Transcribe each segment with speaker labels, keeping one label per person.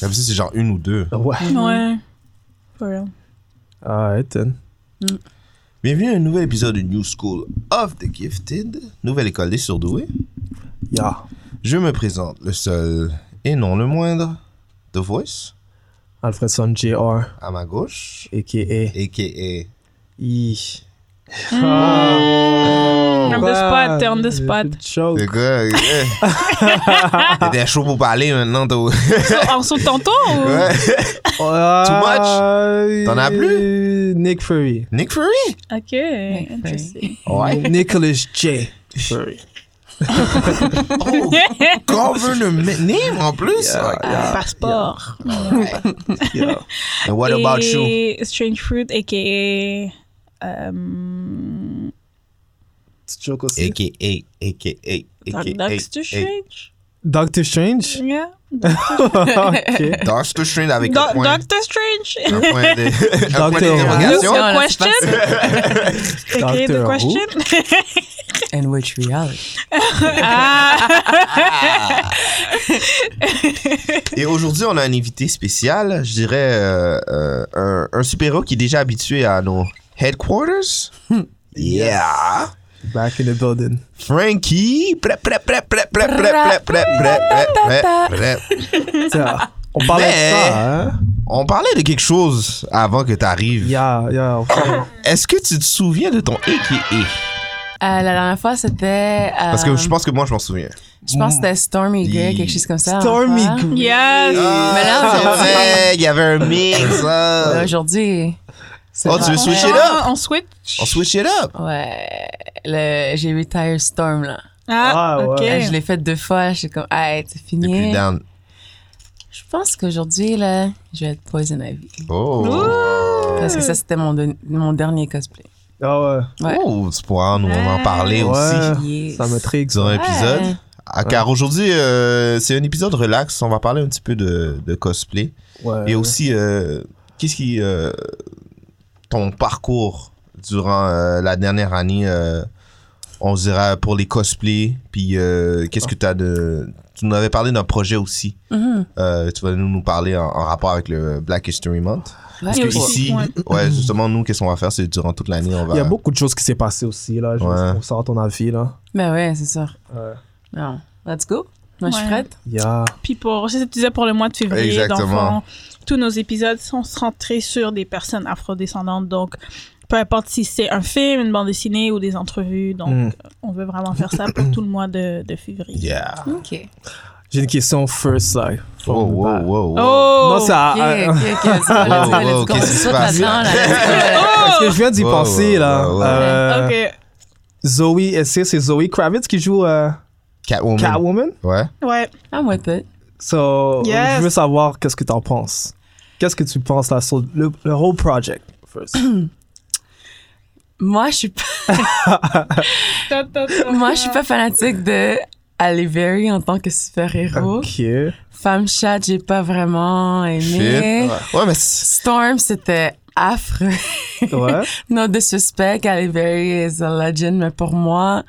Speaker 1: Comme si c'est genre une ou deux.
Speaker 2: Ouais.
Speaker 3: Ouais. For real.
Speaker 1: hein.
Speaker 2: Ah, Ethan.
Speaker 1: Bienvenue à un nouvel épisode du New School of the Gifted, nouvelle école des surdoués.
Speaker 2: Yeah.
Speaker 1: Je me présente, le seul et non le moindre, The Voice,
Speaker 2: Alfredson Jr.
Speaker 1: à ma gauche,
Speaker 2: A.K.A.
Speaker 1: a.k.a.
Speaker 2: I.
Speaker 1: Oh.
Speaker 3: On the spot, t'es on the spot.
Speaker 1: C'est quoi? eh? T'étais chaud pour parler maintenant, t'as-
Speaker 3: On saute tantôt ou...
Speaker 1: Ouais.
Speaker 2: much?
Speaker 1: T'en as
Speaker 2: plus? Euh, Nick Fury.
Speaker 1: Nick Fury?
Speaker 3: Ok, interesting.
Speaker 2: Nicholas J. Fury.
Speaker 1: Oh, government name en plus?
Speaker 3: Passeport.
Speaker 2: Yeah.
Speaker 1: And Ah, what about you?
Speaker 3: Et Strange Fruit, a.k.a. Um,
Speaker 2: C'est joke aussi.
Speaker 1: A.k.a. A.k.a.
Speaker 3: Doc-
Speaker 1: A.k.a.
Speaker 3: Doctor Strange?
Speaker 2: Doctor Strange?
Speaker 3: Yeah.
Speaker 2: ok.
Speaker 1: Doctor Strange Ah. avec un
Speaker 3: Do-
Speaker 1: point.
Speaker 3: Doctor Strange?
Speaker 1: Un point de- un point
Speaker 2: Doctor
Speaker 1: d'interrogation.
Speaker 3: The question? a.k.a. The
Speaker 2: Doctor
Speaker 3: question?
Speaker 4: And which reality?
Speaker 1: Et aujourd'hui, on a un invité spécial, je dirais euh, euh, un, un super-héros qui est déjà habitué à nos headquarters. Yeah!
Speaker 2: Back in the building.
Speaker 1: Frankie! Prep, prep, prep, prep, prep, prep, prep, prep, prep, prep, prep, prep.
Speaker 2: Tiens, on parlait
Speaker 1: Mais-
Speaker 2: de ça, hein?
Speaker 1: On parlait de quelque chose avant que tu arrives.
Speaker 2: Yeah, yeah. on parlait-
Speaker 1: Est-ce que tu te souviens de ton AKA?
Speaker 4: Euh, la dernière fois, c'était. euh,
Speaker 1: Parce que je pense que moi, je m'en souviens.
Speaker 4: je pense que c'était Stormy Gray, quelque chose comme ça. la
Speaker 2: Stormy
Speaker 4: dernière fois.
Speaker 2: Gray.
Speaker 3: Yes.
Speaker 1: Ah.
Speaker 4: mais là,
Speaker 1: c'est
Speaker 4: aujourd'hui-
Speaker 1: vrai, il y avait un mix.
Speaker 4: Mais
Speaker 1: hein.
Speaker 4: Euh, Aujourd'hui. c'est
Speaker 1: Oh,
Speaker 4: vrai.
Speaker 1: tu veux switch it
Speaker 3: Ah,
Speaker 1: up?
Speaker 3: On switch?
Speaker 1: On switch it up.
Speaker 4: Ouais. Le- J'ai retire Storm, là.
Speaker 3: Ah,
Speaker 2: Ah,
Speaker 3: ok.
Speaker 2: ouais.
Speaker 4: Je l'ai fait deux fois. Je suis comme, hey, c'est
Speaker 1: T'es plus
Speaker 4: fini.
Speaker 1: down.
Speaker 4: Je pense qu'aujourd'hui, là, je vais être Poison Ivy.
Speaker 1: Oh.
Speaker 4: Parce que ça, c'était mon, de- mon dernier cosplay.
Speaker 2: Ah ouais.
Speaker 4: Ouais.
Speaker 1: Oh, tu pourras nous en parler aussi.
Speaker 2: Ouais,
Speaker 4: Yes.
Speaker 2: ça m'intrigue.
Speaker 1: sur
Speaker 2: ça.
Speaker 1: un épisode.
Speaker 4: Ouais.
Speaker 1: Ah, car aujourd'hui, euh, c'est un épisode relax. On va parler un petit peu de, de cosplay.
Speaker 2: Ouais.
Speaker 1: Et aussi, euh, qu'est-ce qui. euh, ton parcours durant euh, la dernière année, euh, on dira pour les cosplays. Puis, euh, qu'est-ce que tu as de. Tu nous avais parlé d'un projet aussi.
Speaker 2: Mm-hmm.
Speaker 4: Mhm.
Speaker 1: Euh, tu vas nous, nous parler en, en rapport avec le Black History Month.
Speaker 4: Ouais.
Speaker 3: Et aussi-
Speaker 1: Ici,
Speaker 3: ouais.
Speaker 1: ouais, justement, nous, qu'est-ce qu'on va faire C'est durant toute l'année, on va.
Speaker 2: Il y a beaucoup de choses qui s'est passé aussi, là. Je
Speaker 1: Ouais.
Speaker 2: veux savoir ton avis, là.
Speaker 4: Ben ouais, c'est sûr.
Speaker 2: Ouais.
Speaker 4: Non. Let's go. Moi, je suis
Speaker 3: Ouais.
Speaker 4: prête.
Speaker 2: Yeah.
Speaker 3: Puis pour, c'est ce que tu disais pour le mois de février, dans le
Speaker 1: Exactement.
Speaker 3: fond, tous nos épisodes sont centrés sur des personnes afrodescendantes. Donc, peu importe si c'est un film, une bande dessinée ou des entrevues. Donc,
Speaker 2: Mm.
Speaker 3: on veut vraiment faire ça pour tout le mois de, de février.
Speaker 1: Yeah.
Speaker 4: OK.
Speaker 2: J'ai une question first, là.
Speaker 1: Wow,
Speaker 2: from the
Speaker 1: Oh, wow,
Speaker 2: back.
Speaker 1: wow, wow.
Speaker 3: Oh!
Speaker 2: Non, ça.
Speaker 1: Ah,
Speaker 4: Ok,
Speaker 2: euh,
Speaker 4: ok, ok, let's go, let's go,
Speaker 1: Wow, wow,
Speaker 4: let's go.
Speaker 1: Oh, qu'est-ce qui se
Speaker 4: Saute
Speaker 1: passe,
Speaker 4: là-dedans,
Speaker 1: là?
Speaker 4: là, let's go.
Speaker 2: Parce que je viens d'y
Speaker 1: Ouais,
Speaker 2: penser,
Speaker 1: ouais,
Speaker 2: là.
Speaker 1: ouais, ouais.
Speaker 2: Euh,
Speaker 3: Ok.
Speaker 2: Zoe, est-ce que c'est Zoe Kravitz qui joue euh,
Speaker 1: Catwoman.
Speaker 2: Catwoman?
Speaker 1: Ouais.
Speaker 3: Ouais.
Speaker 4: I'm with it.
Speaker 2: So,
Speaker 3: Yes.
Speaker 2: je veux savoir qu'est-ce que t'en penses. Qu'est-ce que tu penses, là, sur le, le whole project, first?
Speaker 4: Moi, je suis pas, moi, je suis pas fanatique de Halle Berry en tant que super-héros.
Speaker 2: ok.
Speaker 4: Femme chat, j'ai pas vraiment aimé.
Speaker 1: Shit. Ouais, mais c'est-
Speaker 4: Storm, c'était affreux.
Speaker 2: Ouais.
Speaker 4: No disrespect, Halle Berry is a legend, mais pour moi,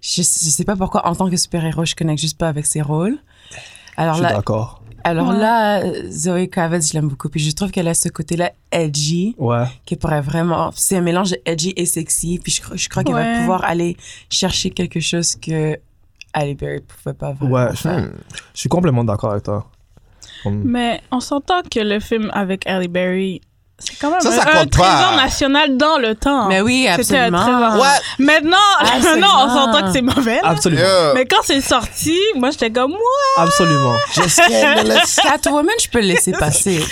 Speaker 4: je, je sais pas pourquoi, en tant que super-héros, je connecte juste pas avec ses rôles.
Speaker 2: Je
Speaker 4: Alors
Speaker 2: suis
Speaker 4: là,
Speaker 2: d'accord.
Speaker 4: alors
Speaker 3: Ouais.
Speaker 4: là, Zoe Kravitz, je l'aime beaucoup. Puis je trouve qu'elle a ce côté-là edgy.
Speaker 2: Ouais.
Speaker 4: qui pourrait vraiment. C'est un mélange de edgy et sexy. Puis je, cro- je crois qu'elle
Speaker 3: Ouais.
Speaker 4: va pouvoir aller chercher quelque chose que Halle Berry pouvait pas vraiment.
Speaker 2: Ouais. Je
Speaker 1: Hmm.
Speaker 2: je suis complètement d'accord avec toi.
Speaker 3: Mais on s'entend que le film avec Halle Berry, C'est quand même
Speaker 1: Ça, ça
Speaker 3: un, un
Speaker 1: compte pas.
Speaker 3: trésor national dans le temps.
Speaker 4: Mais oui,
Speaker 3: Ah.
Speaker 4: Ah,
Speaker 3: C'était un
Speaker 4: absolument.
Speaker 3: trésor.
Speaker 1: What?
Speaker 3: Maintenant,
Speaker 4: Absolument.
Speaker 3: maintenant, on s'entend que c'est mauvais. là.
Speaker 2: Absolument.
Speaker 1: Yeah.
Speaker 3: Mais quand c'est sorti, moi j'étais comme moi.
Speaker 2: Absolument.
Speaker 1: Just kidding, let's-
Speaker 4: Catwoman, je peux le laisser passer.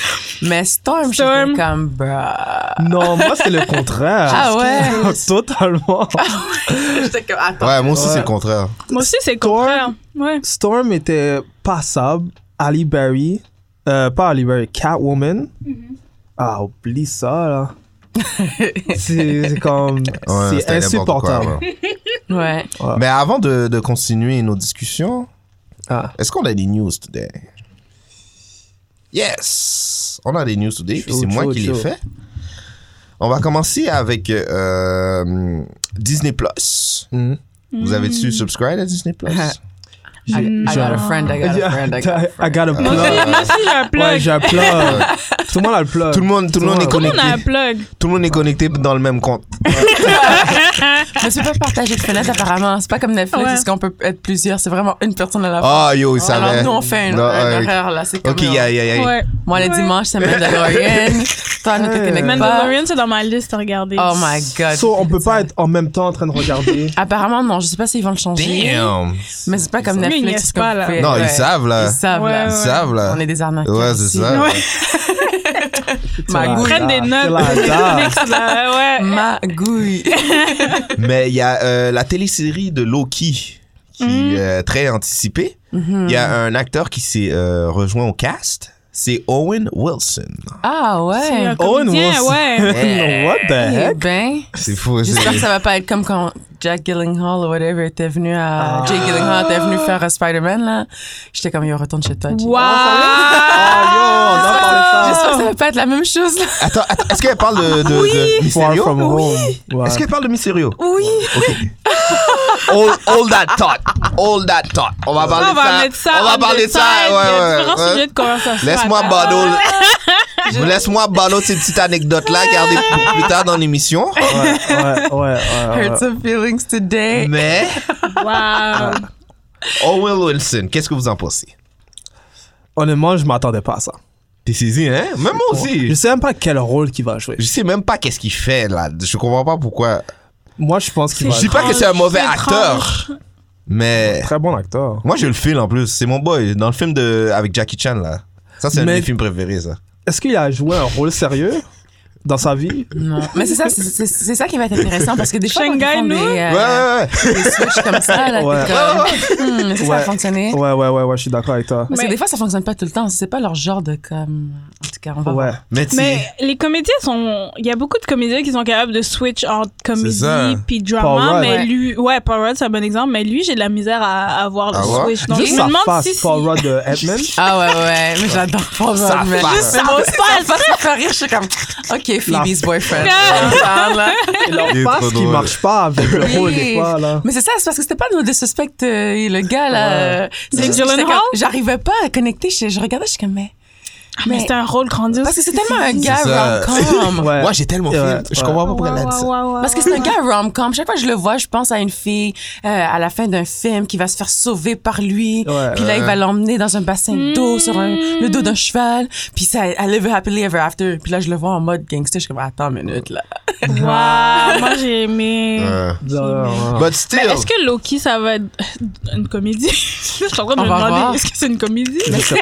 Speaker 4: Mais Storm, je
Speaker 3: Storm.
Speaker 4: suis comme, bruh.
Speaker 2: Non, moi, c'est le contraire.
Speaker 4: Ah ouais?
Speaker 2: Totalement.
Speaker 4: J'étais comme, attends.
Speaker 1: Ouais, moi aussi,
Speaker 2: Ouais.
Speaker 1: c'est le contraire.
Speaker 3: Moi aussi c'est le
Speaker 2: Storm.
Speaker 3: contraire. Ouais.
Speaker 2: Storm était passable. Ali Berry, euh, pas Ali Berry, Catwoman. Ah, oublie ça, là. c'est c'est comme.
Speaker 1: Ouais, c'était
Speaker 2: c'est
Speaker 1: n'importe quoi,
Speaker 2: insupportable.
Speaker 1: ouais.
Speaker 4: Ouais.
Speaker 1: Mais avant de, de continuer nos discussions,
Speaker 2: Ah.
Speaker 1: est-ce qu'on a des news today? Yes! On a des news today, puis
Speaker 2: Chaud,
Speaker 1: c'est moi
Speaker 2: chaud,
Speaker 1: qui les
Speaker 2: chaud.
Speaker 1: fais. On va commencer avec euh, Disney+. Plus.
Speaker 2: Mhm.
Speaker 1: Vous avez-tu subscribe à Disney+. Plus?
Speaker 4: I, I
Speaker 2: J'ai-
Speaker 4: got a friend, I got a friend, I got a
Speaker 2: I
Speaker 4: friend.
Speaker 2: got a
Speaker 3: Moi
Speaker 2: plug.
Speaker 3: aussi, moi aussi, j'ai un plug.
Speaker 2: Ouais, j'ai un plug. Tout le monde a le plug.
Speaker 1: euh, Tout le monde, tout le monde est
Speaker 2: Tout
Speaker 3: Tout le monde a un
Speaker 1: connecté.
Speaker 3: plug.
Speaker 1: Tout le monde est connecté dans le même compte.
Speaker 4: Mais tu peux pas partager de fenêtre, apparemment. C'est pas comme Netflix,
Speaker 3: Ouais.
Speaker 4: parce qu'on peut être plusieurs. C'est vraiment une personne à la fois.
Speaker 1: Ah, yo, ça
Speaker 4: Alors,
Speaker 1: va.
Speaker 4: nous, on fait une,
Speaker 1: Non,
Speaker 4: une
Speaker 1: ouais.
Speaker 4: erreur, là. C'est comme,
Speaker 1: Ok, yeah, yeah, yeah.
Speaker 2: Bah.
Speaker 3: Ouais.
Speaker 4: Moi, le
Speaker 3: Ouais.
Speaker 4: dimanche, c'est Mandalorian. Toi, ne te connecte pas.
Speaker 3: Mandalorian, c'est dans ma liste à regarder.
Speaker 4: Oh my god.
Speaker 2: So, on peut pas être en même temps en train de regarder.
Speaker 4: Apparemment, non, je sais pas s'ils vont le changer.
Speaker 1: Damn!
Speaker 4: Mais c'est pas comme
Speaker 3: Mais ils
Speaker 4: Netflix.
Speaker 3: niaisent
Speaker 4: c'est comme
Speaker 3: pas, là.
Speaker 4: fait,
Speaker 1: Non,
Speaker 4: ouais.
Speaker 1: ils savent, là.
Speaker 4: Ils savent,
Speaker 3: Ouais,
Speaker 4: là.
Speaker 1: Ils
Speaker 3: ouais.
Speaker 1: savent, là.
Speaker 4: On est des arnaqueurs.
Speaker 1: Ouais, c'est
Speaker 4: aussi.
Speaker 1: ça.
Speaker 3: Ouais.
Speaker 4: Ma
Speaker 1: Oh
Speaker 4: gouille.
Speaker 3: Prennent des
Speaker 2: C'est
Speaker 3: notes.
Speaker 2: la date.
Speaker 3: Netflix, là,
Speaker 1: Mm.
Speaker 3: ouais.
Speaker 4: Ma gouille.
Speaker 1: Mais il y a euh, la télésérie de Loki qui euh,
Speaker 3: Mm. Mm-hmm.
Speaker 1: est très anticipée. Il y a un acteur qui s'est euh, rejoint au cast. C'est Owen Wilson.
Speaker 4: Ah
Speaker 3: C'est
Speaker 4: ouais.
Speaker 3: un
Speaker 2: Oh,
Speaker 3: comédien,
Speaker 2: Wilson.
Speaker 3: ouais.
Speaker 2: What the
Speaker 4: Eh
Speaker 2: heck?
Speaker 4: ben,
Speaker 1: Oh, C'est fou. c'est-
Speaker 4: j'espère que ça va pas être comme quand Jack Gyllenhaal ou whatever était venu
Speaker 3: Ah.
Speaker 4: à. Jake Gyllenhaal était venu faire euh, Spider-Man, là. J'étais comme, yo, retourne chez toi, Jake.
Speaker 3: Wow.
Speaker 2: Ah, yo, on en parle
Speaker 4: J'espère que ça va pas être la même chose, là.
Speaker 1: Attends, attends, est-ce qu'elle parle de, de, de
Speaker 2: pas. Far
Speaker 1: Mysterio?
Speaker 2: from home. Ouais.
Speaker 1: Est-ce qu'elle parle de Mysterio?
Speaker 4: Oui.
Speaker 1: All, all that thought. All that thought. On va parler
Speaker 3: on
Speaker 1: de ça.
Speaker 3: va mettre ça.
Speaker 1: On va
Speaker 3: on
Speaker 1: parler
Speaker 3: met
Speaker 1: de ça.
Speaker 3: Il y a
Speaker 1: Ouais,
Speaker 3: différents
Speaker 1: ouais, ouais.
Speaker 3: sujets de conversation.
Speaker 1: Laisse-moi
Speaker 3: à faire.
Speaker 1: ballot. Laisse-moi ballot ces petites anecdotes-là, garder pour plus tard dans l'émission.
Speaker 2: Ouais, ouais, ouais,
Speaker 1: Ah.
Speaker 2: ouais, ouais.
Speaker 4: Hurt some feelings today.
Speaker 1: Mais
Speaker 3: Wow.
Speaker 1: Owen Wilson, qu'est-ce que vous en pensez?
Speaker 2: Honnêtement, je m'attendais pas à ça.
Speaker 1: T'es saisi, hein? Même moi
Speaker 2: Je
Speaker 1: aussi.
Speaker 2: sais même pas quel rôle qu'il va jouer.
Speaker 1: Je sais même pas qu'est-ce qu'il fait là. Je comprends pas pourquoi.
Speaker 2: Moi, je pense qu'il
Speaker 3: C'est
Speaker 2: va
Speaker 1: Je dis
Speaker 2: être
Speaker 1: pas que c'est un mauvais
Speaker 3: C'est
Speaker 1: acteur, mais
Speaker 2: un très bon acteur.
Speaker 1: moi je le file en plus. C'est mon boy dans le film de avec Jackie Chan là. Ça c'est un de
Speaker 2: Mais-
Speaker 1: mes films préférés ça.
Speaker 2: Est-ce qu'il a joué un rôle sérieux dans sa vie?
Speaker 4: Non. Mais c'est ça, c'est- c'est c'est ça qui va être intéressant parce que des fois, quand ils
Speaker 3: Shanghai
Speaker 4: font des,
Speaker 3: Noon?
Speaker 4: euh,
Speaker 1: Ouais ouais
Speaker 4: des switches comme ça, là,
Speaker 2: Ouais.
Speaker 4: t'es comme, hmm, est-ce que ça a
Speaker 2: Ouais.
Speaker 4: fonctionné?
Speaker 2: Ouais, ouais, ouais, ouais, je suis d'accord avec toi.
Speaker 4: Parce que
Speaker 3: Mais-
Speaker 4: des fois, ça fonctionne pas tout le temps. C'est pas leur genre de comme. En tout cas, on
Speaker 3: Ah.
Speaker 4: va voir.
Speaker 2: Ouais.
Speaker 1: Mais tu
Speaker 3: Mais les comédiens sont. Il y a beaucoup de comédiens qui sont capables de switch entre comédie
Speaker 1: ça.
Speaker 3: puis
Speaker 2: Paul
Speaker 3: drama.
Speaker 2: Rudd.
Speaker 3: mais
Speaker 4: Ouais.
Speaker 3: lui. Ouais, Paul Rudd, c'est un bon exemple. Mais lui, j'ai de la misère à, à voir le
Speaker 1: Ah ouais?
Speaker 3: switch. Donc,
Speaker 2: Juste
Speaker 3: je
Speaker 2: sa
Speaker 3: me demande
Speaker 2: face,
Speaker 3: si. si-
Speaker 2: Paul Rudd de Edmund.
Speaker 4: Ah ouais, ouais, mais j'adore pas ça. Mais
Speaker 1: face.
Speaker 4: juste mon style, ça me fait rire. Je suis comme, OK, Phoebe's boyfriend. Ça, là.
Speaker 2: Et leur
Speaker 1: Il est trop
Speaker 2: face qui
Speaker 1: drôle.
Speaker 2: marche pas avec le
Speaker 4: Oui.
Speaker 2: rôle des fois, là.
Speaker 4: Mais c'est ça, c'est parce que c'était pas nos des suspects, euh, le gars, là. euh, c'est
Speaker 3: Jake
Speaker 4: juste que j'étais
Speaker 3: Gyllenhaal?
Speaker 4: comme- J'arrivais pas à connecter. Je, je regardais, je suis comme, mais.
Speaker 3: Ah, mais c'est un rôle grandiose.
Speaker 4: Parce que c'est tellement un
Speaker 1: C'est ça.
Speaker 4: gars rom-com.
Speaker 2: Ouais.
Speaker 1: moi j'ai tellement
Speaker 2: Ouais,
Speaker 1: filmé. Je
Speaker 2: ouais.
Speaker 1: comprends pas
Speaker 3: Wow,
Speaker 1: pourquoi elle a dit
Speaker 3: wow,
Speaker 1: ça.
Speaker 3: wow, wow,
Speaker 4: Parce que
Speaker 3: wow,
Speaker 4: c'est un
Speaker 3: wow.
Speaker 4: gars rom-com. Chaque fois que je le vois, je pense à une fille euh, à la fin d'un film qui va se faire sauver par lui.
Speaker 2: Ouais.
Speaker 4: puis là, il va l'emmener dans un bassin d'eau sur un- le dos d'un cheval. Puis ça, I live happily ever after. Puis là, je le vois en mode gangster. Je suis comme, attends une minute, là.
Speaker 3: Wow, moi j'ai aimé.
Speaker 1: Euh,
Speaker 2: Ouais.
Speaker 1: But
Speaker 3: Mais
Speaker 1: still.
Speaker 3: est-ce que Loki, ça va être une comédie? je suis en train de
Speaker 4: On
Speaker 3: me
Speaker 4: va voir.
Speaker 3: demander, est-ce que c'est une comédie?
Speaker 2: Je sais pas.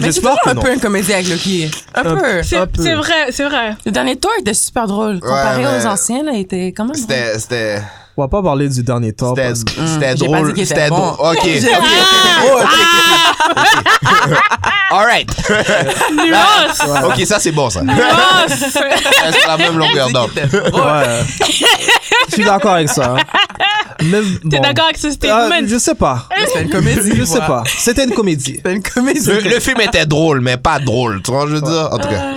Speaker 4: Mais c'est
Speaker 2: J'espère
Speaker 4: toujours
Speaker 2: que
Speaker 4: un
Speaker 2: non.
Speaker 4: peu un comédie avec Loki. Un
Speaker 2: Un-
Speaker 4: peu.
Speaker 3: C'est
Speaker 2: Un peu.
Speaker 3: c'est vrai, c'est vrai.
Speaker 4: Le dernier tour était super drôle. Comparé
Speaker 1: mais-
Speaker 4: aux anciens, là, il était quand même.
Speaker 1: C'était c'était
Speaker 2: On va pas parler du dernier top.
Speaker 1: c'était
Speaker 2: parce que-
Speaker 1: c'était
Speaker 4: j'ai pas dit
Speaker 1: drôle
Speaker 4: qu'il était
Speaker 1: c'était
Speaker 4: bon.
Speaker 1: drôle. OK. OK. Oh, ok. All right.
Speaker 3: Nuance!
Speaker 1: OK, ça c'est bon ça.
Speaker 3: Nuance!
Speaker 1: C'est la même longueur d'onde.
Speaker 2: Ouais. Je suis d'accord avec ça. hein. Mais
Speaker 3: T'es
Speaker 2: bon.
Speaker 3: d'accord avec ce
Speaker 2: Ah,
Speaker 3: statement?
Speaker 2: Je sais pas.
Speaker 4: C'était une comédie.
Speaker 2: Je sais
Speaker 4: voilà.
Speaker 2: pas. C'était une comédie.
Speaker 4: C'était une comédie.
Speaker 1: Le, le film était drôle, mais pas drôle. Tu vois, je veux dire, en tout cas.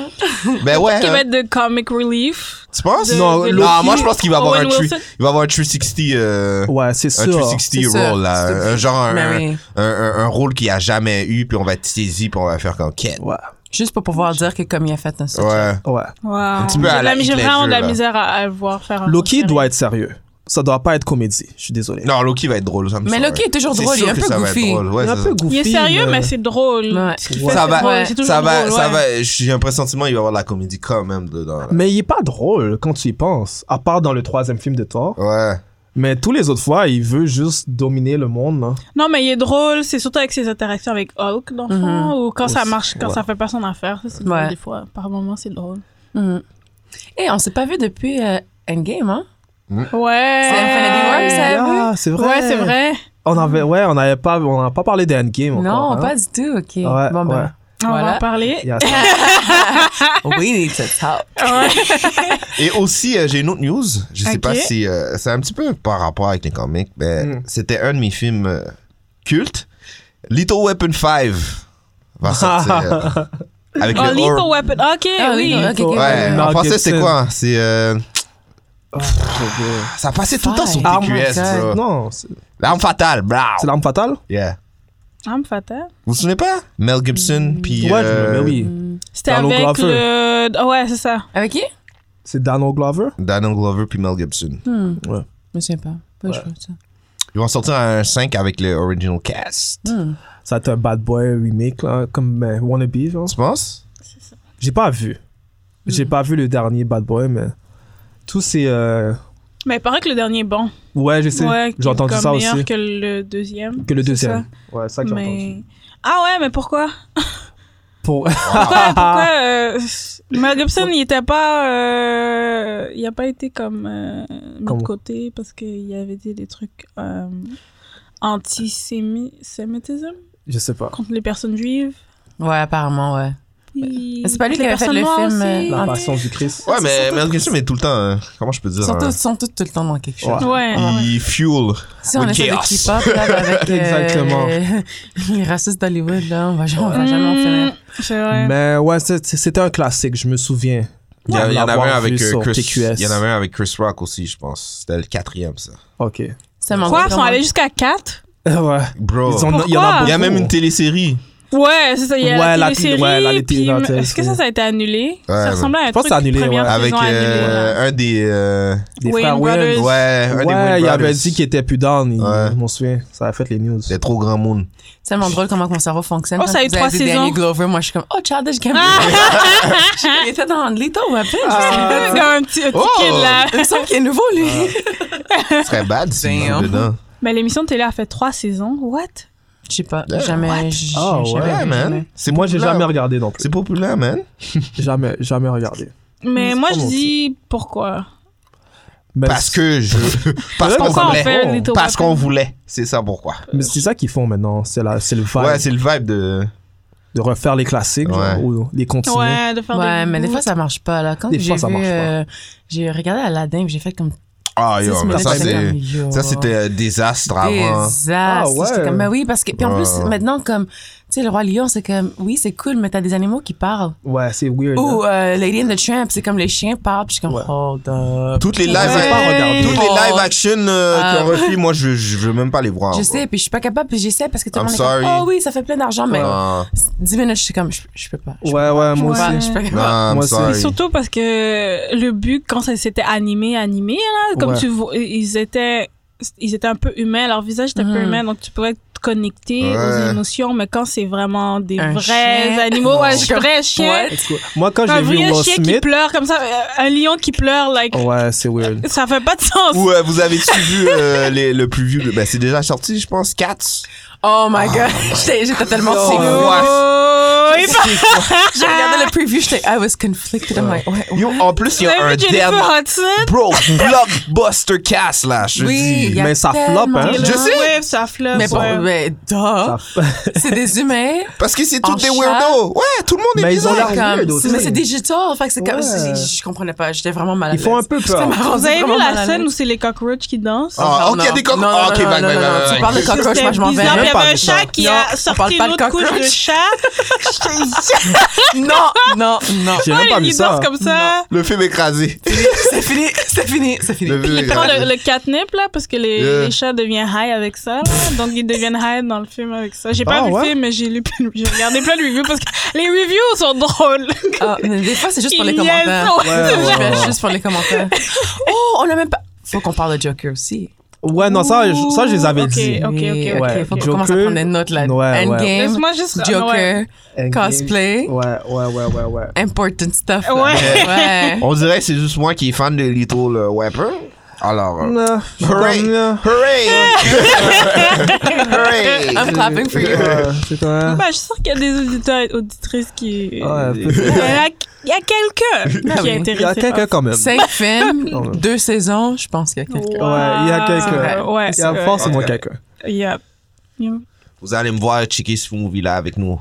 Speaker 1: Ben ouais.
Speaker 3: Qui
Speaker 1: hein.
Speaker 3: va être de comic relief?
Speaker 1: Tu penses?
Speaker 3: de-
Speaker 1: non,
Speaker 3: de
Speaker 1: non,
Speaker 3: Loki,
Speaker 1: moi je pense qu'il va avoir
Speaker 3: Owen
Speaker 1: un three-
Speaker 3: Wilson.
Speaker 1: il va avoir un 360 euh,
Speaker 2: Ouais, c'est
Speaker 1: un
Speaker 2: sûr.
Speaker 1: 360
Speaker 4: C'est sûr.
Speaker 1: rôle là,
Speaker 4: C'est
Speaker 1: un genre un,
Speaker 4: Mais oui.
Speaker 1: un, un- un rôle qu'il a jamais eu puis on va être saisi puis on va faire comme quête.
Speaker 2: Ouais,
Speaker 4: Juste pour pouvoir dire que comme il a fait un
Speaker 1: Ouais.
Speaker 2: ouais.
Speaker 3: Wow.
Speaker 1: petit peu à
Speaker 3: J'ai
Speaker 1: la
Speaker 3: de la- J'ai
Speaker 1: Heath
Speaker 3: vraiment de la
Speaker 1: Ledger, là.
Speaker 3: misère à, à le voir faire un
Speaker 2: Loki
Speaker 3: concert.
Speaker 2: doit être sérieux. ça doit pas être comédie. Je suis désolé.
Speaker 1: Non, Loki va être drôle. ça me
Speaker 4: Mais
Speaker 1: semble.
Speaker 4: Loki est toujours
Speaker 1: C'est
Speaker 4: drôle, il
Speaker 1: sûr
Speaker 4: est un
Speaker 1: que
Speaker 4: peu
Speaker 1: ça va être
Speaker 4: goofy.
Speaker 1: drôle, ouais,
Speaker 2: Il est un
Speaker 1: c'est
Speaker 2: peu
Speaker 1: ça.
Speaker 2: goofy,
Speaker 3: Il est sérieux, mais
Speaker 2: là.
Speaker 3: c'est drôle.
Speaker 4: Ouais.
Speaker 3: Ce qu'il
Speaker 2: Ouais.
Speaker 3: fait,
Speaker 1: Ça
Speaker 3: c'est
Speaker 1: va,
Speaker 3: drôle, c'est toujours
Speaker 1: ça va,
Speaker 3: drôle,
Speaker 1: ça
Speaker 3: ouais.
Speaker 1: va. J'ai un pressentiment, il va y avoir de la comédie quand même dedans. là.
Speaker 2: Mais il est pas drôle quand tu y penses, à part dans le troisième film de Thor.
Speaker 1: Ouais.
Speaker 2: Mais tous les autres fois, il veut juste dominer le monde. hein. là.
Speaker 3: Non, mais il est drôle, c'est surtout avec ses interactions avec Hulk, dans le fond, ou quand ça
Speaker 2: Aussi,
Speaker 3: marche, quand
Speaker 2: ouais.
Speaker 3: ça fait pas son affaire. Ça, c'est drôle
Speaker 4: Ouais.
Speaker 3: des fois. Par moments, c'est drôle.
Speaker 4: Et on s'est pas vu depuis euh, Endgame, hein?
Speaker 3: Ouais.
Speaker 4: C'est Infinity War, ça? T'as
Speaker 2: Ah, c'est vrai.
Speaker 3: Ouais, c'est vrai.
Speaker 2: On avait, ouais, on n'avait pas, on n'a pas parlé d'Endgame
Speaker 4: non,
Speaker 2: encore. hein.
Speaker 4: pas du tout, ok.
Speaker 2: Ouais,
Speaker 4: bon, ben.
Speaker 2: ouais.
Speaker 3: On va
Speaker 4: Voilà.
Speaker 3: en parler.
Speaker 2: Il y a ça.
Speaker 4: We need to talk.
Speaker 3: Ouais.
Speaker 1: Et aussi, euh, j'ai une autre news. Je sais
Speaker 3: Ok.
Speaker 1: pas si. euh, c'est un petit peu par rapport avec les comics, mais
Speaker 2: Mm.
Speaker 1: c'était un de mes films euh, cultes. Little Weapon 5 va sortir. euh, avec
Speaker 3: Oh,
Speaker 1: le
Speaker 3: Lethal
Speaker 1: or-
Speaker 3: Weapon. Ok,
Speaker 4: Ah,
Speaker 3: oui.
Speaker 4: Lethal- ok, ok,
Speaker 1: Ouais,
Speaker 2: Mel
Speaker 1: en français, c'est
Speaker 2: Gibson.
Speaker 1: quoi hein? C'est. euh,
Speaker 2: Ah, j'ai oublié.
Speaker 1: ça passait tout le temps sur
Speaker 4: Five.
Speaker 1: TQS,
Speaker 4: Oh my
Speaker 1: bro.
Speaker 4: God.
Speaker 2: non, c'est
Speaker 1: L'arme fatale, blah.
Speaker 2: c'est l'arme fatale.
Speaker 1: Yeah.
Speaker 3: Arme fatale.
Speaker 1: Vous vous souvenez pas Mel
Speaker 3: Hmm.
Speaker 1: Gibson, puis.
Speaker 2: ouais,
Speaker 1: euh,
Speaker 2: mais oui,
Speaker 3: C'était
Speaker 2: Donald
Speaker 3: avec
Speaker 2: Glover.
Speaker 3: le. Ah ouais, c'est ça.
Speaker 4: Avec qui?
Speaker 2: c'est Donald Glover.
Speaker 1: Daniel Glover, puis Mel Gibson.
Speaker 4: Hmm.
Speaker 2: Ouais.
Speaker 4: Je sais pas. Pas je vois ça.
Speaker 1: Ils vont sortir un 5 avec le original cast.
Speaker 4: Hmm.
Speaker 2: Ça a été un bad boy remake là, comme euh, Wannabe. genre.
Speaker 1: Tu penses
Speaker 2: J'ai pas vu. J'ai pas vu le dernier bad boy, mais tous ces euh,
Speaker 3: Mais il paraît que le dernier est bon.
Speaker 2: ouais, je sais.
Speaker 3: Ouais,
Speaker 2: j'ai entendu
Speaker 3: comme
Speaker 2: ça
Speaker 3: meilleur
Speaker 2: aussi.
Speaker 3: que le deuxième.
Speaker 2: Que le
Speaker 3: c'est
Speaker 2: deuxième. Ouais, c'est ça que j'ai entendu.
Speaker 3: Mais... Ah ouais, mais pourquoi
Speaker 2: Pour...
Speaker 3: Pourquoi, pourquoi euh, Mel Gibson, il était pas. euh, il a pas été comme. euh, mis
Speaker 2: Comme-
Speaker 3: de côté parce qu'il avait dit des trucs. Euh, antisémitisme
Speaker 2: je sais pas.
Speaker 3: contre les personnes juives.
Speaker 4: Ouais, apparemment, ouais.
Speaker 3: Puis
Speaker 4: Mais c'est pas lui
Speaker 3: contre
Speaker 4: qui
Speaker 3: les
Speaker 4: avait fait le
Speaker 3: personnes
Speaker 4: film,
Speaker 3: noires
Speaker 4: euh,
Speaker 3: aussi.
Speaker 2: La
Speaker 4: Ah,
Speaker 2: passion du Christ.
Speaker 1: Ouais, mais Mel Gibson est tout le temps. euh, comment je peux dire
Speaker 4: Ils sont,
Speaker 1: hein,
Speaker 4: tous, sont tous tout le temps dans quelque chose.
Speaker 2: Ouais.
Speaker 3: Ouais.
Speaker 1: Il fuel.
Speaker 4: Si on
Speaker 1: With
Speaker 4: essaie de
Speaker 1: chaos.
Speaker 4: keep up là, avec euh,
Speaker 2: Exactement.
Speaker 4: les racistes d'Hollywood, là, on va, jamais- on va
Speaker 3: Mm,
Speaker 4: jamais en finir.
Speaker 3: C'est vrai.
Speaker 2: Mais ouais, c'est- c'est- c'était un classique, je me souviens.
Speaker 1: Il y, en- il y en
Speaker 2: L'avoir
Speaker 1: avait un
Speaker 2: vu
Speaker 1: avec euh,
Speaker 2: sur
Speaker 1: Chris. Il
Speaker 2: TQS.
Speaker 1: y en avait un avec Chris Rock aussi, je pense. C'était le quatrième, ça.
Speaker 2: Ok.
Speaker 4: Ça m'en
Speaker 3: Quoi,
Speaker 4: va
Speaker 3: ils sont
Speaker 4: vraiment.
Speaker 3: allés jusqu'à 4
Speaker 2: Ouais.
Speaker 1: Bro.
Speaker 2: Ils en ont- il y en
Speaker 3: Pourquoi
Speaker 2: a
Speaker 1: Il y a
Speaker 2: beaucoup.
Speaker 1: même une télésérie.
Speaker 3: Ouais, c'est ça. Il y a
Speaker 2: Ouais, la
Speaker 3: la
Speaker 2: télé-
Speaker 3: télésérie.
Speaker 2: ouais, la télé-
Speaker 3: puis-
Speaker 2: la télé-
Speaker 3: Est-ce que ça, ça a été annulé
Speaker 1: mais-
Speaker 3: Ça ressemblait à un
Speaker 2: Je
Speaker 3: truc
Speaker 2: pense que c'est annulé,
Speaker 3: première
Speaker 2: ouais.
Speaker 1: Avec
Speaker 3: saison annulée, là.
Speaker 1: euh, un des. euh,
Speaker 2: Des
Speaker 3: Wayne
Speaker 2: frères
Speaker 3: Brothers.
Speaker 2: Wayne.
Speaker 1: ouais, un des Wayne
Speaker 2: Ouais, il avait
Speaker 1: Brothers.
Speaker 2: dit qu'il était plus down. Il,
Speaker 1: Ouais.
Speaker 2: Je m'en souviens. Ça a fait les news.
Speaker 1: C'était trop grand monde.
Speaker 4: C'est tellement drôle comment mon cerveau fonctionne.
Speaker 3: Oh,
Speaker 4: Quand
Speaker 3: ça a eu
Speaker 4: vous avez
Speaker 3: trois
Speaker 4: dit
Speaker 3: saisons. Ah!
Speaker 4: Danny Glover, moi, je suis comme, oh, Childish Gambino. il était dans Lethal Weapon.
Speaker 2: Ah.
Speaker 3: Comme un petit, un petit
Speaker 1: Oh!
Speaker 3: kid, là.
Speaker 4: Il me semble qu'il est nouveau, lui.
Speaker 1: Ce serait bad si
Speaker 4: Damn.
Speaker 1: dedans.
Speaker 3: Mais l'émission de télé a fait trois saisons. What?
Speaker 4: Je sais pas,
Speaker 1: Yeah.
Speaker 4: jamais. j-
Speaker 2: Ah,
Speaker 4: jamais-
Speaker 2: ouais.
Speaker 1: Yeah, man.
Speaker 4: jamais.
Speaker 1: C'est
Speaker 2: Moi, j'ai
Speaker 1: populaire.
Speaker 2: jamais regardé non plus.
Speaker 1: C'est populaire, man.
Speaker 2: Jamais, jamais regardé.
Speaker 3: Mais
Speaker 2: C'est
Speaker 3: moi,
Speaker 2: pas
Speaker 3: je
Speaker 2: mon
Speaker 3: dis pourquoi.
Speaker 2: Mais
Speaker 1: Parce
Speaker 2: c'est-
Speaker 1: que je. Parce
Speaker 2: Ouais,
Speaker 1: qu'on
Speaker 2: mais ça,
Speaker 3: Pourquoi on
Speaker 1: voulait.
Speaker 3: fait
Speaker 2: Oh.
Speaker 3: Little
Speaker 1: Parce qu'on
Speaker 3: Weapon?
Speaker 1: voulait. C'est ça pourquoi.
Speaker 2: mais c'est ça qu'ils font maintenant. C'est la- c'est le vibe
Speaker 1: Ouais, c'est le vibe de.
Speaker 2: de refaire les classiques genre,
Speaker 1: Ouais.
Speaker 2: ou les continuer.
Speaker 3: Ouais, de faire
Speaker 4: Ouais,
Speaker 3: des
Speaker 4: mais des fois,
Speaker 3: bouts.
Speaker 4: ça marche pas, là. Quand
Speaker 2: Des
Speaker 4: j'ai
Speaker 2: fois, ça
Speaker 4: vu,
Speaker 2: marche pas.
Speaker 4: euh, j'ai regardé Aladdin, puis j'ai fait comme
Speaker 1: Ah,
Speaker 4: dix
Speaker 1: yo, mais
Speaker 4: minutes,
Speaker 1: ça,
Speaker 4: j'étais
Speaker 1: c'est.
Speaker 4: comme, yo.
Speaker 1: Ça, c'était un désastre avant. hein. Ah.
Speaker 4: Désastre.
Speaker 2: Ah ouais.
Speaker 4: J'étais comme, ben oui, parce que. Puis en plus,
Speaker 1: Ouais.
Speaker 4: maintenant, comme, tu sais, le Roi Lion, c'est comme, oui, c'est cool, mais t'as des animaux qui parlent.
Speaker 2: Ouais, c'est weird. hein.
Speaker 4: Ou euh, Lady and the Tramp, c'est comme les chiens parlent, puis je suis comme, oh,
Speaker 2: Ouais.
Speaker 4: hold up.
Speaker 1: Toutes les live,
Speaker 2: Je sais pas regarder.
Speaker 1: toutes les live action euh,
Speaker 4: Oh. Ah.
Speaker 1: qu'on refait, moi je, je veux même pas les voir.
Speaker 4: Je
Speaker 1: bro.
Speaker 4: sais, puis je suis pas capable, puis j'essaie parce que tout le
Speaker 1: Ah, I'm
Speaker 4: monde est comme,
Speaker 1: sorry.
Speaker 4: oh oui, ça fait plein d'argent, mais
Speaker 1: Ah,
Speaker 4: 10 minutes, je suis comme, je, je peux pas. Je
Speaker 2: ouais, ouais, moi
Speaker 4: peux
Speaker 2: aussi.
Speaker 4: pas,
Speaker 3: Ouais.
Speaker 4: je suis pas capable.
Speaker 1: non, I'm
Speaker 2: Moi, c'est-
Speaker 1: sorry.
Speaker 3: Mais surtout parce que le but, quand ça s'était animé, animé, là, comme
Speaker 2: Ouais.
Speaker 3: tu vois, ils étaient, ils étaient un peu humains, leur visage était un peu
Speaker 4: Mhm.
Speaker 3: humain, donc tu pouvais te connecter
Speaker 1: Ouais.
Speaker 3: aux émotions, mais quand c'est vraiment des
Speaker 4: Un
Speaker 3: vrais
Speaker 4: chien.
Speaker 3: animaux, ouais,
Speaker 4: Je
Speaker 3: un vrai chien,
Speaker 2: Parce que Moi, quand
Speaker 3: un
Speaker 2: j'ai vu
Speaker 3: vrai
Speaker 2: Will
Speaker 3: chien qui
Speaker 2: Smith, Oh.
Speaker 3: pleure comme ça, euh, un lion qui pleure, like,
Speaker 2: ouais, c'est weird.
Speaker 3: ça fait pas de sens.
Speaker 1: Ou euh, vous avez-tu vu euh, les- le plus vieux de- ben, C'est déjà sorti, je pense, Cats.
Speaker 4: Oh my god, j'étais j'étais tellement
Speaker 1: Oh.
Speaker 3: Oh,
Speaker 4: confuse.
Speaker 3: il parle-
Speaker 4: J'ai regardé le preview, j'étais, I was conflicted. I'm like, ouais, ouais.
Speaker 1: Yo, en plus, il y
Speaker 3: Vous
Speaker 1: a
Speaker 3: avez
Speaker 1: un
Speaker 3: vu Jennifer
Speaker 1: dernier.
Speaker 3: Hudson?
Speaker 1: Bro, blockbuster Cats là, je
Speaker 4: Oui, il
Speaker 1: dis.
Speaker 4: y a
Speaker 2: Mais ça floppe, hein.
Speaker 4: tellement-
Speaker 1: Je sais.
Speaker 3: Ouais, ça flotte.
Speaker 4: Mais bon,
Speaker 3: ouais.
Speaker 4: mais
Speaker 1: Hein?
Speaker 4: duh, c'est des humains.
Speaker 1: Parce que c'est tous
Speaker 4: En
Speaker 1: des
Speaker 4: chat.
Speaker 1: weirdos. Ouais, tout le monde est
Speaker 2: Mais ils ont
Speaker 1: bizarre.
Speaker 2: l'air
Speaker 4: Comme-
Speaker 2: weird aussi.
Speaker 4: mais c'est digital, fait que c'est comme,
Speaker 2: Ouais.
Speaker 4: je, je comprenais pas, j'étais vraiment malade.
Speaker 2: Ils font un peu peur.
Speaker 3: Vous avez vu la scène où c'est les cockroaches qui dansent?
Speaker 1: Ah, ok, il y a des coq- ah, ok, bye, bye, bye, bye.
Speaker 4: Tu parles de
Speaker 3: Ça,
Speaker 4: cockroach,
Speaker 3: c'était
Speaker 4: moi je m'en vais.
Speaker 3: bizarre. Il y
Speaker 2: pas
Speaker 3: avait un
Speaker 2: de ça.
Speaker 3: chat qui
Speaker 4: Non,
Speaker 3: a
Speaker 4: on
Speaker 3: sorti
Speaker 4: parle pas
Speaker 3: une
Speaker 4: de
Speaker 3: autre couche de
Speaker 4: cockroach.
Speaker 3: chat.
Speaker 4: Non, non, non.
Speaker 2: J'ai même pas vu
Speaker 3: Il
Speaker 2: ça. hein.
Speaker 3: danse comme ça.
Speaker 1: Le film écrasé.
Speaker 4: C'est fini, c'est fini, c'est fini.
Speaker 1: Le film
Speaker 3: Il prend le,
Speaker 1: écrasé.
Speaker 3: le catnip là parce que les,
Speaker 1: Yeah.
Speaker 3: les chats deviennent high avec ça. là. Donc ils deviennent high dans le film avec ça. J'ai pas
Speaker 2: Ah,
Speaker 3: vu
Speaker 2: ouais?
Speaker 3: le film mais j'ai lu plein- j'ai regardé plein de reviews parce que les reviews sont drôles.
Speaker 4: Ah, mais des fois, c'est juste pour les
Speaker 3: Ils niaisent,
Speaker 4: commentaires.
Speaker 3: ouais.
Speaker 2: Ouais, ouais, ouais.
Speaker 4: Juste pour les commentaires. Oh, on a même pas. Faut qu'on parle de Joker aussi.
Speaker 2: Ouais, non, ça, je- ça, je les avais
Speaker 3: Ok,
Speaker 2: dit.
Speaker 3: ok, ok,
Speaker 4: ok.
Speaker 2: Ouais,
Speaker 4: Faut
Speaker 2: Joker.
Speaker 4: qu'on commence à prendre des notes là.
Speaker 2: Ouais, ouais.
Speaker 4: Endgame,
Speaker 3: Laisse-moi juste.
Speaker 4: Joker,
Speaker 3: Ouais.
Speaker 2: Endgame.
Speaker 4: cosplay,
Speaker 2: Ouais, ouais, ouais, ouais, ouais.
Speaker 4: important stuff. là.
Speaker 3: Ouais.
Speaker 4: ouais.
Speaker 1: On dirait que c'est juste moi qui est fan de Little euh, Weapon. Alors. euh,
Speaker 2: Euh, je suis
Speaker 1: Hooray.
Speaker 2: comme, euh,
Speaker 1: Hooray! Hooray!
Speaker 4: I'm clapping for you.
Speaker 2: euh, C'est quand même.
Speaker 3: Bah, je suis sûre qu'il y a des auditeurs et auditrices qui. Il y a,
Speaker 2: Ouais, peut-être.
Speaker 3: il y a quelqu'un qui
Speaker 4: oui.
Speaker 3: est
Speaker 2: Ah Il y a
Speaker 3: intéressé.
Speaker 2: quelqu'un quand même.
Speaker 4: Cinq films,
Speaker 2: ouais.
Speaker 4: deux saisons, je pense qu'il y a quelqu'un.
Speaker 2: il y a quelqu'un.
Speaker 3: Ouais,
Speaker 2: Il y a
Speaker 3: ouais.
Speaker 2: forcément
Speaker 1: Ouais.
Speaker 2: quelqu'un.
Speaker 3: Il y a. Il y a-
Speaker 1: Vous allez me voir checker ce movie-là avec nous.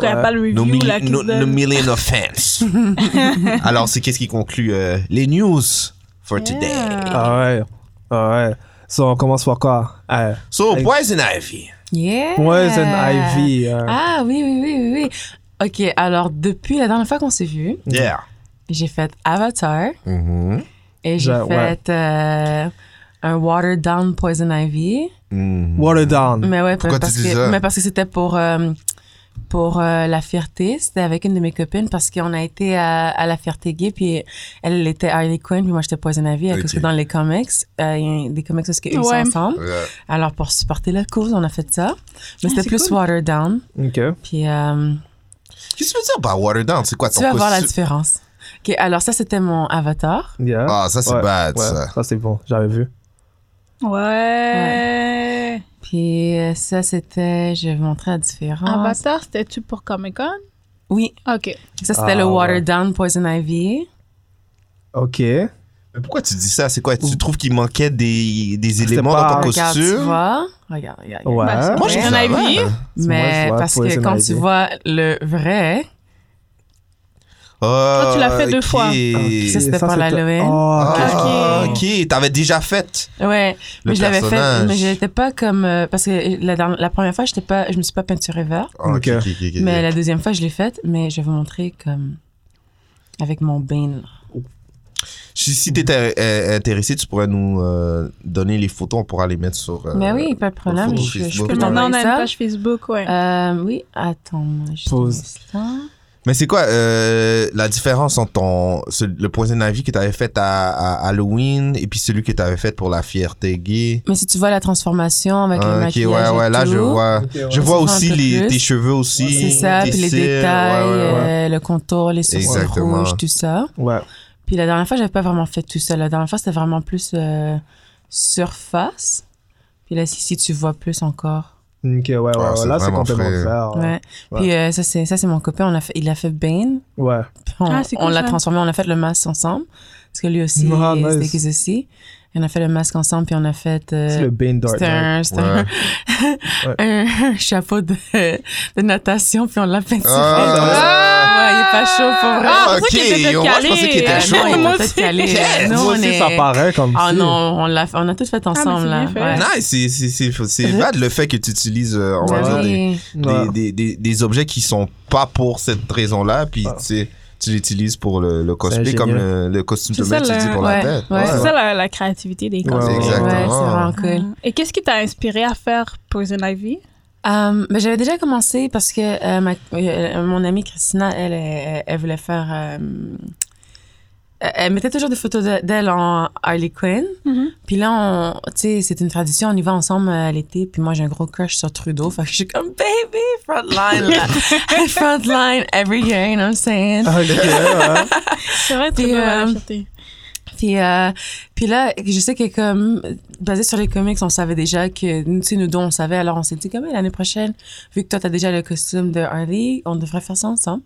Speaker 3: Il y a pas le
Speaker 1: Nos,
Speaker 3: review
Speaker 1: mille-
Speaker 3: là qui
Speaker 1: nos-
Speaker 3: se
Speaker 1: nos
Speaker 3: donne.
Speaker 1: million of fans. Alors, c'est qu'est-ce qui conclut euh, les news for today?
Speaker 3: Yeah.
Speaker 2: Ah ouais. Ah ouais. So, on commence par quoi Euh,
Speaker 1: So, Poison Ivy.
Speaker 4: Yeah.
Speaker 2: Poison Ivy. euh,
Speaker 4: Ah oui, oui, oui, oui, oui. Ok, alors depuis la dernière fois qu'on s'est vu,
Speaker 2: Mm-hmm.
Speaker 1: Yeah.
Speaker 4: j'ai fait Avatar
Speaker 1: Mhm.
Speaker 4: et j'ai
Speaker 2: Je- ouais.
Speaker 4: fait euh, un Water Down Poison Ivy.
Speaker 1: Mhm.
Speaker 2: Water Down.
Speaker 4: Mais ouais,
Speaker 1: Pourquoi
Speaker 4: parce
Speaker 1: tu dis
Speaker 4: que,
Speaker 1: ça?
Speaker 4: Mais parce que c'était pour, euh, pour euh, la fierté. C'était avec une de mes copines parce qu'on a été à, à la fierté gay. Puis elle, elle était Harley Quinn, puis moi j'étais Poison Ivy.
Speaker 1: Ok.
Speaker 4: Parce que dans les comics, euh, il y a des comics parce qu'ils sont
Speaker 3: Ouais.
Speaker 4: ensemble.
Speaker 1: Yeah.
Speaker 4: Alors pour supporter la cause, on a fait ça. Mais c'était
Speaker 3: Ah, c'est
Speaker 4: plus
Speaker 3: cool.
Speaker 4: Water Down.
Speaker 2: Ok.
Speaker 4: Puis euh,
Speaker 1: Qu'est-ce que tu veux dire par water down? C'est quoi ton
Speaker 4: tu vas voir la
Speaker 1: costume?
Speaker 4: différence. Ok, alors ça c'était mon avatar.
Speaker 2: Yeah.
Speaker 1: Ah, ça, c'est
Speaker 2: Ouais,
Speaker 1: bad,
Speaker 2: ouais,
Speaker 1: ça.
Speaker 2: c'est bon, j'avais vu.
Speaker 3: Ouais.
Speaker 4: Puis euh, ça c'était, je vais vous montrer la différence.
Speaker 3: Avatar, c'était-tu pour Comic Con?
Speaker 4: Oui,
Speaker 3: Ok.
Speaker 4: ça c'était
Speaker 2: Ah,
Speaker 4: le Water
Speaker 2: ouais.
Speaker 4: Down Poison Ivy.
Speaker 2: Ok.
Speaker 1: Mais pourquoi tu dis ça? C'est quoi? Tu trouves qu'il manquait des, des
Speaker 2: C'était
Speaker 1: éléments
Speaker 2: pas-
Speaker 1: dans ton
Speaker 4: Regarde, tu
Speaker 1: costume?
Speaker 4: vois. Regarde, regarde. regarde.
Speaker 2: Ah, Ouais.
Speaker 3: Bah,
Speaker 1: Moi, je
Speaker 3: Poison
Speaker 1: trouve ça
Speaker 3: Ivy.
Speaker 1: va.
Speaker 2: Moi, je
Speaker 4: Mais
Speaker 2: vois
Speaker 4: parce que
Speaker 2: Poison
Speaker 4: quand
Speaker 2: Ivy.
Speaker 4: tu vois le vrai,
Speaker 1: Ah,
Speaker 3: tu l'as fait deux fois.
Speaker 1: ok.
Speaker 2: Ok,
Speaker 4: Ça, c'était
Speaker 2: ça,
Speaker 4: par
Speaker 2: c'était-
Speaker 4: l'Halloween.
Speaker 2: Oh, ok.
Speaker 1: Ah,
Speaker 3: Ok.
Speaker 1: ok. T'avais déjà fait.
Speaker 4: ouais,
Speaker 1: Le
Speaker 4: mais je l'avais fait,
Speaker 1: personnage.
Speaker 4: mais je n'étais pas comme euh, parce que la, dernière- la première fois, j'étais pas, je me suis pas peinturée vert,
Speaker 1: Ah, ok,
Speaker 2: Ok.
Speaker 1: ok, ok, ok.
Speaker 4: mais la deuxième fois, je l'ai faite, mais je vais vous montrer comme avec mon bain.
Speaker 1: Si, si t'étais euh, intéressé, tu pourrais nous euh, donner les photos. On pourra les mettre sur. euh,
Speaker 4: mais Ben oui, pas de problème,
Speaker 1: photo
Speaker 4: je, je
Speaker 1: Facebook,
Speaker 4: peux
Speaker 1: ouais.
Speaker 3: Maintenant, on a
Speaker 4: t'envoyer
Speaker 3: une
Speaker 4: ça.
Speaker 3: page Facebook, ouais.
Speaker 4: Euh, oui, attends, juste
Speaker 2: Pause.
Speaker 4: un instant.
Speaker 1: Mais c'est quoi euh, la différence entre ton, ce- le Poison Ivy que t'avais fait à, à Halloween et puis celui que t'avais fait pour la fierté gay?
Speaker 4: Mais si tu vois la transformation avec le
Speaker 1: Ah, ok, ouais,
Speaker 4: maquillage et
Speaker 1: ouais, là
Speaker 4: tout,
Speaker 1: je vois.
Speaker 2: Ok, ouais.
Speaker 1: Je vois
Speaker 4: Ça prend
Speaker 1: aussi
Speaker 4: un peu
Speaker 1: les,
Speaker 4: plus.
Speaker 1: tes cheveux aussi.
Speaker 4: c'est ça,
Speaker 1: tes
Speaker 4: puis les
Speaker 1: cils, ouais,
Speaker 4: détails,
Speaker 1: ouais, ouais.
Speaker 4: euh, le contour, les sourcils
Speaker 1: Exactement.
Speaker 4: rouges, tout ça.
Speaker 2: Ouais.
Speaker 4: Puis la dernière fois, j'avais pas vraiment fait tout ça. La dernière fois, c'était vraiment plus euh, surface. Puis là, si, si tu vois plus encore.
Speaker 2: Ok, ouais, ouais,
Speaker 1: Ah,
Speaker 2: ouais.
Speaker 1: c'est
Speaker 2: Là, c'est
Speaker 1: vraiment
Speaker 2: complètement
Speaker 1: frais.
Speaker 2: différent.
Speaker 4: Ouais. Puis euh, ça, c'est ça, c'est mon copain. On a fait, il a fait Bane.
Speaker 2: Ouais.
Speaker 4: Puis on
Speaker 3: Ah, c'est cool,
Speaker 4: on l'a
Speaker 3: ça.
Speaker 4: transformé. On a fait le masque ensemble. Parce que lui aussi,
Speaker 2: Ah,
Speaker 4: il- c'était
Speaker 2: nice.
Speaker 4: qu'il aussi. Et on a fait le masque ensemble. Puis on a fait. euh,
Speaker 2: C'est le Bane Dark
Speaker 4: c'était
Speaker 2: Knight.
Speaker 4: un, c'était un- un chapeau de, de natation. Puis on l'a peinturé.
Speaker 1: Ah,
Speaker 4: Ouais, il est pas chaud pour vrai.
Speaker 3: Ah,
Speaker 1: ok,
Speaker 3: qu'il était
Speaker 1: yo, moi, je pensais qu'il
Speaker 3: calé.
Speaker 1: était
Speaker 3: Euh,
Speaker 1: chaud.
Speaker 4: non, il
Speaker 3: Moi
Speaker 4: est
Speaker 3: aussi.
Speaker 4: peut-être calé. Nous,
Speaker 2: Moi
Speaker 4: on
Speaker 2: aussi,
Speaker 4: est...
Speaker 2: ça paraît comme
Speaker 4: Ah
Speaker 2: si.
Speaker 4: non, on, l'a, on a tout fait ensemble.
Speaker 3: c'est
Speaker 4: là.
Speaker 3: bien fait.
Speaker 1: Nice, c'est- c'est- c'est c'est bad le fait que tu utilises, euh, on va
Speaker 4: Ouais.
Speaker 1: dire, des-
Speaker 2: Ouais.
Speaker 1: des, des, des, des objets qui sont pas pour cette raison-là, puis
Speaker 2: Ah.
Speaker 1: tu, sais, tu l'utilises pour le, le cosplay,
Speaker 2: ingénieux.
Speaker 1: comme le, le costume
Speaker 3: C'est
Speaker 1: de mec,
Speaker 3: ça,
Speaker 1: tu dis
Speaker 3: le-
Speaker 1: pour la
Speaker 4: ouais,
Speaker 1: tête.
Speaker 4: ouais.
Speaker 3: C'est ça la, la créativité des
Speaker 2: Ouais,
Speaker 3: costumes.
Speaker 4: Ouais,
Speaker 1: Exactement.
Speaker 4: c'est vraiment cool.
Speaker 3: Et qu'est-ce qui t'a inspiré à faire Poison Ivy?
Speaker 4: Euh, ben, j'avais déjà commencé parce que euh, ma- euh, mon amie Christina, elle, elle, elle voulait faire. euh, elle- elle mettait toujours des photos de- d'elle en Harley Quinn.
Speaker 3: Mhm.
Speaker 4: Puis là, on- tu sais, c'est une tradition, on y va ensemble euh, à l'été. Puis moi, j'ai un gros crush sur Trudeau. Fait que je suis comme, baby, frontline, là. frontline every year, you know what I'm saying?
Speaker 2: Ok, ouais.
Speaker 3: C'est vrai,
Speaker 4: Puis,
Speaker 3: très bien
Speaker 4: euh,
Speaker 3: à la fierté.
Speaker 4: Puis, euh, puis là, je sais que comme, basé sur les comics, on savait déjà que, tu sais, nous deux, on savait. Alors, on s'est dit, comme Eh, l'année prochaine, vu que toi, t'as déjà le costume de Harley, on devrait faire ça ensemble.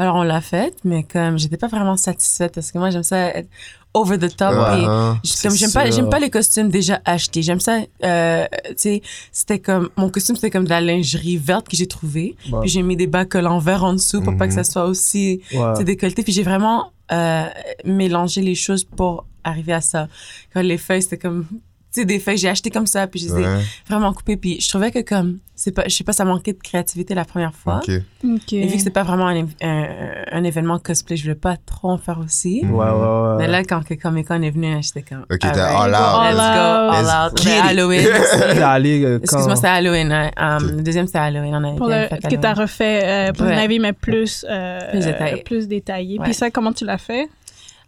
Speaker 4: Alors, on l'a fait, mais comme, j'étais pas vraiment satisfaite parce que moi, j'aime ça être over the top.
Speaker 1: Ah,
Speaker 4: et
Speaker 1: hein.
Speaker 4: je-
Speaker 1: C'est
Speaker 4: comme j'aime pas
Speaker 1: sûr.
Speaker 4: j'aime pas les costumes déjà achetés j'aime ça euh, tu sais c'était comme mon costume c'était comme de la lingerie verte que j'ai trouvée
Speaker 2: Ouais.
Speaker 4: puis j'ai mis des bas collants verts en dessous pour pas
Speaker 1: Mhm.
Speaker 4: que ça soit aussi
Speaker 2: Ouais.
Speaker 1: Ah.
Speaker 4: c'est décolleté. Puis j'ai vraiment euh, mélangé les choses pour arriver à ça. Quand les feuilles, c'était comme, tu sais, des feuilles, j'ai acheté comme ça, puis je les ai
Speaker 1: Ouais,
Speaker 4: vraiment coupées. Puis je trouvais que comme, c'est pas, je sais pas, ça manquait de créativité la première fois.
Speaker 1: ok.
Speaker 3: Ok.
Speaker 4: Et vu que c'était pas vraiment un, un- un événement cosplay, je voulais pas trop en faire aussi.
Speaker 2: Ouais, ouais,
Speaker 4: Mais
Speaker 2: ouais.
Speaker 4: là, quand Comic Con est venu, j'étais comme.
Speaker 1: Ok, t'es all
Speaker 4: all
Speaker 1: out.
Speaker 4: Let's go, all
Speaker 1: Let's
Speaker 4: out.
Speaker 1: get
Speaker 4: C'était
Speaker 1: it.
Speaker 4: Halloween.
Speaker 2: T'es allé euh, quand.
Speaker 4: Excuse-moi, c'était Halloween. hein. Um, le deuxième, c'était Halloween. On a
Speaker 3: Pour
Speaker 4: bien
Speaker 3: le,
Speaker 4: fait
Speaker 3: que
Speaker 4: Halloween.
Speaker 3: t'as refait euh, Poison
Speaker 4: Ouais.
Speaker 3: Ivy, mais plus, euh,
Speaker 4: Plus détaillé.
Speaker 3: euh, plus détaillé.
Speaker 4: Ouais.
Speaker 3: Puis ça, comment tu l'as fait?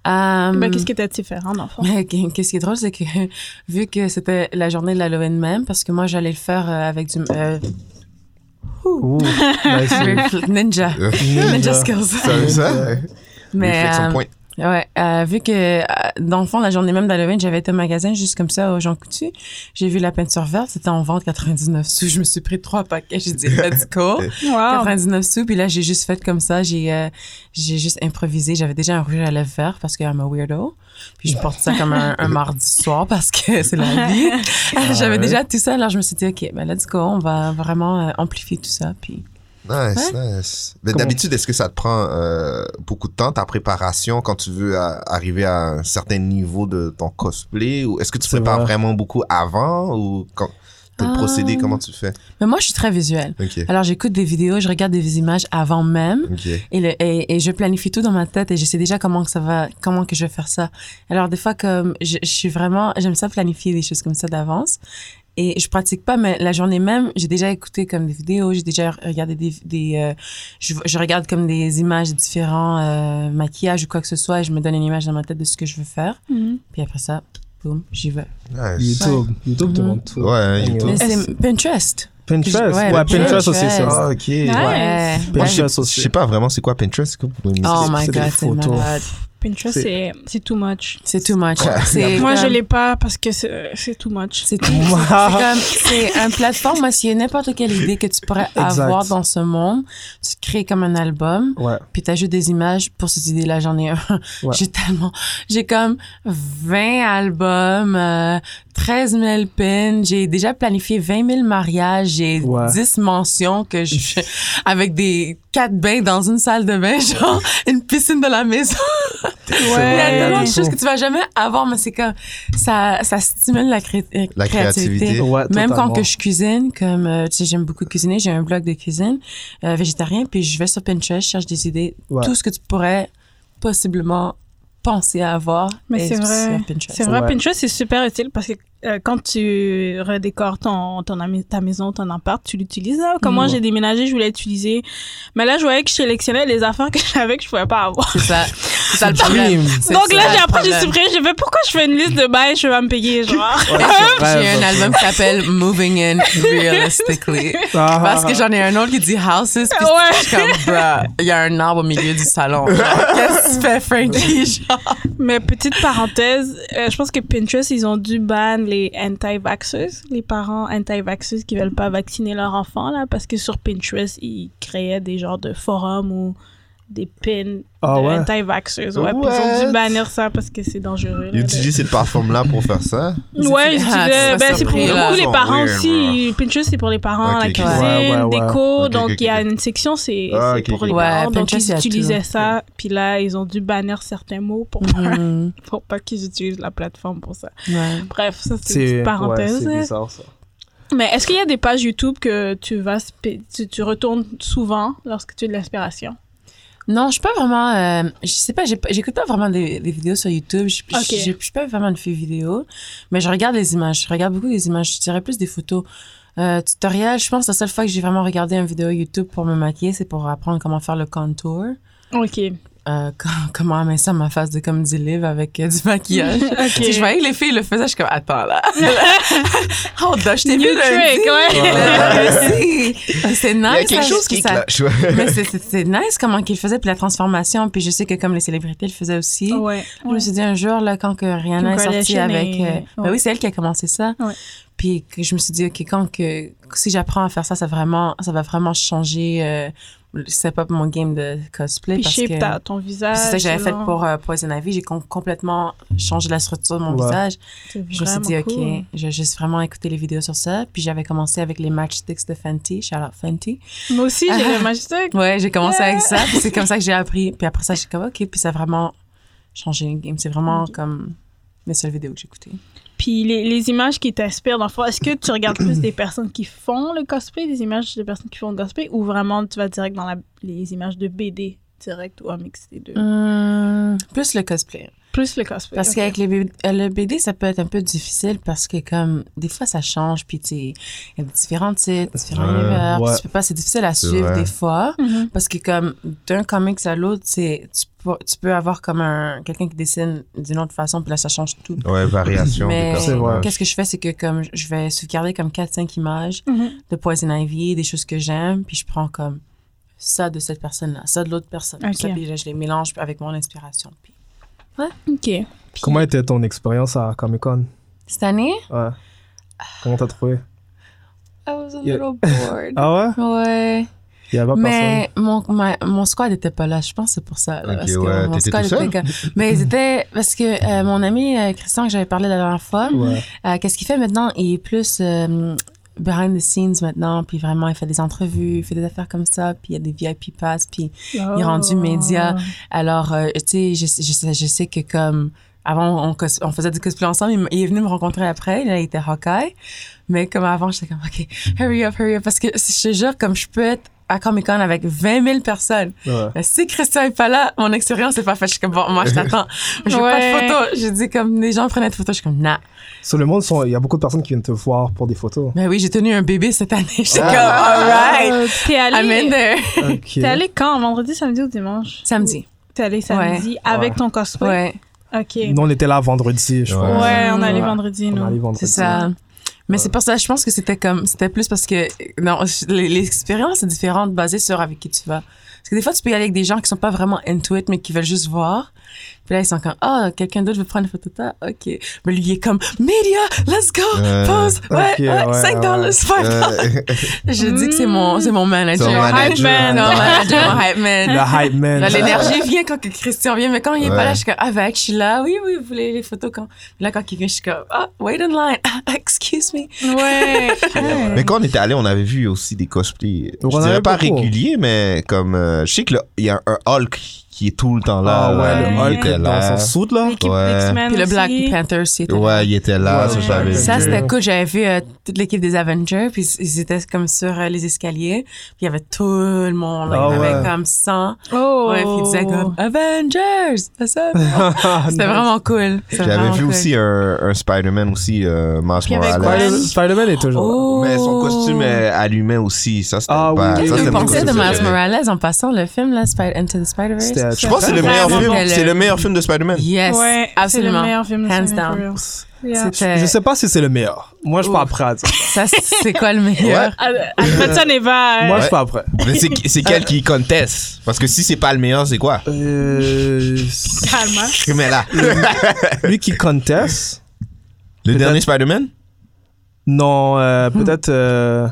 Speaker 4: Euh,
Speaker 3: Ben, qu'est-ce qui était différent, dans le fond?
Speaker 4: mais qu- Qu'est-ce qui est drôle, c'est que vu que c'était la journée de l'Halloween même, parce que moi j'allais le faire euh, avec du euh,
Speaker 2: Ouh, nice.
Speaker 4: ninja, ninja skills.
Speaker 1: Euh, Ça, ça.
Speaker 4: Mais
Speaker 1: Réflexion
Speaker 4: euh,
Speaker 1: point.
Speaker 4: ouais, euh, vu que euh, dans le fond la journée même d'Halloween, j'avais été au magasin juste comme ça aux Jean Coutu, j'ai vu la peinture verte, c'était en vente 99 sous, je me suis pris trois paquets, j'ai dit let's go.
Speaker 3: Wow.
Speaker 4: 99 sous, puis là, j'ai juste fait comme ça. J'ai euh, j'ai juste improvisé. J'avais déjà un rouge à lèvres vert parce que I'm a weirdo. Puis je porte ça comme un, un mardi soir parce que c'est la vie. J'avais
Speaker 2: ouais.
Speaker 4: déjà tout ça, alors je me suis dit, OK, ben let's go. On va vraiment euh, amplifier tout ça. Puis
Speaker 1: Nice, nice. Mais
Speaker 2: Comment-
Speaker 1: d'habitude, est-ce que ça te prend euh, beaucoup de temps, ta préparation, quand tu veux euh, arriver à un certain niveau de ton cosplay? Ou est-ce que tu
Speaker 2: C'est
Speaker 1: prépares
Speaker 2: vrai.
Speaker 1: vraiment beaucoup avant ou quand t'as le
Speaker 4: Ah.
Speaker 1: procédé, comment tu fais?
Speaker 4: Mais moi, je suis très visuelle.
Speaker 1: Ok,
Speaker 4: Alors, j'écoute des vidéos, je regarde des images avant même.
Speaker 1: ok.
Speaker 4: Et, le- et, et je planifie tout dans ma tête et je sais déjà comment que ça va, comment que je vais faire ça. Alors des fois comme je, je suis vraiment, j'aime ça planifier des choses comme ça d'avance et je pratique pas, mais la journée même j'ai déjà écouté comme des vidéos, j'ai déjà regardé des, des euh, je, je regarde comme des images de différents euh, maquillages ou quoi que ce soit et je me donne une image dans ma tête de ce que je veux faire.
Speaker 3: Mhm.
Speaker 4: Puis après ça, boum, j'y vais.
Speaker 1: Nice.
Speaker 2: YouTube. YouTube te
Speaker 4: Mhm.
Speaker 2: montre tout.
Speaker 1: Ouais, YouTube.
Speaker 4: Mais
Speaker 2: Anyway.
Speaker 4: c'est Pinterest.
Speaker 2: Pinterest.
Speaker 4: Ouais,
Speaker 2: Ouais, Pinterest aussi, c'est
Speaker 4: Pinterest.
Speaker 2: ça.
Speaker 1: Ah, ok.
Speaker 3: Ouais.
Speaker 2: Pinterest
Speaker 1: Moi, je,
Speaker 2: aussi.
Speaker 1: je sais pas vraiment c'est quoi Pinterest. c'est quoi pour une-
Speaker 4: Oh
Speaker 2: c'est-
Speaker 4: my
Speaker 2: c'est des
Speaker 4: god, c'est
Speaker 2: photos.
Speaker 4: malade.
Speaker 3: Pinterest,
Speaker 2: C'est-
Speaker 3: c'est
Speaker 5: C'est too much.
Speaker 4: C'est too much. C'est
Speaker 3: Moi, je
Speaker 4: comme-
Speaker 3: l'ai pas parce que c'est c'est too much.
Speaker 4: C'est tout. C'est comme, c'est une plateforme, moi, s'il y a n'importe quelle idée que tu pourrais
Speaker 2: Exact.
Speaker 4: avoir dans ce monde, tu crées comme un album,
Speaker 2: Ouais.
Speaker 4: puis tu ajoutes des images pour cette idée-là, j'en ai un.
Speaker 2: Ouais.
Speaker 4: J'ai tellement, j'ai comme 20 albums, euh, 13 000 pins, j'ai déjà planifié 20 000 mariages, j'ai
Speaker 2: Ouais.
Speaker 4: 10 mentions que je, avec des quatre bains dans une salle de bain, genre une piscine de la maison. Il y a tellement de choses que tu vas jamais avoir, mais c'est comme, ça, ça stimule la, cré- euh,
Speaker 1: La créativité.
Speaker 2: Ouais,
Speaker 4: même quand
Speaker 2: totalement.
Speaker 4: que je cuisine, comme euh, tu sais, j'aime beaucoup cuisiner, j'ai un blog de cuisine euh, végétarien, puis je vais sur Pinterest, je cherche des idées,
Speaker 2: Ouais.
Speaker 4: tout ce que tu pourrais possiblement penser à avoir.
Speaker 3: Mais
Speaker 4: est
Speaker 3: c'est
Speaker 4: sur
Speaker 3: vrai.
Speaker 4: Pinterest.
Speaker 3: C'est vrai,
Speaker 2: Ouais.
Speaker 3: Pinterest, c'est super utile parce que euh, quand tu redécores ton, ton ami- ta maison, ton appart, tu l'utilises. Ah, Comme moi,
Speaker 4: Mm.
Speaker 3: j'ai déménagé, je voulais l'utiliser. Mais là, je voyais que je sélectionnais les affaires que j'avais que je pouvais pas avoir.
Speaker 4: C'est ça, c'est ça le problème.
Speaker 2: Dream.
Speaker 4: C'est
Speaker 3: Donc
Speaker 4: ça
Speaker 3: là,
Speaker 4: le
Speaker 3: j'ai après, j'ai
Speaker 4: problème.
Speaker 3: supprimé. J'ai fait pourquoi je fais une liste de bails, je vais me payer, genre.
Speaker 4: J'ai un album qui s'appelle Moving In Realistically.
Speaker 2: Ah, ah,
Speaker 4: Parce que
Speaker 2: ah.
Speaker 4: j'en ai un autre qui dit Houses, puis
Speaker 3: Ouais.
Speaker 4: je suis comme, bruh, il y a un arbre au milieu du salon. Qu'est-ce que tu fais, Frankie? Genre,
Speaker 3: Mais petite parenthèse, euh, je pense que Pinterest, ils ont dû ban les anti-vaxxers, les parents anti-vaxxers qui veulent pas vacciner leurs enfants, là, parce que sur Pinterest, ils créaient des genres de forums ou des pins
Speaker 2: Ah
Speaker 3: de
Speaker 2: ouais?
Speaker 3: anti-vaxxers. Ouais, puis ils ont
Speaker 1: What?
Speaker 3: dû bannir ça parce que c'est dangereux. là,
Speaker 1: Ils
Speaker 3: de-
Speaker 1: utilisent cette plateforme-là pour faire ça.
Speaker 3: Ouais, ils
Speaker 4: Ah, tu
Speaker 3: utilisaient-
Speaker 4: vas
Speaker 3: ben, c'est pour
Speaker 4: surpris, là.
Speaker 3: beaucoup les parents
Speaker 1: Ils sont
Speaker 3: aussi. Pinterest, c'est pour les parents,
Speaker 1: Ok,
Speaker 3: la
Speaker 1: ok.
Speaker 3: cuisine,
Speaker 2: Ouais, ouais, ouais.
Speaker 3: déco.
Speaker 1: Ok,
Speaker 3: donc,
Speaker 1: ok,
Speaker 3: il y a
Speaker 1: ok.
Speaker 3: une section, c'est
Speaker 1: Ah,
Speaker 3: c'est
Speaker 1: ok,
Speaker 3: pour
Speaker 1: ok.
Speaker 3: les
Speaker 4: Ouais,
Speaker 3: parents. Donc,
Speaker 4: Pinterest, il y
Speaker 3: ils
Speaker 4: a tout.
Speaker 3: utilisaient ça. Puis là, ils ont dû bannir certains mots pour pas
Speaker 4: Mhm.
Speaker 3: faut pas qu'ils utilisent la plateforme pour ça.
Speaker 4: Ouais.
Speaker 3: Bref, ça c'est une
Speaker 2: C'est
Speaker 3: petite
Speaker 2: ouais,
Speaker 3: parenthèse. hein.
Speaker 2: c'est bizarre ça.
Speaker 3: Mais est-ce qu'il y a des pages YouTube que tu vas spé- tu, tu retournes souvent lorsque tu as de l'inspiration
Speaker 4: Non, je suis pas vraiment. euh, je sais pas, j'ai pas- j'écoute pas vraiment des, des vidéos sur YouTube. Je je-
Speaker 3: Ok.
Speaker 4: je- je suis pas vraiment une fille vidéo, mais je regarde les images. Je regarde beaucoup les images. Je dirais plus des photos. Euh, tutoriel, je pense que la seule fois que j'ai vraiment regardé une vidéo YouTube pour me maquiller, c'est pour apprendre comment faire le contour.
Speaker 3: OK.
Speaker 4: Euh, com- comment amener ça à ma face de comme du livre avec euh, du maquillage.
Speaker 3: OK.
Speaker 4: Tu sais, je voyais que les filles le faisaient, je suis comme, attends là. oh, je t'ai vu
Speaker 3: New
Speaker 4: lundi.
Speaker 3: trick, ouais.
Speaker 4: Ouais. C'est nice.
Speaker 1: Il y a quelque
Speaker 4: Ah, ça,
Speaker 1: chose qui
Speaker 4: ça-
Speaker 1: clash. ouais.
Speaker 4: mais c'est- c'est c'est nice comment qu'ils faisaient, puis la transformation. Puis je sais que comme les célébrités le faisaient aussi.
Speaker 3: Ouais.
Speaker 4: Je me suis dit un jour, là, quand que Rihanna
Speaker 3: Kim
Speaker 4: est sortie
Speaker 3: Kardashian
Speaker 4: avec...
Speaker 3: et-
Speaker 4: euh,
Speaker 3: ouais.
Speaker 4: Ben oui, c'est elle qui a commencé ça.
Speaker 3: Ouais.
Speaker 4: Puis que je me suis dit, OK, quand que... Si j'apprends à faire ça, ça, vraiment, ça va vraiment changer... Euh, le- c'est pas mon game de cosplay
Speaker 3: Puis
Speaker 4: parce
Speaker 3: shape
Speaker 4: que...
Speaker 3: ta- ton visage.
Speaker 4: Puis C'est ça que j'avais fait
Speaker 3: selon-
Speaker 4: pour euh, Poison Ivy. J'ai com- complètement changé la structure de mon
Speaker 2: Ouais.
Speaker 4: visage.
Speaker 3: C'est
Speaker 4: Je me suis dit,
Speaker 3: vraiment
Speaker 4: OK,
Speaker 3: cool.
Speaker 4: je vais juste vraiment écouter les vidéos sur ça. Puis j'avais commencé avec les matchsticks de Fenty. Shout out Fenty.
Speaker 3: Moi aussi, j'ai
Speaker 4: Ah.
Speaker 3: le magic.
Speaker 4: Ouais, j'ai commencé avec ça, puis c'est comme ça que j'ai appris. Puis après ça, j'ai comme, OK, puis ça a vraiment changé le game. C'est vraiment comme les seules vidéos que j'ai écoutées.
Speaker 3: Puis les, les images qui t'inspirent, dans le fond, est-ce que tu regardes plus des personnes qui font le cosplay, des images de personnes qui font le cosplay, ou vraiment tu vas direct dans la- les images de BD direct ou un mix des deux?
Speaker 4: Hum, plus le cosplay.
Speaker 3: Plus le cosplay.
Speaker 4: Mm. Parce
Speaker 3: ok.
Speaker 4: qu'avec les B- euh, le BD, ça peut être un peu difficile parce que, comme, des fois, ça change, puis, tu sais, il y a différents titres, différents
Speaker 1: Ouais.
Speaker 4: univers, puis
Speaker 2: Ouais.
Speaker 4: tu peux pas, c'est difficile à
Speaker 1: C'est
Speaker 4: suivre
Speaker 1: vrai.
Speaker 4: des fois.
Speaker 3: Mhm.
Speaker 4: Parce que, comme, d'un comics à l'autre, c'est, tu, peux, tu peux avoir comme un, quelqu'un qui dessine d'une autre façon, puis là, ça change tout.
Speaker 1: Ouais, variation
Speaker 4: Mais-
Speaker 1: des
Speaker 4: C'est
Speaker 2: vrai.
Speaker 1: personnages.
Speaker 4: Qu'est-ce que je fais, c'est que, comme, je vais sauvegarder comme 4-5 images
Speaker 3: Mhm.
Speaker 4: de Poison Ivy, des choses que j'aime, puis je prends comme ça de cette personne-là, ça de l'autre personne.
Speaker 3: Ok.
Speaker 4: Ça, puis là, je les mélange avec mon inspiration. Puis,
Speaker 3: Ok.
Speaker 2: Comment était ton expérience à Comic Con
Speaker 4: cette année,
Speaker 2: Ouais. Comment t'as trouvé
Speaker 4: I was a
Speaker 2: Yeah.
Speaker 4: little bored.
Speaker 2: Ah ouais
Speaker 4: Ouais.
Speaker 2: Il y avait pas personne.
Speaker 4: Mais mon, ma- mon squad n'était pas là. Je pense que c'est pour ça. là,
Speaker 1: Ok,
Speaker 4: parce que
Speaker 1: ouais.
Speaker 4: mon
Speaker 1: T'étais
Speaker 4: squad
Speaker 1: tout seul?
Speaker 4: était comme- Mais ils étaient. Parce que euh, mon ami euh, Christian, que j'avais parlé la dernière fois,
Speaker 2: Ouais.
Speaker 4: euh, qu'est-ce qu'il fait maintenant? Il est plus euh, behind the scenes maintenant. Puis vraiment, il fait des entrevues, il fait des affaires comme ça. Puis il y a des VIP pass. Puis est rendu
Speaker 3: Oh.
Speaker 4: média. alors, euh, tu sais, je, sais- je, sais- je sais que comme. Avant, on, cos- on faisait du cosplay ensemble. Il, m- il est venu me rencontrer après. Là, il était Hawkeye. Mais comme avant, j'étais comme, OK, hurry up, hurry up. Parce que je te jure, comme je peux être à Comic-Con avec 20 000 personnes.
Speaker 2: Ouais.
Speaker 4: Mais si Christian est pas là, mon expérience est pas faite. Je suis comme, bon, moi, je t'attends. J'ai
Speaker 3: Ouais.
Speaker 4: pas de photo. J'ai dit, comme, les gens prenaient de photos. Je suis comme, nah.
Speaker 2: Sur le monde, sont- il y a beaucoup de personnes qui viennent te voir pour des photos.
Speaker 4: Mais Ben oui, j'ai tenu un bébé cette année. J'étais comme, alright.
Speaker 3: Euh, T'es
Speaker 4: I'm in
Speaker 3: allé,
Speaker 4: there.
Speaker 2: Ok.
Speaker 3: t'es allé quand Vendredi, samedi ou dimanche
Speaker 4: Samedi.
Speaker 3: T'es allé samedi avec
Speaker 2: Ouais.
Speaker 3: ton cosplay
Speaker 4: Ouais.
Speaker 3: Ok.
Speaker 2: Nous, on était là vendredi, je
Speaker 1: Ouais.
Speaker 2: crois.
Speaker 3: Ouais, on est allé
Speaker 4: Ouais.
Speaker 3: vendredi,
Speaker 2: On
Speaker 3: nous.
Speaker 2: allait vendredi.
Speaker 4: C'est ça. Mais c'est pour ça, je pense que c'était comme, c'était plus parce que, non, je- les- l'expérience est différente basée sur avec qui tu vas. Parce que des fois, tu peux y aller avec des gens qui sont pas vraiment into it, mais qui veulent juste voir. Puis là, ils sont comme, ah, quelqu'un d'autre veut prendre une photo de toi? OK. Mais lui, il est comme, media, let's go,
Speaker 1: Euh,
Speaker 4: pose, ouais,
Speaker 2: ok,
Speaker 4: ouais,
Speaker 2: ouais,
Speaker 4: 5 dollars,
Speaker 2: ouais.
Speaker 4: 5 dollars.
Speaker 1: Euh,
Speaker 4: Je dis que c'est mon, c'est mon manager.
Speaker 1: Ton manager.
Speaker 3: hype man.
Speaker 4: Non, manager, mon hype man.
Speaker 2: Le hype man.
Speaker 4: Là, L'énergie vient quand que Christian vient, mais quand il est pas
Speaker 1: Ouais.
Speaker 4: là, je suis comme, ah, ben, je suis là, oui, oui, vous voulez les photos quand. Là, quand il vient, je suis comme, ah, wait in line, Ah, excuse me.
Speaker 3: Ouais.
Speaker 1: mais quand on était allé, on avait vu aussi des cosplays.
Speaker 2: On en
Speaker 1: je dirais
Speaker 2: avait
Speaker 1: pas
Speaker 2: beaucoup.
Speaker 1: réguliers, mais comme. euh, je sais qu'il y a un Hulk qui est tout le temps là.
Speaker 2: Ah
Speaker 1: là,
Speaker 2: ouais,
Speaker 1: lui,
Speaker 2: le
Speaker 1: il était
Speaker 2: Hulk
Speaker 1: là.
Speaker 2: dans son soude, là.
Speaker 3: L'équipe
Speaker 1: Ouais.
Speaker 3: X-Men
Speaker 4: Puis le
Speaker 3: aussi.
Speaker 4: Black Panther aussi était là.
Speaker 1: Ouais, il était là,
Speaker 2: Ouais.
Speaker 1: ça, je l'avais
Speaker 4: Ça,
Speaker 1: vu.
Speaker 4: c'était cool. J'avais vu euh, toute l'équipe des Avengers, puis ils étaient comme sur euh, les escaliers, puis il y avait tout le monde. là.
Speaker 2: Ah
Speaker 4: il y avait
Speaker 2: ouais.
Speaker 4: comme 100.
Speaker 3: Oh.
Speaker 4: Ouais, puis ils disaient comme Avengers! C'est ça? Ah, C'était vraiment cool. C'était
Speaker 1: J'avais
Speaker 4: vraiment
Speaker 1: vu
Speaker 4: cool.
Speaker 1: aussi euh, un, un Spider-Man aussi, euh, Miles
Speaker 4: il y avait
Speaker 1: Morales.
Speaker 2: Spider- Spider-Man est toujours là.
Speaker 4: Oh.
Speaker 1: Mais son costume euh, allumait aussi, ça c'était
Speaker 2: Ah
Speaker 1: pas...
Speaker 2: oui.
Speaker 1: ça,
Speaker 4: Qu'est-ce que
Speaker 1: c'est
Speaker 4: vous
Speaker 1: mon
Speaker 4: pensez de
Speaker 1: costume
Speaker 4: Miles
Speaker 1: préféré.
Speaker 4: Morales en passant le film, là, Spy- Into the Spider-Verse?
Speaker 2: C'était-
Speaker 1: Je pense que c'est le meilleur
Speaker 3: Vraiment
Speaker 1: film,
Speaker 4: bon.
Speaker 1: c'est
Speaker 2: euh,
Speaker 1: le meilleur film de Spider-Man.
Speaker 4: Yes,
Speaker 3: Ouais, C'est le
Speaker 4: absolument.
Speaker 3: meilleur film de
Speaker 4: Hands
Speaker 3: Spider-Man,
Speaker 4: down.
Speaker 3: for real. Yeah.
Speaker 4: C'était-
Speaker 2: Je sais pas si c'est le meilleur. Moi, je suis pas
Speaker 4: Ouh.
Speaker 2: prêt à dire.
Speaker 4: Ça, c'est quoi le meilleur?
Speaker 3: Al- Alfredson et va.
Speaker 2: Moi, je
Speaker 1: Ouais.
Speaker 2: suis pas prêt.
Speaker 1: Mais c'est c'est quel qui conteste Parce que si c'est pas le meilleur, c'est quoi
Speaker 2: Euh,
Speaker 3: Calme. hein.
Speaker 1: Mais là,
Speaker 2: lui qui conteste.
Speaker 1: le dernier Spider-Man
Speaker 2: Non, euh, peut-être euh,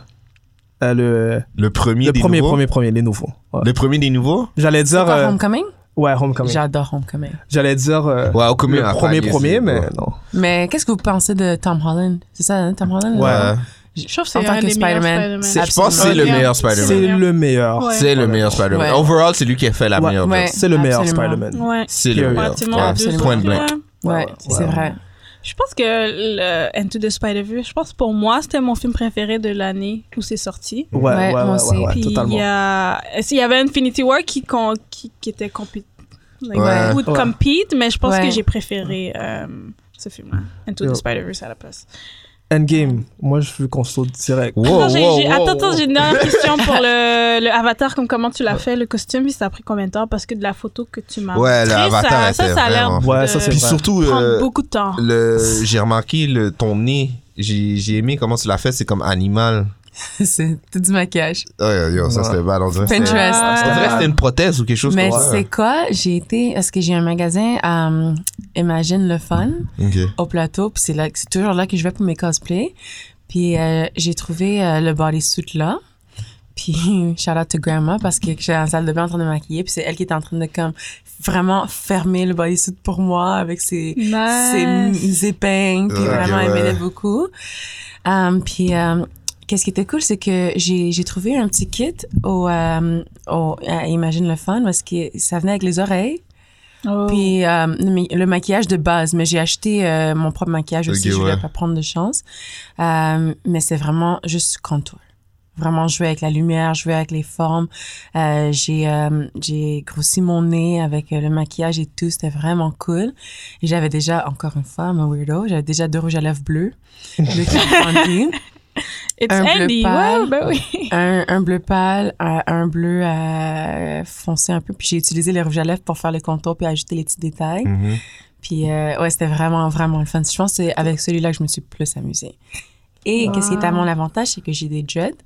Speaker 2: euh, le,
Speaker 1: Le premier
Speaker 2: le
Speaker 1: des
Speaker 2: premier,
Speaker 1: nouveaux
Speaker 2: premier, premier, les nouveaux. Ouais.
Speaker 1: Le premier des nouveaux
Speaker 2: J'allais
Speaker 4: C'est
Speaker 2: dire.
Speaker 4: pas
Speaker 2: euh,
Speaker 4: Homecoming?
Speaker 2: ouais, Homecoming.
Speaker 4: J'adore Homecoming.
Speaker 2: J'allais dire. euh,
Speaker 1: Ouais, au commun,
Speaker 2: le
Speaker 1: à
Speaker 2: premier,
Speaker 1: Paris,
Speaker 2: premier,
Speaker 1: c'est-
Speaker 2: mais
Speaker 1: ouais.
Speaker 2: non.
Speaker 4: Mais qu'est-ce que vous pensez de Tom Holland? C'est ça, hein, Tom Holland?
Speaker 2: Ouais.
Speaker 1: Ouais.
Speaker 3: Je trouve que c'est
Speaker 4: En tant
Speaker 3: un
Speaker 4: que
Speaker 3: des meilleurs
Speaker 4: Spider-Man.
Speaker 3: Spider-Man.
Speaker 1: C'est- Je pense que c'est le
Speaker 3: Absolument.
Speaker 1: meilleur
Speaker 2: C'est
Speaker 1: Spider-Man.
Speaker 3: Ouais.
Speaker 2: le meilleur.
Speaker 3: Ouais.
Speaker 1: C'est le meilleur Spider-Man.
Speaker 4: Ouais.
Speaker 1: Overall, c'est lui qui a fait la
Speaker 2: Ouais.
Speaker 1: meilleure
Speaker 4: Ouais.
Speaker 1: job.
Speaker 2: C'est le meilleur
Speaker 4: Absolument.
Speaker 2: Spider-Man.
Speaker 3: Ouais.
Speaker 1: C'est le meilleur.
Speaker 3: Pratiquement
Speaker 1: Ouais.
Speaker 3: deux
Speaker 4: absolument.
Speaker 3: autres,
Speaker 1: Point blanc.
Speaker 3: là.
Speaker 4: Ouais,
Speaker 2: Ouais.
Speaker 4: c'est vrai.
Speaker 3: Je pense que le Into the Spider-Verse, je pense pour moi, c'était mon film préféré de l'année où c'est sorti.
Speaker 2: Ouais,
Speaker 4: Ouais,
Speaker 2: ouais, ouais,
Speaker 4: moi
Speaker 2: ouais,
Speaker 4: aussi.
Speaker 2: ouais,
Speaker 3: Puis il
Speaker 2: totalement.
Speaker 3: y a. S'il y avait Infinity War qui, con- qui, qui était compé- like,
Speaker 1: Ouais.
Speaker 3: would
Speaker 2: Ouais.
Speaker 3: compete, mais je pense
Speaker 4: Ouais.
Speaker 3: que j'ai préféré euh, ce film-là. Into
Speaker 2: Yo.
Speaker 3: the Spider-Verse à la place.
Speaker 2: Endgame. Moi, je veux qu'on saute direct.
Speaker 1: Wow,
Speaker 3: Attends, j'ai-
Speaker 1: wow,
Speaker 3: j'ai-
Speaker 1: wow,
Speaker 3: attends,
Speaker 1: wow.
Speaker 3: attends, j'ai une dernière question pour le, le Avatar, comme comment tu l'as fait, le costume, puis ça a pris combien de temps Parce que de la photo que tu m'as
Speaker 1: Ouais,
Speaker 3: montrée,
Speaker 1: l'avatar
Speaker 3: ça, ça,
Speaker 1: était
Speaker 3: ça a l'air
Speaker 1: vraiment-
Speaker 3: de
Speaker 2: Ouais, ça, c'est
Speaker 1: Puis
Speaker 2: vrai.
Speaker 1: surtout,
Speaker 3: prendre
Speaker 1: euh,
Speaker 3: beaucoup de temps.
Speaker 1: le- j'ai remarqué le, ton nez. J'ai j'ai aimé comment tu l'as fait, c'est comme animal.
Speaker 4: c'est tout du maquillage.
Speaker 1: Oh, yo, yo, ça
Speaker 2: Ouais.
Speaker 1: c'était bad, on dirait.
Speaker 4: Pinterest.
Speaker 1: c'était- On dirait que c'était une prothèse ou quelque chose
Speaker 4: Mais
Speaker 1: comme ça.
Speaker 4: c'est quoi? J'ai été, parce que j'ai un magasin, euh, Imagine le Fun,
Speaker 1: Ok.
Speaker 4: au plateau, puis c'est là, c'est toujours là que je vais pour mes cosplays. Puis euh, j'ai trouvé euh, le bodysuit là. Puis shout out to grandma parce que j'étais dans la salle de bain en train de me maquiller, puis c'est elle qui était en train de comme vraiment fermer le bodysuit pour moi avec ses,
Speaker 3: Nice.
Speaker 4: ses épingles, puis
Speaker 1: Ouais,
Speaker 4: vraiment, elle
Speaker 1: ouais.
Speaker 4: m'aidait beaucoup. Um, puis, um, qu'est-ce qui était cool, c'est que j'ai j'ai trouvé un petit kit au, um, au à Imagine le Fun, parce que ça venait avec les oreilles,
Speaker 3: Oh.
Speaker 4: puis um, le ma- le maquillage de base, mais j'ai acheté euh, mon propre maquillage aussi,
Speaker 1: Ok,
Speaker 4: je voulais
Speaker 1: ouais.
Speaker 4: Euh, pas prendre de chance. Um, mais c'est vraiment juste contour. vraiment jouer avec la lumière, jouer avec les formes. Euh, j'ai euh, j'ai grossi mon nez avec euh, le maquillage et tout, c'était vraiment cool. Et j'avais déjà encore une fois ma weirdo, j'avais déjà deux rouges à lèvres bleus, deux qui
Speaker 3: It's
Speaker 4: Un bleu
Speaker 3: Andy.
Speaker 4: pâle.
Speaker 3: Ouais, ben oui.
Speaker 4: un, un bleu pâle, un, un bleu euh, foncé un peu. Puis j'ai utilisé les rouges à lèvres pour faire les contours puis ajouter les petits détails.
Speaker 1: Mhm.
Speaker 4: Puis euh, ouais, c'était vraiment, vraiment le fun. Je pense que c'est avec celui-là que je me suis plus amusée. Et qu'est-ce qui est à mon avantage, c'est que j'ai des dreads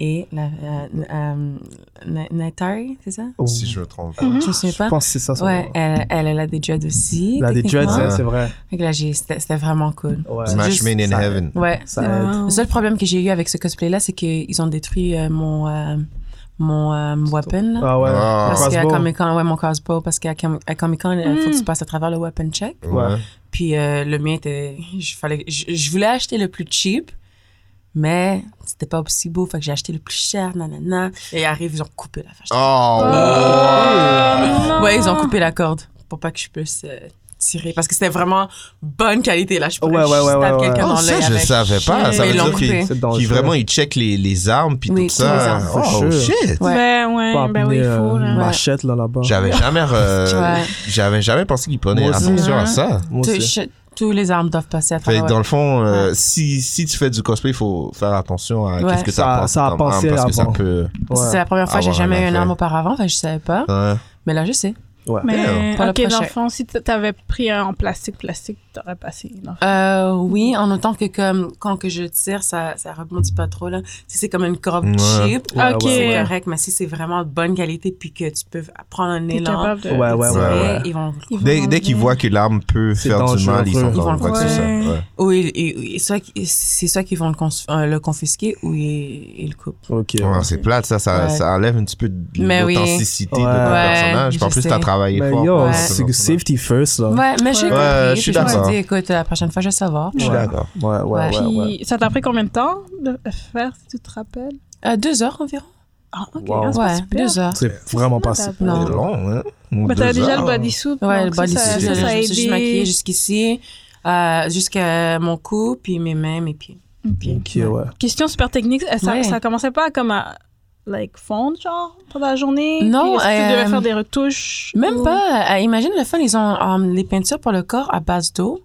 Speaker 4: et la, euh, euh, Na- Natari, c'est ça?
Speaker 2: Oh,
Speaker 1: Si je me trompe.
Speaker 4: Je me souviens
Speaker 2: Je
Speaker 4: pas.
Speaker 2: pense que c'est ça. son
Speaker 4: Ouais,
Speaker 2: nom.
Speaker 4: elle, elle, elle a des dreads aussi.
Speaker 2: Elle a des dreads,
Speaker 4: techniquement.
Speaker 2: hein, c'est vrai.
Speaker 4: Fait que là, j'ai- c'était c'était vraiment cool.
Speaker 2: Ouais.
Speaker 4: C'est
Speaker 1: Smash
Speaker 4: juste-
Speaker 1: Made in
Speaker 2: ça-
Speaker 1: Heaven.
Speaker 4: Ouais.
Speaker 2: Ça aide.
Speaker 4: Le
Speaker 3: Oh.
Speaker 4: seul problème que j'ai eu avec ce cosplay-là, c'est qu'ils ont détruit euh, mon, euh, mon euh, weapon. là.
Speaker 2: Ah ouais.
Speaker 1: Ah.
Speaker 2: Le
Speaker 4: Parce qu'à
Speaker 2: crossbow. Mm.
Speaker 4: Comic Con, ouais, mon crossbow, parce qu'à Com- à Comic Con, il faut que tu passes à travers le weapon check.
Speaker 2: Ouais.
Speaker 4: Puis euh, le mien était. Je, fallait, je, je voulais acheter le plus cheap, mais c'était pas aussi beau. Fait que j'ai acheté le plus cher, nanana. Et ils arrivent, ils ont coupé la vache.
Speaker 1: Oh, Ah.
Speaker 3: non.
Speaker 4: Ouais, ils ont coupé la corde pour pas que je puisse euh, tirer. Parce que c'était vraiment bonne qualité. Là, je pourrais
Speaker 2: Ouais, ouais,
Speaker 4: juste
Speaker 2: ouais,
Speaker 4: taper
Speaker 2: ouais, ouais.
Speaker 4: quelqu'un
Speaker 1: Oh,
Speaker 4: dans
Speaker 1: ça,
Speaker 4: l'œil.
Speaker 1: je
Speaker 4: avec.
Speaker 1: savais pas. Ça
Speaker 4: Mais
Speaker 1: veut
Speaker 4: ils l'ont
Speaker 1: dire qu'il
Speaker 2: C'est dangereux.
Speaker 1: qu'il vraiment il check les, les armes puis
Speaker 4: Oui,
Speaker 1: tout
Speaker 4: tous les
Speaker 1: ça.
Speaker 4: armes.
Speaker 1: Oh
Speaker 2: For sure.
Speaker 1: shit.
Speaker 3: Ben
Speaker 2: Pas
Speaker 3: ouais, ben oui, il
Speaker 2: amener, euh,
Speaker 3: faut.
Speaker 2: une
Speaker 3: Là.
Speaker 2: machette là là-bas.
Speaker 1: J'avais jamais, euh,
Speaker 4: Ouais.
Speaker 1: j'avais jamais pensé qu'il prenait
Speaker 2: Moi aussi.
Speaker 1: attention à
Speaker 4: Mhm.
Speaker 1: ça.
Speaker 2: Moi
Speaker 4: Tous-
Speaker 2: aussi.
Speaker 4: ch- Tous les armes doivent passer à
Speaker 1: Fait que
Speaker 4: travers.
Speaker 1: dans le fond, euh,
Speaker 4: Ah Ouais.
Speaker 1: si, si tu fais du cosplay, il faut faire attention à
Speaker 4: Ouais.
Speaker 1: qu'est-ce que ça,
Speaker 2: Ça-
Speaker 1: pense
Speaker 2: ça a
Speaker 1: comme
Speaker 2: pensé
Speaker 1: arme, parce que ça
Speaker 2: avant.
Speaker 1: peut.
Speaker 2: Ouais.
Speaker 4: C'est la première fois que j'ai
Speaker 1: Avoir
Speaker 4: jamais
Speaker 1: un
Speaker 4: eu une
Speaker 1: effet.
Speaker 4: arme auparavant. Fait que je savais pas.
Speaker 1: Ouais.
Speaker 4: Mais là, je sais.
Speaker 2: Ouais.
Speaker 3: Mais
Speaker 4: Pour le
Speaker 3: ok, dans
Speaker 4: prochain.
Speaker 3: le fond, si t- t'avais pris un en plastique, plastique, t'aurais passé. dans le fond.
Speaker 4: Euh, oui, en autant que comme quand que je tire, ça ça rebondit pas trop là. Si c'est comme une corde
Speaker 1: Ouais.
Speaker 4: cheap,
Speaker 2: Ouais,
Speaker 3: ok.
Speaker 2: ouais,
Speaker 4: c'est correct, mais si c'est vraiment de bonne qualité puis que tu peux prendre un
Speaker 3: T'es
Speaker 4: élan,
Speaker 3: capable de.
Speaker 2: Ouais, Ah ouais,
Speaker 4: tirer,
Speaker 2: ouais.
Speaker 1: ouais.
Speaker 4: ils vont
Speaker 3: Ils vont
Speaker 1: Dès, dès
Speaker 3: enlever.
Speaker 1: qu'ils voient que l'arme peut
Speaker 2: C'est
Speaker 1: faire du
Speaker 2: dangereux.
Speaker 1: mal, ils sont
Speaker 2: Ils
Speaker 4: vont
Speaker 1: comme
Speaker 4: le
Speaker 1: ouais, c'est ça.
Speaker 3: couper.
Speaker 1: Ouais.
Speaker 4: ou ils- ils- ils- soit qu'ils- c'est soit qu'ils vont le, cons- euh, le confisquer ou ils, ils le coupent.
Speaker 2: Ok.
Speaker 1: Ouais, c'est plate, ça, ça,
Speaker 4: Ouais.
Speaker 1: ça enlève un petit peu de
Speaker 4: Mais oui.
Speaker 1: l'authenticité de ton
Speaker 2: Ouais.
Speaker 1: personnage. Puis En
Speaker 4: je
Speaker 1: plus,
Speaker 4: sais.
Speaker 1: t'as travaillé
Speaker 2: Mais
Speaker 1: fort.
Speaker 2: Ben, yo,
Speaker 1: pour
Speaker 4: Ouais.
Speaker 1: faire ton
Speaker 2: c'est safety first là.
Speaker 4: Ouais, mais j'ai
Speaker 3: Ouais,
Speaker 4: compris.
Speaker 1: je suis
Speaker 4: puis me
Speaker 1: d'accord.
Speaker 4: dis, écoute, la prochaine fois, je vais savoir.
Speaker 1: personnage. Je suis
Speaker 2: Ouais.
Speaker 1: d'accord.
Speaker 2: Ouais, ouais,
Speaker 4: Ouais.
Speaker 2: ouais.
Speaker 3: Puis,
Speaker 2: ouais.
Speaker 3: ça t'a pris combien de temps de faire, si tu te rappelles?
Speaker 4: Euh, deux heures environ.
Speaker 3: Ah, ok,
Speaker 2: Wow.
Speaker 3: ah, c'est pas
Speaker 4: Ouais,
Speaker 3: si pire.
Speaker 4: deux heures.
Speaker 2: C'est vraiment pas
Speaker 3: C'est
Speaker 2: si
Speaker 3: pas
Speaker 4: Non.
Speaker 1: C'est long, hein?
Speaker 3: Mais
Speaker 1: Deux
Speaker 3: t'avais déjà
Speaker 1: heures.
Speaker 3: le bodysuit.
Speaker 4: Ouais, le
Speaker 3: donc ça,
Speaker 4: body
Speaker 3: ça-
Speaker 4: suit.
Speaker 3: Ça, ça a
Speaker 4: Je me suis juste maquillée
Speaker 3: aidé.
Speaker 4: jusqu'ici, euh, jusqu'à mon cou, puis mes mains, mes pieds.
Speaker 2: Ok, ouais.
Speaker 3: Question super technique, euh, ça,
Speaker 4: Ouais.
Speaker 3: ça commençait pas comme à like, fondre, genre, pendant la journée?
Speaker 4: Non,
Speaker 3: Puis, est-ce que tu
Speaker 4: euh,
Speaker 3: devais faire des retouches?
Speaker 4: Même
Speaker 3: ou-
Speaker 4: pas. euh, imagine le fun, ils ont euh, les peintures pour le corps à base d'eau.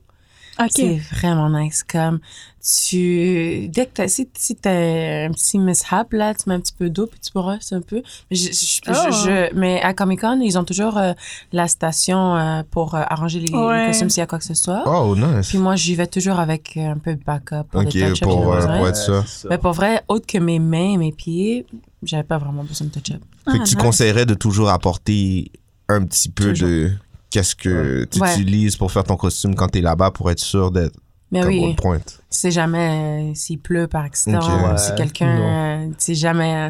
Speaker 3: Ok.
Speaker 4: C'est vraiment nice. Comme tu. Dès que t'as. Si, si t'as un petit mishap, là, tu mets un petit peu d'eau puis tu brosses un peu. Mais, je, je- je-
Speaker 3: Oh.
Speaker 4: je- mais à Comic Con, ils ont toujours euh, la station euh, pour euh, arranger les,
Speaker 3: Ouais.
Speaker 4: les costumes s'il y a quoi que ce soit.
Speaker 1: Oh, nice.
Speaker 4: Puis moi, j'y vais toujours avec euh, un peu de backup pour des
Speaker 1: Ok,
Speaker 4: touch-ups si
Speaker 1: pour,
Speaker 4: j'en ai
Speaker 1: euh,
Speaker 4: besoin.
Speaker 1: pour être sûr.
Speaker 4: Mais pour vrai, autre que mes mains et mes pieds, j'avais pas vraiment besoin de touch-up.
Speaker 3: Ah,
Speaker 1: Fait que tu
Speaker 3: nice.
Speaker 1: conseillerais de toujours apporter un petit peu
Speaker 4: Toujours.
Speaker 1: de qu'est-ce que tu
Speaker 4: Ouais.
Speaker 1: utilises pour faire ton costume quand t'es là-bas pour être sûr d'être
Speaker 4: Mais
Speaker 1: comme
Speaker 4: oui.
Speaker 1: on pointe.
Speaker 4: tu sais jamais euh, s'il pleut par accident,
Speaker 1: Ok.
Speaker 4: ou
Speaker 2: Ouais,
Speaker 4: si quelqu'un, euh, tu sais jamais. euh,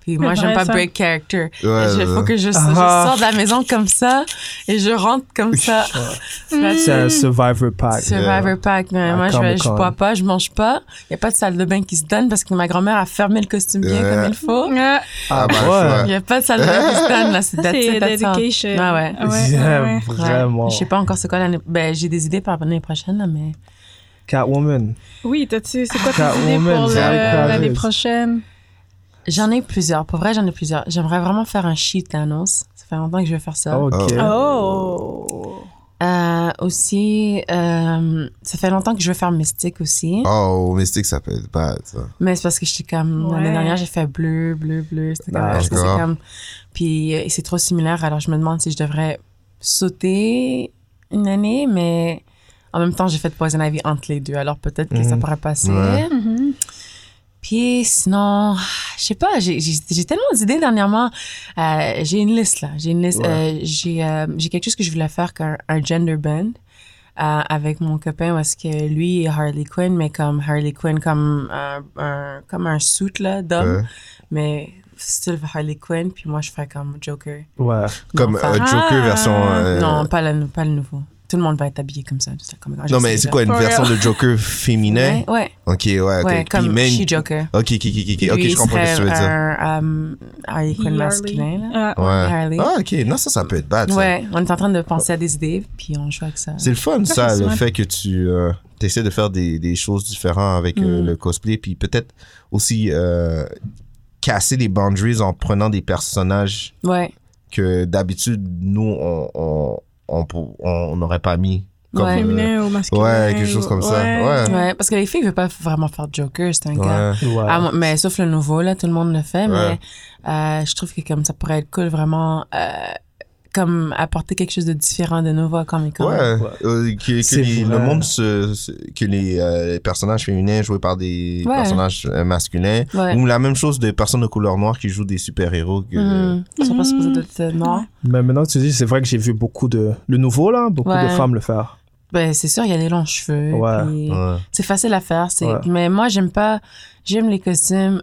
Speaker 4: Puis moi, j'aime
Speaker 3: vrai,
Speaker 4: pas
Speaker 3: ça.
Speaker 4: break character.
Speaker 1: Ouais,
Speaker 4: Il faut que je, je
Speaker 2: Ah.
Speaker 4: sorte de la maison comme ça et je rentre comme ça. That's
Speaker 2: C'est un survivor pack.
Speaker 4: Survivor Pack, mais
Speaker 2: À
Speaker 4: moi, je, vais- je
Speaker 2: Comic-Con.
Speaker 4: bois pas, je mange pas. Il n'y a pas de salle de bain qui se donne parce que ma grand-mère a fermé le costume bien
Speaker 1: Yeah.
Speaker 4: comme il faut.
Speaker 3: Ah,
Speaker 1: Ah, bah,
Speaker 4: Il
Speaker 1: ouais.
Speaker 4: n'y a pas de salle de bain qui se donne, là. C'est
Speaker 3: ça,
Speaker 4: that's it,
Speaker 3: c'est
Speaker 4: that's all.
Speaker 3: dedication.
Speaker 4: Ah ouais.
Speaker 3: ouais,
Speaker 2: Yeah,
Speaker 3: ouais.
Speaker 4: Ouais.
Speaker 2: Vraiment.
Speaker 4: Je sais pas encore c'est quoi l'année. Ben, j'ai des idées pour l'année prochaine, là, mais.
Speaker 2: Catwoman.
Speaker 3: Oui, t'as-tu, c'est quoi tes idées
Speaker 2: Catwoman,
Speaker 3: pour le-
Speaker 2: Catwoman.
Speaker 3: l'année prochaine?
Speaker 4: J'en ai plusieurs. Pour vrai, j'en ai plusieurs. J'aimerais vraiment faire un sheet d'annonce. Ça fait longtemps que je veux faire ça.
Speaker 2: Ok.
Speaker 1: Ah.
Speaker 3: Oh!
Speaker 4: Euh, aussi, euh, ça fait longtemps que je veux faire Mystique aussi.
Speaker 1: Oh, Mystique, ça peut être bad, ça.
Speaker 4: Mais c'est parce que j'étais comme, l'année
Speaker 3: Ouais.
Speaker 4: dernière, j'ai fait bleu, bleu, bleu. C'était comme,
Speaker 2: Ah,
Speaker 4: est-ce que c'est
Speaker 1: d'accord.
Speaker 4: comme- Puis euh, c'est trop similaire, alors je me demande si je devrais sauter une année, mais en même temps, j'ai fait Poison Ivy entre les deux, alors peut-être que ça
Speaker 1: Mhm.
Speaker 4: pourrait passer.
Speaker 1: Ouais.
Speaker 4: Mm-hmm.
Speaker 3: Mhm.
Speaker 4: Puis sinon, je sais pas, j'ai j'ai- j'ai tellement d'idées dernièrement. Euh, j'ai une liste là, j'ai une liste.
Speaker 2: Ouais.
Speaker 4: Euh, j'ai euh, j'ai quelque chose que je voulais faire, qu'un un gender band euh, avec mon copain, parce que lui est Harley Quinn, mais comme Harley Quinn, comme un, un- comme un suit là d'homme,
Speaker 1: Ouais.
Speaker 4: mais style Harley Quinn. Puis moi, je ferais comme Joker.
Speaker 2: Ouais.
Speaker 1: Comme
Speaker 4: Enfin,
Speaker 1: euh, Joker version. euh,
Speaker 4: non, pas le, pas le nouveau. Tout le monde va être habillé comme ça. tout ça, comme- Ah, je
Speaker 1: non,
Speaker 4: sais
Speaker 1: mais c'est
Speaker 4: pas.
Speaker 1: quoi, une
Speaker 3: For
Speaker 1: version
Speaker 3: real.
Speaker 1: de Joker féminin?
Speaker 4: Ouais, ouais,
Speaker 1: Ok, ouais, ok.
Speaker 4: ouais,
Speaker 1: Puis
Speaker 4: comme
Speaker 1: même-
Speaker 4: She Joker.
Speaker 1: Ok, ok, ok, ok, ok,
Speaker 4: Lui, il
Speaker 1: je comprends ce que tu veux
Speaker 4: serait
Speaker 1: dire.
Speaker 4: un, euh, Harley Quinn
Speaker 3: Harley.
Speaker 4: masculin. là.
Speaker 3: Ah,
Speaker 1: Ouais.
Speaker 4: Harley.
Speaker 1: Ah, ok, non, ça, ça peut être bad, ça.
Speaker 4: Ouais, on est en train de penser à des idées, puis on joue avec ça.
Speaker 1: C'est le fun,
Speaker 3: Ça,
Speaker 1: ça,
Speaker 3: c'est
Speaker 1: le
Speaker 3: smart.
Speaker 1: fait que tu, euh, t'essaies de faire des, des choses différentes avec euh,
Speaker 4: Mm.
Speaker 1: le cosplay, puis peut-être aussi euh, casser les boundaries en prenant des personnages
Speaker 4: Ouais.
Speaker 1: que d'habitude, nous, on on- on pou- on n'aurait pas mis. Comme,
Speaker 4: Ouais.
Speaker 1: euh,
Speaker 3: Féminin ou masculin.
Speaker 1: ouais, quelque chose comme ça. Ouais.
Speaker 4: Ouais, parce que les filles ne veulent pas vraiment faire Joker, c'est un gars.
Speaker 1: ouais.
Speaker 2: Ouais.
Speaker 4: Ah, moi- mais sauf le nouveau, là, tout le monde le fait,
Speaker 1: Ouais.
Speaker 4: mais euh, je trouve que comme ça pourrait être cool vraiment euh, comme apporter quelque chose de différent de nouveau à Comic Con.
Speaker 1: Ouais,
Speaker 2: Ouais.
Speaker 1: euh, que, que
Speaker 2: C'est
Speaker 1: les-
Speaker 2: vrai.
Speaker 1: le monde, se, se- que les euh, personnages féminins joués par des
Speaker 4: Ouais.
Speaker 1: personnages euh, masculins,
Speaker 4: Ouais.
Speaker 1: ou la même chose des personnes de couleur noire qui jouent des super-héros. que-
Speaker 4: Mhm. Ils sont pas
Speaker 3: Mhm.
Speaker 4: supposés être euh, noirs.
Speaker 2: Mais maintenant que tu dis, c'est vrai que j'ai vu beaucoup de. Le nouveau, là, beaucoup
Speaker 4: Ouais.
Speaker 2: de femmes le faire.
Speaker 4: Ben, c'est sûr, il y a des longs cheveux.
Speaker 2: Ouais.
Speaker 4: puis
Speaker 1: Ouais.
Speaker 4: C'est facile à faire. c'est
Speaker 2: Ouais.
Speaker 4: Mais moi, j'aime pas. J'aime les costumes.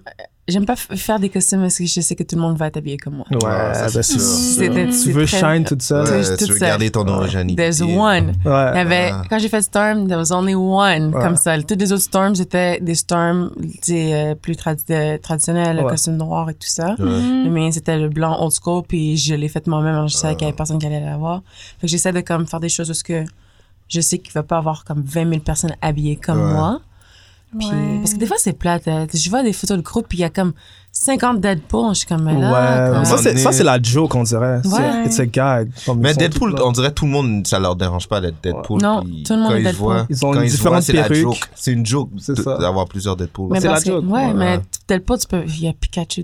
Speaker 4: J'aime pas f- faire des costumes parce que je sais que tout le monde va être habillé comme moi.
Speaker 2: Ouais,
Speaker 1: Ah, ça,
Speaker 2: ben,
Speaker 1: c'est
Speaker 2: c'est-
Speaker 1: sûr.
Speaker 4: C'était-
Speaker 2: Tu veux
Speaker 4: Mm, très-
Speaker 2: shine toute seule.
Speaker 1: Ouais,
Speaker 4: c'est
Speaker 1: tu
Speaker 4: tout
Speaker 1: veux
Speaker 4: ça.
Speaker 1: garder ton originalité.
Speaker 4: There's one. Il y
Speaker 2: Ouais.
Speaker 4: avait,
Speaker 1: Ah.
Speaker 4: Quand j'ai fait Storm, there was only one,
Speaker 2: Ouais.
Speaker 4: comme ça. Toutes les autres Storms étaient des Storms des, euh, plus tradi- euh, traditionnels,
Speaker 2: Ouais.
Speaker 4: costumes noirs et tout ça.
Speaker 1: Ouais.
Speaker 4: Le mien, c'était le blanc old school, puis je l'ai fait moi-même, alors je
Speaker 2: Ah.
Speaker 4: savais qu'il y avait personne qui allait l'avoir. Fait que j'essaie de comme faire des choses parce que je sais qu'il va pas avoir comme 20 000 personnes habillées comme
Speaker 1: Ouais.
Speaker 4: moi. Puis,
Speaker 3: Ouais.
Speaker 4: Parce que des fois, c'est plate. hein. Je vois des photos de groupe, puis il y a comme 50 Deadpool. Je suis comme, mais
Speaker 2: Ouais,
Speaker 4: là, comment-
Speaker 2: mais ça,
Speaker 1: Comment
Speaker 2: c'est, ça,
Speaker 1: on est-
Speaker 2: c'est la joke, on dirait.
Speaker 4: Ah, Ouais.
Speaker 2: C'est, it's a gag. Comme
Speaker 1: Mais
Speaker 2: ils sont
Speaker 1: Deadpool,
Speaker 2: tous là.
Speaker 1: on dirait tout le monde, ça leur dérange pas d'être Deadpool.
Speaker 4: Non,
Speaker 1: puis
Speaker 4: tout le monde
Speaker 1: quand ils
Speaker 4: est
Speaker 1: se
Speaker 4: Deadpool.
Speaker 1: voient-
Speaker 2: Ils ont
Speaker 1: quand
Speaker 2: une
Speaker 1: ils se
Speaker 2: différente
Speaker 1: voient, c'est la
Speaker 2: perruque.
Speaker 1: joke. C'est une joke
Speaker 2: C'est
Speaker 1: de-
Speaker 2: ça.
Speaker 1: d'avoir plusieurs Deadpool.
Speaker 4: Mais
Speaker 2: c'est la
Speaker 4: parce que-
Speaker 2: joke.
Speaker 4: Ouais,
Speaker 1: Ouais.
Speaker 4: mais Deadpool, tu peux. Il y a Pikachu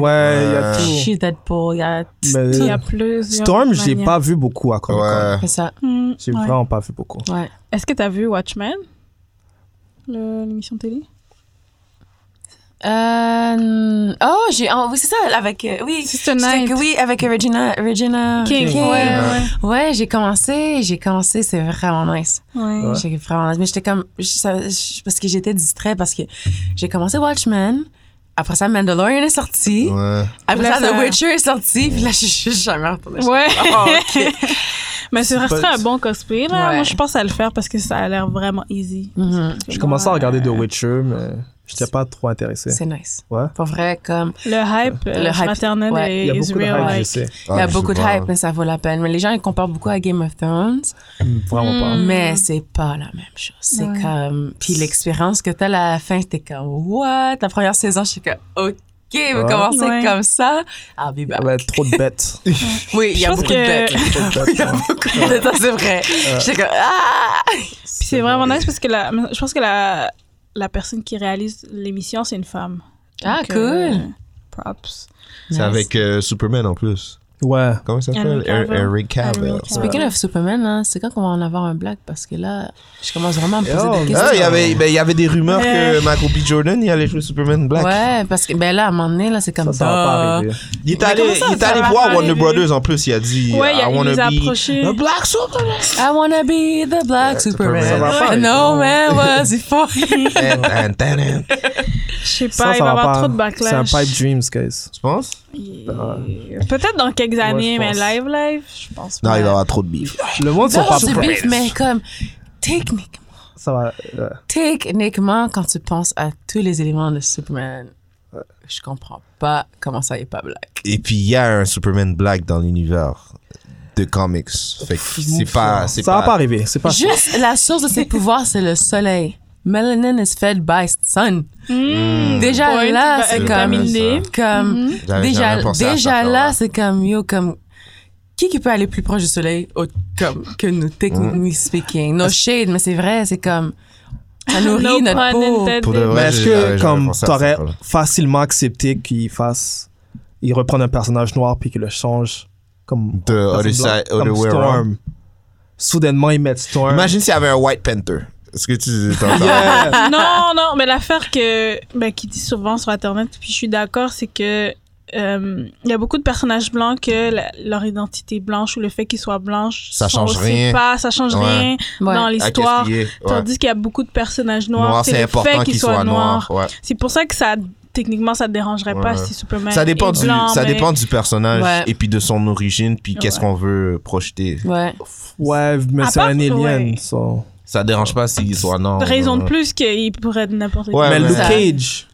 Speaker 2: Ouais, Ben, il y
Speaker 1: Ouais.
Speaker 2: a tout.
Speaker 4: Shit Deadpool. Il y a.
Speaker 2: Mais-
Speaker 3: Il y a plus. il y a
Speaker 2: Storm,
Speaker 3: plus de
Speaker 2: j'ai
Speaker 3: manières.
Speaker 2: pas vu beaucoup à Comic-Con.
Speaker 1: Ouais.
Speaker 4: C'est ça.
Speaker 3: Hmm,
Speaker 2: J'ai
Speaker 3: ouais.
Speaker 2: vraiment pas vu beaucoup.
Speaker 4: Ouais.
Speaker 3: Est-ce que t'as vu Watchmen? Le- L'émission télé?
Speaker 4: Euh, oh, j'ai. oh, oui, c'est ça, avec. euh, oui.
Speaker 3: Sister
Speaker 4: Je sais
Speaker 3: Knight.
Speaker 4: que Oui, avec Regina. Regina
Speaker 3: King.
Speaker 4: King.
Speaker 3: Ouais, ouais.
Speaker 4: Ouais, j'ai commencé. J'ai commencé. C'est vraiment nice.
Speaker 3: ouais.
Speaker 2: Ouais.
Speaker 4: J'ai vraiment nice. Mais j'étais comme. je- ça- je- parce que j'étais distrait parce que j'ai commencé Watchmen. Après ça, Mandalorian est sorti.
Speaker 1: Ouais.
Speaker 4: Après
Speaker 3: Là,
Speaker 4: ça, The
Speaker 3: ça-
Speaker 4: Witcher est sorti. Puis là, je suis jamais retournée.
Speaker 3: Ouais.
Speaker 4: Oh, ok.
Speaker 3: Mais c'est
Speaker 2: C'est
Speaker 3: resté
Speaker 2: pas-
Speaker 3: un bon cosplay, là.
Speaker 4: Ouais.
Speaker 3: Moi, je pense à le faire parce que ça a l'air vraiment easy.
Speaker 4: Mhm.
Speaker 2: J'ai commencé à regarder The Witcher, mais j'étais pas trop intéressé.
Speaker 4: C'est nice.
Speaker 2: Ouais.
Speaker 4: Pour vrai, comme.
Speaker 3: Le hype, le
Speaker 4: hype,
Speaker 3: hype maternel
Speaker 4: ouais.
Speaker 2: Il y a
Speaker 3: est
Speaker 2: beaucoup
Speaker 3: is
Speaker 2: de
Speaker 3: real.
Speaker 2: hype, je
Speaker 3: like.
Speaker 2: sais.
Speaker 4: Il y
Speaker 1: Ah,
Speaker 4: a
Speaker 1: je
Speaker 4: beaucoup de
Speaker 1: sais pas.
Speaker 4: hype, mais ça vaut la peine. Mais les gens, ils comparent beaucoup à Game of Thrones.
Speaker 3: Mm.
Speaker 2: Vraiment pas.
Speaker 4: Mais c'est pas la même chose. C'est
Speaker 3: Ouais.
Speaker 4: comme. Puis l'expérience que t'as à la fin, t'es comme, what? La première saison, je suis comme, OK, vous commencez
Speaker 3: Ouais.
Speaker 4: comme ça. I'll be
Speaker 2: Il y
Speaker 4: back.
Speaker 2: avait trop de bêtes.
Speaker 4: Oui, il y a
Speaker 3: Je pense
Speaker 4: beaucoup de
Speaker 3: que-
Speaker 4: bêtes.
Speaker 2: Trop de
Speaker 4: Il y
Speaker 2: bêtes,
Speaker 4: a
Speaker 2: ouais.
Speaker 4: beaucoup de bêtes, ça, c'est vrai. J'étais comme, ah!
Speaker 3: Puis c'est vraiment nice parce que la, je pense que la, la personne qui réalise l'émission, c'est une femme.
Speaker 4: Ah,
Speaker 3: Donc, euh,
Speaker 4: cool.
Speaker 3: props.
Speaker 1: C'est avec euh, Superman en plus.
Speaker 2: Ouais.
Speaker 1: Comment ça s'appelle
Speaker 3: Henry Cavill.
Speaker 1: Eric Cavill.
Speaker 3: Henry Cavill.
Speaker 4: Speaking of Superman, hein, c'est quand qu'on va en avoir un black? Parce que là, je commence vraiment à me poser
Speaker 2: Oh,
Speaker 4: des questions.
Speaker 1: Ah, il y avait, ben, il y avait des rumeurs
Speaker 3: Euh.
Speaker 1: que Michael B. Jordan il allait jouer Superman Black.
Speaker 4: Ouais, parce que ben là, à un moment donné, là, c'est
Speaker 2: Ça,
Speaker 4: comme
Speaker 2: ça va
Speaker 3: Ah.
Speaker 2: pas arriver.
Speaker 1: Il est
Speaker 3: Mais
Speaker 1: allé,
Speaker 3: comment ça,
Speaker 1: il est
Speaker 3: ça
Speaker 1: allé
Speaker 3: va
Speaker 1: voir
Speaker 3: pas
Speaker 1: Warner
Speaker 3: arriver?
Speaker 1: Brothers en plus. Il a dit
Speaker 3: Ouais, il,
Speaker 1: I
Speaker 3: a, il
Speaker 1: wanna
Speaker 3: les a
Speaker 1: be
Speaker 3: approchés.
Speaker 1: a Black Superman.
Speaker 4: I wanna be the black Superman.
Speaker 1: Ça
Speaker 2: va pas, Eh,
Speaker 4: no man was before.
Speaker 1: Tan, tan, tan, tan.
Speaker 3: Je sais pas, il
Speaker 2: Ça, ça
Speaker 3: va y
Speaker 2: va
Speaker 3: avoir
Speaker 2: pas.
Speaker 3: trop de
Speaker 2: C'est un
Speaker 3: backlash.
Speaker 2: pipe dreams, guys.
Speaker 1: tu penses
Speaker 3: Il- Peut-être dans quelques années, mais
Speaker 2: pense.
Speaker 3: live, live, je pense
Speaker 1: Non,
Speaker 3: pas.
Speaker 1: il va y avoir trop de beef.
Speaker 2: Le monde sont
Speaker 4: Non,
Speaker 2: pas
Speaker 4: c'est
Speaker 2: prêts.
Speaker 4: bif, mais comme techniquement,
Speaker 2: Ça va. ouais.
Speaker 4: techniquement, quand tu penses à tous les éléments de Superman, je comprends pas comment ça est pas black.
Speaker 1: Et puis il y a un Superman Black dans l'univers de comics. Fait que c'est pas, c'est
Speaker 2: Ça va pas arriver. C'est pas.
Speaker 4: Juste la source de ses pouvoirs, c'est le soleil. Melanin is fed by sun.
Speaker 3: Hmm?
Speaker 2: Hmm.
Speaker 1: Hmm,
Speaker 4: Déjà
Speaker 1: Ben,
Speaker 3: Point,
Speaker 4: là,
Speaker 3: va-
Speaker 4: c'est
Speaker 3: vitamine
Speaker 4: comme,
Speaker 3: D.
Speaker 4: comme
Speaker 1: J'avais
Speaker 4: déjà,
Speaker 1: jamais pensé à
Speaker 4: déjà
Speaker 1: ça,
Speaker 4: là,
Speaker 1: ouais.
Speaker 4: c'est comme yo, comme qui qui peut aller plus proche du soleil autre comme que nous, technically speaking. No shade, mais c'est vrai, c'est comme ça nourrit
Speaker 3: No
Speaker 4: notre
Speaker 3: pun
Speaker 4: peau.
Speaker 3: intended.
Speaker 1: Pour de vrai,
Speaker 2: Mais est-ce
Speaker 1: j'avais jamais
Speaker 2: que, comme,
Speaker 1: pensé à ça,
Speaker 2: t'aurais
Speaker 1: voilà.
Speaker 2: facilement accepté qu'il fasse. Il reprenne un personnage noir puis qu'il le change comme.
Speaker 1: De
Speaker 2: personne
Speaker 1: Other
Speaker 2: blanche,
Speaker 1: Side- Other
Speaker 2: comme
Speaker 1: Way Around.
Speaker 2: Storm. Soudainement, ils mettent Storm.
Speaker 1: Imagine s'il y avait un White Panther. Est-ce que tu Ah, t'entends?
Speaker 3: non, non, mais l'affaire que ben, qui dit souvent sur Internet, puis je suis d'accord, c'est que euh, il y a beaucoup de personnages blancs que la- leur identité blanche ou le fait qu'ils soient blanches,
Speaker 1: Ça
Speaker 3: sont
Speaker 1: change
Speaker 3: aussi
Speaker 1: rien.
Speaker 3: Pas, ça change
Speaker 1: Ouais.
Speaker 3: rien
Speaker 4: Ouais.
Speaker 3: dans
Speaker 1: Ah, qu'est-ce
Speaker 3: l'histoire.
Speaker 1: qu'il est? Ouais.
Speaker 3: Tandis qu'il y a beaucoup de personnages noirs,
Speaker 1: Noir,
Speaker 3: c'est
Speaker 1: c'est
Speaker 3: le fait
Speaker 1: important
Speaker 3: qu'ils
Speaker 1: qu'il
Speaker 3: soient
Speaker 1: soit
Speaker 3: noirs.
Speaker 1: noir. ouais.
Speaker 3: C'est pour ça que ça techniquement ça te dérangerait pas
Speaker 1: Ouais.
Speaker 3: si Superman
Speaker 1: Ça dépend,
Speaker 3: est
Speaker 1: du,
Speaker 3: Ben, blanc,
Speaker 1: ça
Speaker 3: mais-
Speaker 1: dépend du personnage
Speaker 4: Ouais.
Speaker 1: et puis de son origine, puis qu'est-ce
Speaker 3: Ouais.
Speaker 1: qu'on veut euh, projeter.
Speaker 4: Ouais.
Speaker 2: Ouais, mais
Speaker 3: À
Speaker 2: c'est
Speaker 3: part-
Speaker 2: un alien.
Speaker 3: ouais.
Speaker 2: so.
Speaker 1: Ça dérange pas s'il soit non.
Speaker 3: Raison de plus qu'il pourrait être n'importe
Speaker 1: Ouais,
Speaker 2: mais
Speaker 1: ouais.
Speaker 2: Luke
Speaker 4: Ça-
Speaker 2: Cage.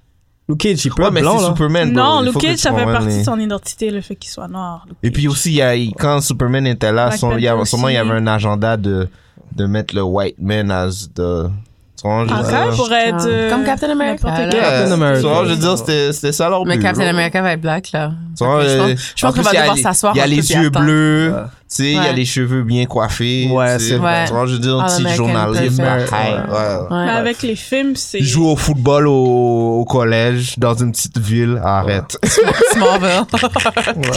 Speaker 2: Luke Cage, il peut
Speaker 1: Ouais,
Speaker 2: être
Speaker 1: mais
Speaker 2: blanc,
Speaker 1: c'est
Speaker 2: là.
Speaker 1: Superman. bro.
Speaker 3: Non,
Speaker 1: Il
Speaker 3: Luke
Speaker 1: faut que
Speaker 3: Cage,
Speaker 1: tu
Speaker 3: ça fait
Speaker 1: comprennes
Speaker 3: partie
Speaker 1: les-
Speaker 3: de son identité, le fait qu'il soit noir. Luke
Speaker 1: Et puis
Speaker 3: Cage.
Speaker 1: aussi, il y a- quand Superman était là,
Speaker 3: Black
Speaker 1: son- il y a-
Speaker 3: Panther
Speaker 1: sûrement il y
Speaker 3: aussi.
Speaker 1: avait un agenda de de mettre le white man as the. Tu vois, je veux
Speaker 3: Encore,
Speaker 1: dire-
Speaker 3: pour être... euh,
Speaker 4: Ah, Comme Captain America,
Speaker 3: n'importe
Speaker 4: là.
Speaker 3: quel.
Speaker 2: Captain America.
Speaker 1: Tu vois, je veux dire, c'était c'était ça leur
Speaker 4: Mais
Speaker 1: but,
Speaker 4: Captain
Speaker 1: là.
Speaker 4: America va être black, là.
Speaker 1: Tu vois,
Speaker 4: Je pense-
Speaker 1: euh,
Speaker 4: je pense
Speaker 1: en
Speaker 4: qu'on
Speaker 1: plus,
Speaker 4: va
Speaker 1: il y a
Speaker 4: devoir
Speaker 1: les-
Speaker 4: s'asseoir
Speaker 1: Il y a
Speaker 4: un peu
Speaker 1: les
Speaker 4: puis
Speaker 1: yeux
Speaker 4: attendre.
Speaker 1: bleus,
Speaker 2: Ouais.
Speaker 1: tu sais, il y a
Speaker 4: Ouais.
Speaker 1: les cheveux bien coiffés.
Speaker 2: Ouais,
Speaker 1: tu sais.
Speaker 2: c'est
Speaker 4: vrai.
Speaker 1: Tu vois, je veux dire,
Speaker 4: All
Speaker 1: petit
Speaker 4: American
Speaker 1: journaliste.
Speaker 4: perfect.
Speaker 1: bataille, ouais, ouais.
Speaker 3: Mais
Speaker 4: Ouais.
Speaker 3: avec les films, c'est...
Speaker 1: Je joue au football au, au collège, dans une petite ville, arrête.
Speaker 4: It's Marvel.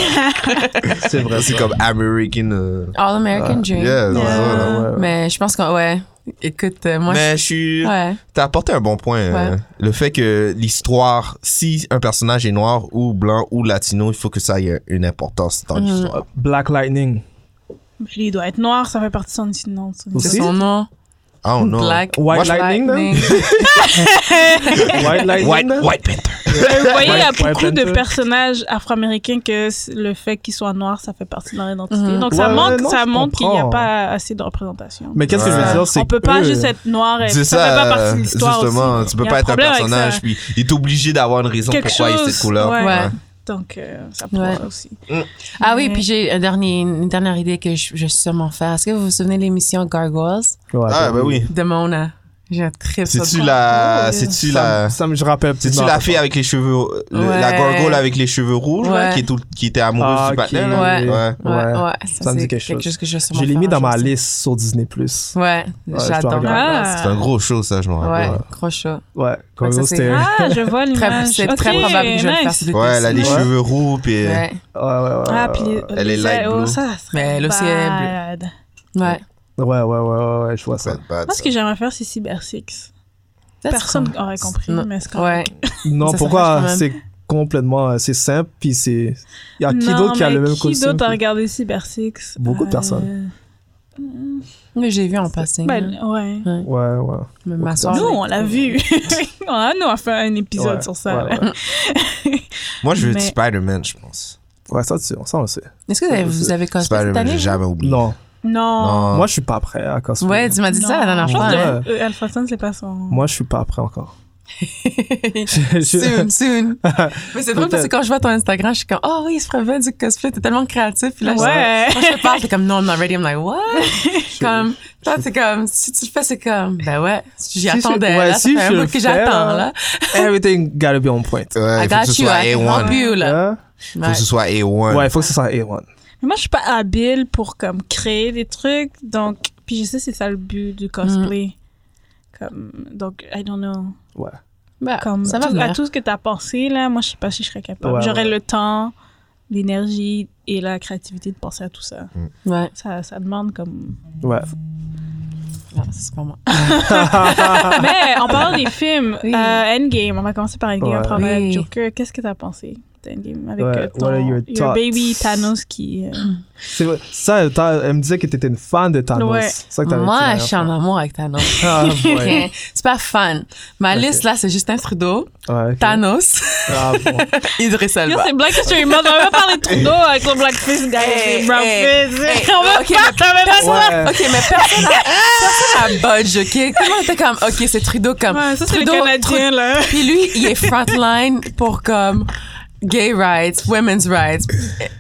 Speaker 2: C'est vrai.
Speaker 1: C'est comme American. euh,
Speaker 4: All American Dream.
Speaker 1: yeah, c'est
Speaker 3: Yeah.
Speaker 1: ça, là.
Speaker 2: Ouais, ouais.
Speaker 4: Mais je pense que, ouais. Écoute, euh, moi,
Speaker 1: Mais je suis.
Speaker 4: je. Ouais.
Speaker 1: T'as apporté un bon point. euh,
Speaker 4: Ouais.
Speaker 1: le fait que l'histoire, si un personnage est noir ou blanc ou latino, il faut que ça ait une importance dans
Speaker 4: Mhm.
Speaker 3: Mm-hmm.
Speaker 1: l'histoire.
Speaker 2: Black Lightning.
Speaker 3: Mais Il doit être noir, ça fait partie de son nom. ça.
Speaker 2: Aussi.
Speaker 4: C'est son nom.
Speaker 1: Ah non.
Speaker 4: Black.
Speaker 2: White
Speaker 1: Moi, je-
Speaker 2: Lightning, là? White Lightning.
Speaker 1: White,
Speaker 2: là?
Speaker 1: White Panther.
Speaker 3: Mais Vous voyez, il y a
Speaker 2: White- White
Speaker 3: beaucoup de
Speaker 2: Panther.
Speaker 3: personnages afro-américains que c- le fait qu'ils soient noirs, ça fait partie de leur identité.
Speaker 4: Mhm.
Speaker 3: Donc, ça
Speaker 2: Ouais,
Speaker 3: manque,
Speaker 2: non,
Speaker 3: ça
Speaker 2: je
Speaker 3: montre qu'il n'y a
Speaker 2: comprends.
Speaker 3: pas assez de représentation.
Speaker 2: Mais qu'est-ce que je veux
Speaker 1: Ouais.
Speaker 2: dire, c'est
Speaker 3: On peut pas
Speaker 2: que eux-
Speaker 3: juste être noir et
Speaker 1: C'est
Speaker 3: ça,
Speaker 1: ça,
Speaker 3: fait pas
Speaker 1: euh,
Speaker 3: partie de l'histoire
Speaker 1: justement.
Speaker 3: aussi.
Speaker 1: Tu peux
Speaker 3: Il y a
Speaker 1: pas
Speaker 3: un
Speaker 1: être un
Speaker 3: problème avec ça.
Speaker 1: personnage, puis il est obligé d'avoir une raison
Speaker 3: Quelque
Speaker 1: pourquoi il est cette
Speaker 3: chose,
Speaker 1: couleur.
Speaker 3: ouais.
Speaker 4: Ouais.
Speaker 3: Donc, euh, ça prend
Speaker 4: Ouais.
Speaker 3: ça aussi.
Speaker 4: Ah oui, puis j'ai un dernier, une dernière idée que je, je vais sûrement faire. Est-ce que vous vous souvenez de l'émission Gargoyles
Speaker 2: Ouais,
Speaker 1: Ah, bah oui.
Speaker 4: de Mona? J'ai un trip sur
Speaker 1: C'est-tu
Speaker 4: le-
Speaker 1: la.
Speaker 3: Ouais.
Speaker 1: C'est-tu
Speaker 2: Ça,
Speaker 1: la.
Speaker 2: me- ça me je rappelle.
Speaker 1: C'est-tu
Speaker 2: petit
Speaker 1: la
Speaker 2: peu.
Speaker 1: fille avec les cheveux. le-
Speaker 4: Ouais.
Speaker 1: La gorgole avec les cheveux rouges, là,
Speaker 4: Ouais.
Speaker 1: qui, est tout- qui était amoureuse
Speaker 2: Ah,
Speaker 1: du patin,
Speaker 2: ok.
Speaker 1: là?
Speaker 4: Ouais.
Speaker 1: Ouais.
Speaker 4: Ouais,
Speaker 2: Ouais.
Speaker 4: ouais,
Speaker 2: Ça
Speaker 4: ça,
Speaker 2: me dit
Speaker 4: c'est
Speaker 2: quelque chose.
Speaker 4: que je vais sûrement
Speaker 2: Je l'ai mis dans
Speaker 4: faire un
Speaker 2: ma
Speaker 4: jour, ça.
Speaker 2: liste sur Disney+. Plus.
Speaker 4: Ouais,
Speaker 2: je dois
Speaker 4: j'adore
Speaker 2: regarder.
Speaker 4: Gargoyles.
Speaker 1: C'est un gros show, ça, je m'en
Speaker 4: Ouais,
Speaker 1: rappelle.
Speaker 4: gros show.
Speaker 2: Ouais. Comme
Speaker 4: Ouais, ça,
Speaker 2: ça,
Speaker 4: c'est-
Speaker 2: c'était... Ouais,
Speaker 3: Ah, je vois
Speaker 4: Très-
Speaker 3: l'image.
Speaker 4: C'est très
Speaker 3: Ok,
Speaker 4: probable que je vais le faire
Speaker 3: nice.
Speaker 4: cet été
Speaker 1: Ouais, elle a
Speaker 4: aussi.
Speaker 1: les
Speaker 2: Ouais.
Speaker 1: cheveux roux, puis. euh,
Speaker 4: Ouais,
Speaker 2: ouais, ouais.
Speaker 3: Ah, puis les,
Speaker 1: Elle est
Speaker 3: les-
Speaker 1: light
Speaker 3: oh,
Speaker 1: blue.
Speaker 3: ça, ça serait
Speaker 4: Mais elle aussi, elle est bleue.
Speaker 3: bad.
Speaker 4: ouais.
Speaker 2: Ouais, ouais, ouais, ouais, ouais, je vois ça.
Speaker 1: Pas de bad,
Speaker 3: Moi,
Speaker 1: ça.
Speaker 3: ce que j'aimerais faire, c'est Cyber Six. Personne n'aurait compris,
Speaker 4: Non.
Speaker 3: mais c'est quand
Speaker 4: Ouais.
Speaker 2: Non,
Speaker 4: Ça
Speaker 2: pourquoi
Speaker 4: s'arrache quand
Speaker 2: c'est complètement... euh, C'est simple, puis c'est... Il y a qui
Speaker 3: Non,
Speaker 2: d'autre Ah, qui a
Speaker 3: mais
Speaker 2: le même
Speaker 3: qui
Speaker 2: costume?
Speaker 3: d'autre a
Speaker 2: que-
Speaker 3: regardé Cyber Six
Speaker 2: Beaucoup de
Speaker 3: Euh,
Speaker 2: personnes.
Speaker 4: Mais j'ai vu en passing.
Speaker 3: Ben,
Speaker 4: hein.
Speaker 3: ouais.
Speaker 2: Ouais, ouais.
Speaker 4: Mais ma
Speaker 2: de
Speaker 4: soeur.
Speaker 3: Nous, on l'a vu. Ah, Nous, on a fait un épisode
Speaker 2: Ouais,
Speaker 3: sur ça.
Speaker 2: ouais,
Speaker 3: là.
Speaker 1: Moi, je veux être
Speaker 3: Mais-
Speaker 1: Spider-Man, je pense.
Speaker 2: Ouais, ça, tu- ça, on le sait.
Speaker 4: Est-ce que vous avez- vous avez cosplay cette
Speaker 1: Spider-Man,
Speaker 4: année?
Speaker 1: j'ai jamais oublié.
Speaker 2: Non.
Speaker 3: Non.
Speaker 1: Non.
Speaker 2: Moi, je suis pas prêt à cosplay.
Speaker 4: Ouais, tu m'as dit
Speaker 3: Non.
Speaker 4: Ah, ça la dernière
Speaker 3: Je pense
Speaker 4: fois. hein.
Speaker 2: Ouais.
Speaker 3: que euh, Alphonse, c'est pas son.
Speaker 2: Moi, je suis pas prêt encore. Je- je-
Speaker 4: Soon, soon. Mais c'est drôle parce que quand je vois ton Instagram, je suis comme, oh oui, il se ferait bien du cosplay, t'es tellement créatif. Puis là, je-
Speaker 3: Ouais.
Speaker 4: quand je te parle, t'es comme, non, I'm not ready. I'm like, what? comme, toi, t'es comme, si tu le fais, c'est comme, ben ouais, j'y
Speaker 2: je-
Speaker 4: attendais.
Speaker 2: ouais,
Speaker 4: là,
Speaker 2: si
Speaker 4: ça fait
Speaker 2: je
Speaker 4: un
Speaker 2: le
Speaker 4: bout que
Speaker 2: fais, hein.
Speaker 4: j'attends,
Speaker 2: là.
Speaker 4: là.
Speaker 2: Everything gotta be on point.
Speaker 1: Ouais,
Speaker 4: I
Speaker 1: il faut que ce
Speaker 4: got you,
Speaker 1: soit
Speaker 4: I can help
Speaker 1: A1.
Speaker 4: you, là.
Speaker 2: Hein?
Speaker 1: Il faut
Speaker 4: Ouais.
Speaker 1: que ce soit A1.
Speaker 2: Ouais, il faut que ce soit A1.
Speaker 3: Mais moi, je suis pas habile pour comme créer des trucs, donc puis je sais c'est ça le but du cosplay. Comme donc I don't know.
Speaker 2: Ouais.
Speaker 4: Ben,
Speaker 3: Comme
Speaker 4: ça va
Speaker 3: tout- à
Speaker 4: venir.
Speaker 3: tout ce que t'as pensé là, moi je sais pas si je serais capable.
Speaker 2: Ouais,
Speaker 3: J'aurais
Speaker 2: ouais.
Speaker 3: le temps, l'énergie et la créativité de penser à tout ça.
Speaker 4: Ouais.
Speaker 3: Ça, ça demande comme.
Speaker 2: Ouais.
Speaker 4: Non, ça, c'est pas moi.
Speaker 3: Mais en parlant des films,
Speaker 4: Oui.
Speaker 3: euh, Endgame, on va commencer par Endgame,
Speaker 2: Ouais.
Speaker 3: après on va
Speaker 4: Oui.
Speaker 3: à Joker. Qu'est-ce que t'as pensé d'Endgame avec
Speaker 2: Ouais,
Speaker 3: euh, ton-
Speaker 2: what are your
Speaker 3: your baby
Speaker 2: thoughts?
Speaker 3: Thanos qui. euh,
Speaker 2: C'est vrai. Ça, elle t'a- elle me disait que t'étais une fan de Thanos.
Speaker 3: Ouais.
Speaker 2: C'est ça que t'avais
Speaker 4: Moi,
Speaker 2: dit
Speaker 4: je suis en
Speaker 2: dernière
Speaker 4: amour avec Thanos.
Speaker 2: fois. Ah, ouais.
Speaker 4: Ok. C'est pas fan. Ma
Speaker 2: Ok.
Speaker 4: liste, là, c'est Justin Trudeau,
Speaker 2: Ouais, ok.
Speaker 4: Thanos,
Speaker 2: Ah, bon.
Speaker 4: Idriss
Speaker 3: Yo,
Speaker 4: Elba.
Speaker 3: c'est Black History Month. On va même pas parler de Trudeau avec son blackface, guys.
Speaker 4: Hey,
Speaker 3: et brown
Speaker 4: hey,
Speaker 3: face.
Speaker 4: hey,
Speaker 3: on va
Speaker 4: ok,
Speaker 3: pas parler de ça.
Speaker 2: Ouais.
Speaker 4: Ok, mais personne n'a personne n'a budge, ok? Tout le monde était comme, ok, c'est Trudeau comme.
Speaker 3: Ouais, ça, c'est le
Speaker 4: Trudeau,
Speaker 3: Canadien,
Speaker 4: Trudeau-
Speaker 3: là.
Speaker 4: Puis lui, il est frontline pour comme gay rights, women's rights.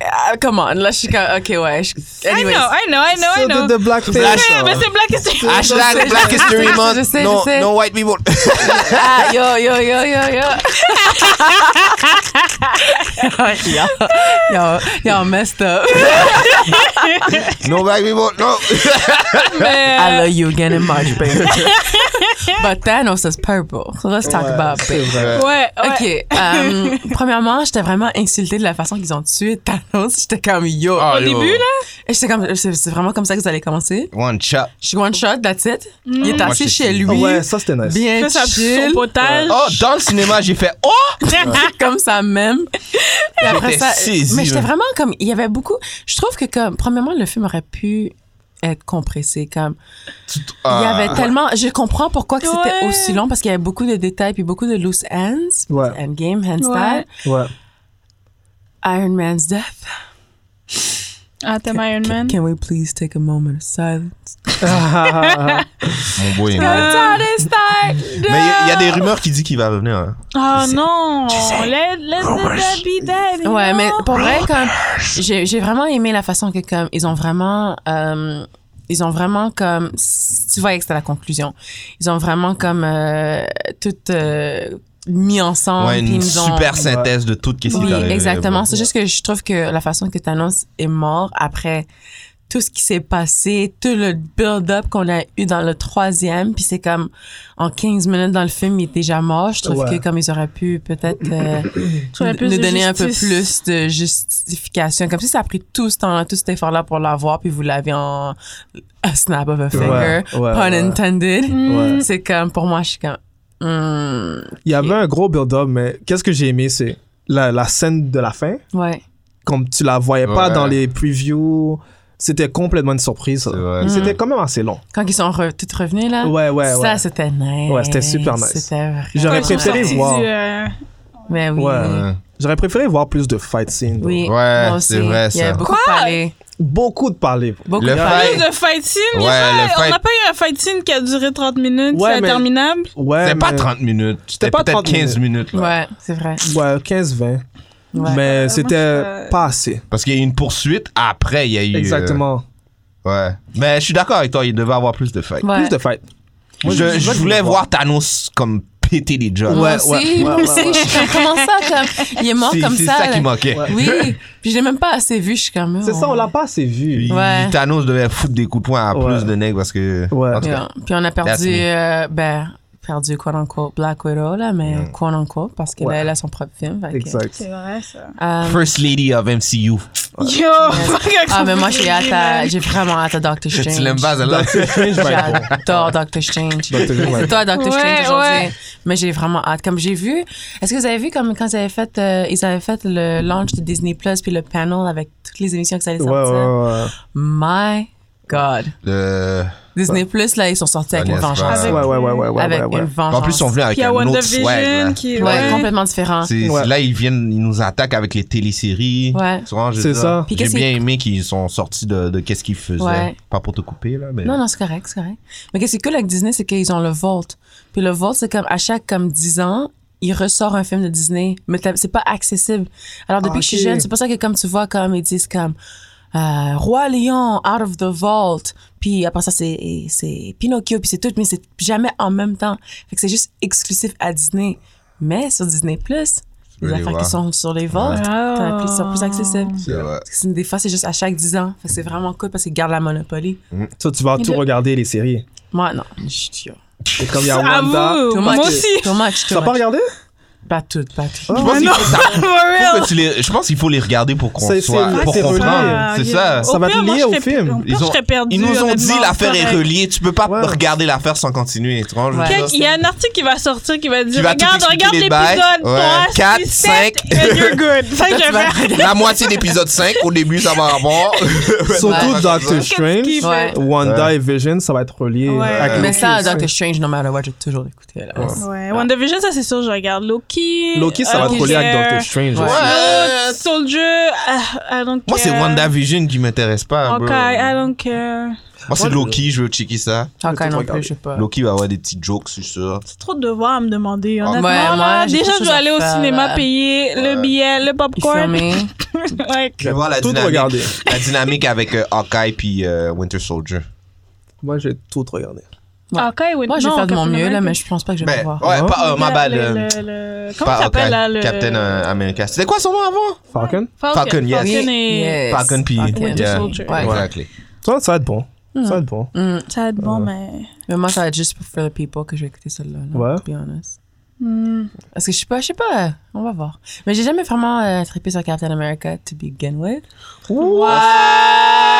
Speaker 4: Ah, come on, là, je suis comme, ok, ouais. je-
Speaker 3: I know,
Speaker 4: anyways.
Speaker 3: I know, I know, I
Speaker 2: So,
Speaker 3: know.
Speaker 2: the, the black
Speaker 1: Black-
Speaker 3: Ouais, mais c'est Black History Month.
Speaker 1: Hashtag Black History
Speaker 4: je sais,
Speaker 1: Month.
Speaker 4: je sais,
Speaker 1: no,
Speaker 4: je sais.
Speaker 1: no white people.
Speaker 4: Ah, yo, yo, yo, yo, yo. yo, yo, yo, messed up.
Speaker 1: no black people. No.
Speaker 4: I
Speaker 3: Mais,
Speaker 4: love you again in March, baby. But Thanos is purple. So let's talk about it.
Speaker 3: ouais, ouais.
Speaker 4: Ok, euh, premièrement, j'étais vraiment insultée de la façon qu'ils ont tué Thanos. J'étais comme yo.
Speaker 1: Au
Speaker 3: début,
Speaker 1: là.
Speaker 4: Et j'étais comme, c'est c'est vraiment comme ça que vous allez commencer.
Speaker 1: One chop.
Speaker 4: Je suis one shot, that's it. Il est
Speaker 1: Moi,
Speaker 4: assis
Speaker 1: je
Speaker 4: chez
Speaker 1: suis-
Speaker 4: lui,
Speaker 2: Ah ouais, ça c'était nice.
Speaker 4: bien
Speaker 3: hmm, Fait sa-
Speaker 4: chill,
Speaker 3: son potage.
Speaker 1: Oh, dans le cinéma, j'ai fait Oh!
Speaker 4: comme ça même. Et après
Speaker 1: J'étais
Speaker 4: ça,
Speaker 1: saisie,
Speaker 4: mais j'étais
Speaker 1: là.
Speaker 4: vraiment comme, il y avait beaucoup. Je trouve que comme, premièrement, le film aurait pu être compressé comme il y
Speaker 1: Ah.
Speaker 4: avait tellement je comprends pourquoi que c'était
Speaker 3: Ouais.
Speaker 4: aussi long parce qu'il y avait beaucoup de détails puis beaucoup de loose ends
Speaker 2: Ouais.
Speaker 4: endgame hands
Speaker 3: Ouais.
Speaker 2: Ouais.
Speaker 4: Iron Man's death
Speaker 3: Ah, t'aimes Iron Man?
Speaker 4: Can we please take a moment of silence?
Speaker 1: Mon boy. mon
Speaker 3: Euh,
Speaker 1: boy. Mais il y, a- il y a des rumeurs qui disent qu'il va revenir. hein.
Speaker 3: Oh non! Let, let
Speaker 1: Oh,
Speaker 3: the baby dead.
Speaker 4: Oh, Ouais, mais pour vrai, comme j'ai j'ai vraiment aimé la façon que comme ils ont vraiment euh, ils ont vraiment comme, si tu voyais que c'était la conclusion, ils ont vraiment comme euh, tout euh, mis ensemble.
Speaker 1: Ouais,
Speaker 4: puis
Speaker 1: une
Speaker 4: ils ont-
Speaker 1: super synthèse de tout ce qui
Speaker 4: Oui,
Speaker 1: s'est arrivé.
Speaker 4: exactement. C'est juste que je trouve que la façon que Thanos est mort après tout ce qui s'est passé, tout le build-up qu'on a eu dans le troisième, puis c'est comme en 15 minutes dans le film, il est déjà mort. Je trouve
Speaker 2: Ouais.
Speaker 4: que comme ils auraient pu peut-être euh,
Speaker 3: Tu aurais
Speaker 4: nous-
Speaker 3: plus de
Speaker 4: nous donner un peu
Speaker 3: justice.
Speaker 4: plus de justification. Comme si ça a pris tout ce temps-là, tout cet effort-là pour l'avoir, puis vous l'avez en a snap of a finger,
Speaker 2: Ouais, ouais,
Speaker 4: pun
Speaker 2: ouais.
Speaker 4: intended.
Speaker 2: Ouais.
Speaker 4: C'est comme, pour moi, je suis comme... hmm,
Speaker 2: Il y avait un gros build-up, mais qu'est-ce que j'ai aimé, c'est la, la scène de la fin.
Speaker 4: ouais.
Speaker 2: Comme tu la voyais pas
Speaker 1: Ouais.
Speaker 2: dans les previews, c'était complètement une surprise. ça.
Speaker 1: C'est vrai.
Speaker 2: Mm. C'était quand même assez long.
Speaker 4: Quand ils sont re- tous revenus, là.
Speaker 2: Ouais, ouais,
Speaker 4: Ah, ça,
Speaker 2: ouais.
Speaker 4: c'était nice.
Speaker 2: Ouais, c'était super nice.
Speaker 4: C'était vrai.
Speaker 2: J'aurais
Speaker 3: Quand ils sont
Speaker 2: préféré
Speaker 3: sortis
Speaker 2: voir.
Speaker 3: du, euh,
Speaker 4: Mais oui.
Speaker 2: Ouais.
Speaker 1: Ouais.
Speaker 2: J'aurais préféré voir plus de fight scenes.
Speaker 4: Oui,
Speaker 1: Ouais,
Speaker 4: moi aussi.
Speaker 1: c'est vrai,
Speaker 4: Il y
Speaker 1: ça.
Speaker 4: avait beaucoup de parler.
Speaker 2: Beaucoup de parler.
Speaker 4: Beaucoup
Speaker 1: Le
Speaker 4: de parler.
Speaker 1: Hey.
Speaker 3: Plus de fight scene,
Speaker 1: Ouais,
Speaker 3: yeah,
Speaker 1: le
Speaker 3: on
Speaker 1: fight-
Speaker 3: n'a pas eu un fight scene qui a duré 30 minutes, euh,
Speaker 2: Ouais,
Speaker 3: c'est
Speaker 2: mais-
Speaker 3: interminable.
Speaker 2: Ouais,
Speaker 1: C'était pas
Speaker 2: mais-
Speaker 1: 30 minutes. C'était
Speaker 2: euh, pas
Speaker 1: peut-être
Speaker 2: 30
Speaker 1: 15 minutes. là.
Speaker 4: Ouais, c'est vrai.
Speaker 2: Ouais, 15-20.
Speaker 4: Ouais.
Speaker 2: Mais c'était
Speaker 3: je-
Speaker 2: pas assez.
Speaker 1: Parce qu'il y a eu une poursuite après, il y a eu. euh,
Speaker 2: Exactement.
Speaker 1: ouais. Mais je suis d'accord avec toi, il devait avoir plus de fight.
Speaker 4: Ouais.
Speaker 2: Plus de fight. Moi,
Speaker 1: je, je
Speaker 2: moi,
Speaker 1: voulais voir Thanos comme péter des jobs.
Speaker 4: Moi
Speaker 2: Ouais,
Speaker 4: aussi,
Speaker 2: ouais,
Speaker 4: moi
Speaker 2: ouais,
Speaker 4: aussi,
Speaker 2: ouais.
Speaker 4: je suis comme, comment ça? Comme, il est mort
Speaker 1: C'est
Speaker 4: comme
Speaker 1: c'est
Speaker 4: ça.
Speaker 1: ça
Speaker 4: là.
Speaker 1: qui manquait.
Speaker 2: Ouais.
Speaker 4: Oui, puis je l'ai même pas assez vu, je suis comme... oh.
Speaker 2: C'est ça, on l'a pas assez vu.
Speaker 1: Puis
Speaker 4: Ouais.
Speaker 1: Thanos devait foutre des coups de poing à
Speaker 2: Ouais.
Speaker 1: plus de nègres parce que.
Speaker 2: Ouais.
Speaker 1: en tout cas,
Speaker 4: Yeah. Puis on a
Speaker 1: That's
Speaker 4: perdu,
Speaker 1: me.
Speaker 4: euh, ben, perdu, quote unquote, Black Widow, là, mais
Speaker 1: Yeah.
Speaker 4: quote unquote, parce qu'elle
Speaker 2: Ouais.
Speaker 4: elle a son propre film. fait que-
Speaker 2: Exact.
Speaker 3: vrai, ça.
Speaker 4: Euh,
Speaker 1: First Lady of MCU.
Speaker 3: Yo!
Speaker 4: ah, mais moi, j'ai hâte à- j'ai vraiment hâte à Doctor Strange.
Speaker 1: Tu l'aimes pas, celle-là?
Speaker 2: Doctor Strange va être bon.
Speaker 4: J'adore Doctor Strange.
Speaker 2: Doctor Strange, ouais.
Speaker 4: C'est toi, Doctor
Speaker 3: Ouais,
Speaker 4: Strange, aujourd'hui.
Speaker 3: ouais.
Speaker 4: Mais j'ai vraiment hâte. Comme j'ai vu, est-ce que vous avez vu comme quand ils avaient fait, euh, ils avaient fait le launch de Disney Plus puis le panel avec toutes les émissions que ça allait
Speaker 2: Ouais,
Speaker 4: sortir?
Speaker 2: ouais, ouais.
Speaker 4: My God.
Speaker 1: Le-
Speaker 4: Disney Plus, là, ils sont sortis avec
Speaker 1: Ah,
Speaker 4: une
Speaker 1: n'est-ce pas?
Speaker 4: vengeance.
Speaker 2: Ouais, ouais, ouais, ouais, ouais,
Speaker 4: avec
Speaker 2: ouais, ouais.
Speaker 4: une vengeance.
Speaker 1: En plus, ils sont venus avec
Speaker 3: Puis il y a
Speaker 1: un autre
Speaker 3: WandaVision
Speaker 1: swag. là.
Speaker 3: qui est.
Speaker 4: Ouais, complètement différent.
Speaker 1: C'est- c'est-
Speaker 2: Ouais.
Speaker 1: Là, ils viennent, ils nous attaquent avec les téléséries.
Speaker 4: Ouais.
Speaker 1: Souvent, je-
Speaker 2: C'est ça.
Speaker 4: Puis
Speaker 1: J'ai
Speaker 4: qu'est-ce
Speaker 1: bien aimé qu'ils sont sortis de, de qu'est-ce qu'ils faisaient.
Speaker 4: Ouais.
Speaker 1: Pas pour te couper, là, mais.
Speaker 4: Non, non, c'est correct, c'est correct. Mais qu'est-ce qui est cool avec Disney, c'est qu'ils ont le Vault. Puis le Vault, c'est comme à chaque comme 10 ans, il ressort un film de Disney, mais t'as- c'est pas accessible. Alors depuis que
Speaker 1: Ah,
Speaker 4: je suis
Speaker 2: Ok.
Speaker 4: jeune, c'est pour ça que comme tu vois, comme ils disent comme euh, Roi Lion, Out of the Vault, puis après ça c'est c'est Pinocchio, puis c'est tout, mais c'est jamais en même temps. Fait que c'est juste exclusif à Disney. Mais sur Disney Plus,
Speaker 1: peux
Speaker 4: les
Speaker 1: les
Speaker 4: affaires
Speaker 1: voir.
Speaker 4: qui sont sur les Vaults, t'as plus, sont plus accessibles.
Speaker 1: C'est vrai.
Speaker 4: Parce que c'est- des fois, c'est juste à chaque 10 ans. Fait que c'est vraiment cool parce qu'ils gardent la monopolie.
Speaker 2: Toi, tu vas
Speaker 3: Et
Speaker 2: tout
Speaker 3: le-
Speaker 2: regarder les séries.
Speaker 4: Moi, non. Je suis
Speaker 2: Et comme il y a Wanda.
Speaker 3: Avoue,
Speaker 4: Too
Speaker 3: moi
Speaker 4: much.
Speaker 3: aussi.
Speaker 4: Too much,
Speaker 2: Tu
Speaker 4: too
Speaker 2: vas pas
Speaker 4: much.
Speaker 2: regardé
Speaker 4: Pas toutes, pas toutes.
Speaker 1: Je pense qu'il faut-
Speaker 3: For real.
Speaker 1: que tu les- je pense qu'il faut les regarder pour qu'on
Speaker 2: C'est-
Speaker 1: soit.
Speaker 2: Ah, c'est-
Speaker 1: Pour
Speaker 2: c'est
Speaker 1: comprendre.
Speaker 2: relié.
Speaker 1: C'est ça.
Speaker 2: Ça va
Speaker 3: pire,
Speaker 2: te
Speaker 3: moi,
Speaker 2: lier
Speaker 3: je
Speaker 2: au
Speaker 3: serais-
Speaker 2: film.
Speaker 3: pire, je
Speaker 1: ont-
Speaker 3: serais perdue,
Speaker 1: ils nous ont dit
Speaker 3: honnêtement,
Speaker 1: l'affaire
Speaker 3: c'est
Speaker 1: est
Speaker 3: correct.
Speaker 1: reliée, tu peux pas
Speaker 2: Ouais.
Speaker 1: regarder l'affaire sans continuer. tu vois, je veux
Speaker 4: Ouais.
Speaker 1: dire.
Speaker 3: Quel- Il y a un article qui va sortir qui va dire
Speaker 1: Qui va tout
Speaker 3: Regarde,
Speaker 1: expliquer
Speaker 3: regarde
Speaker 1: les bails.
Speaker 3: l'épisode.
Speaker 1: Ouais.
Speaker 3: Toi,
Speaker 1: Quatre,
Speaker 3: 4,
Speaker 1: cinq.
Speaker 3: 5. And you're good. Ça,
Speaker 4: Toi, tu
Speaker 3: je
Speaker 4: vas
Speaker 3: vais-
Speaker 4: regarder.
Speaker 1: La moitié d'épisode 5, au début, ça va avoir.
Speaker 2: Surtout
Speaker 1: Ouais.
Speaker 2: Doctor
Speaker 1: Qu'est-ce
Speaker 2: Strange,
Speaker 3: qu'il
Speaker 4: fait?
Speaker 2: Wanda et euh, Vision, ça va être relié.
Speaker 3: Ouais.
Speaker 2: avec
Speaker 4: Mais
Speaker 2: Loki
Speaker 4: ça,
Speaker 2: aussi.
Speaker 4: Doctor Strange, no matter what, j'ai toujours écouté. Là.
Speaker 3: Ouais, WandaVision, ça c'est sûr, je regarde Loki.
Speaker 2: Loki, ça
Speaker 3: I
Speaker 2: va
Speaker 3: don't
Speaker 2: être relié avec
Speaker 3: care.
Speaker 2: Doctor Strange.
Speaker 4: Ouais.
Speaker 2: aussi.
Speaker 3: L'autre, Soldier, ah, I don't care.
Speaker 1: Moi, c'est WandaVision qui m'intéresse pas. bro.
Speaker 3: Ok, I don't care.
Speaker 1: Moi, c'est Loki, je veux checker ça.
Speaker 4: Encore
Speaker 2: tout
Speaker 4: non
Speaker 2: regarder.
Speaker 4: plus, je sais pas.
Speaker 1: Loki va avoir des petits jokes, je suis sûr.
Speaker 3: C'est trop de devoirs à me demander. Honnêtement,
Speaker 4: Ouais, moi,
Speaker 3: là,
Speaker 4: j'ai
Speaker 3: déjà,
Speaker 4: trop de
Speaker 3: je
Speaker 4: choses
Speaker 3: dois
Speaker 4: à
Speaker 3: aller au
Speaker 4: faire,
Speaker 3: cinéma
Speaker 4: là.
Speaker 3: payer le billet, le
Speaker 4: Il
Speaker 3: popcorn.
Speaker 4: fermé.
Speaker 3: Like,
Speaker 1: Je vais voir la
Speaker 2: Tout
Speaker 1: dynamique,
Speaker 2: regarder.
Speaker 1: la dynamique avec euh, Hawkeye puis euh, Winter Soldier.
Speaker 2: Moi, j'ai tout regardé.
Speaker 4: Ouais.
Speaker 3: ok, oui,
Speaker 4: Moi, je vais
Speaker 3: non,
Speaker 4: faire de mon
Speaker 3: Captain
Speaker 4: mieux, là,
Speaker 3: America.
Speaker 4: mais je pense pas que je vais
Speaker 1: Ben,
Speaker 4: pouvoir.
Speaker 1: ouais,
Speaker 2: Non?
Speaker 1: pas euh, ma
Speaker 3: Le-
Speaker 1: balle.
Speaker 3: le-
Speaker 1: euh,
Speaker 3: le- le- Comment
Speaker 1: Pas
Speaker 3: ça s'appelle, là
Speaker 1: Hawkeye.
Speaker 3: le...
Speaker 1: Captain euh, America. C'était quoi son nom avant?
Speaker 2: Falcon?
Speaker 3: Falcon,
Speaker 1: Falcon, yes.
Speaker 3: Falcon et-
Speaker 4: Yes.
Speaker 1: Falcon puis
Speaker 4: Euh, Falcon.
Speaker 3: Winter
Speaker 1: yeah.
Speaker 3: Soldier.
Speaker 4: Ouais.
Speaker 1: Exactly.
Speaker 2: Ça, ça va être bon. Ça va être bon.
Speaker 4: Mm.
Speaker 3: Ça va être bon, mais...
Speaker 4: Mais moi, ça va être juste pour Filler People que je vais écouter celle-là. là,
Speaker 2: Ouais.
Speaker 4: To be honest.
Speaker 3: Hmm.
Speaker 4: Parce que je sais pas, je sais pas, on va voir. Mais j'ai jamais vraiment euh, trippé sur Captain America to begin with.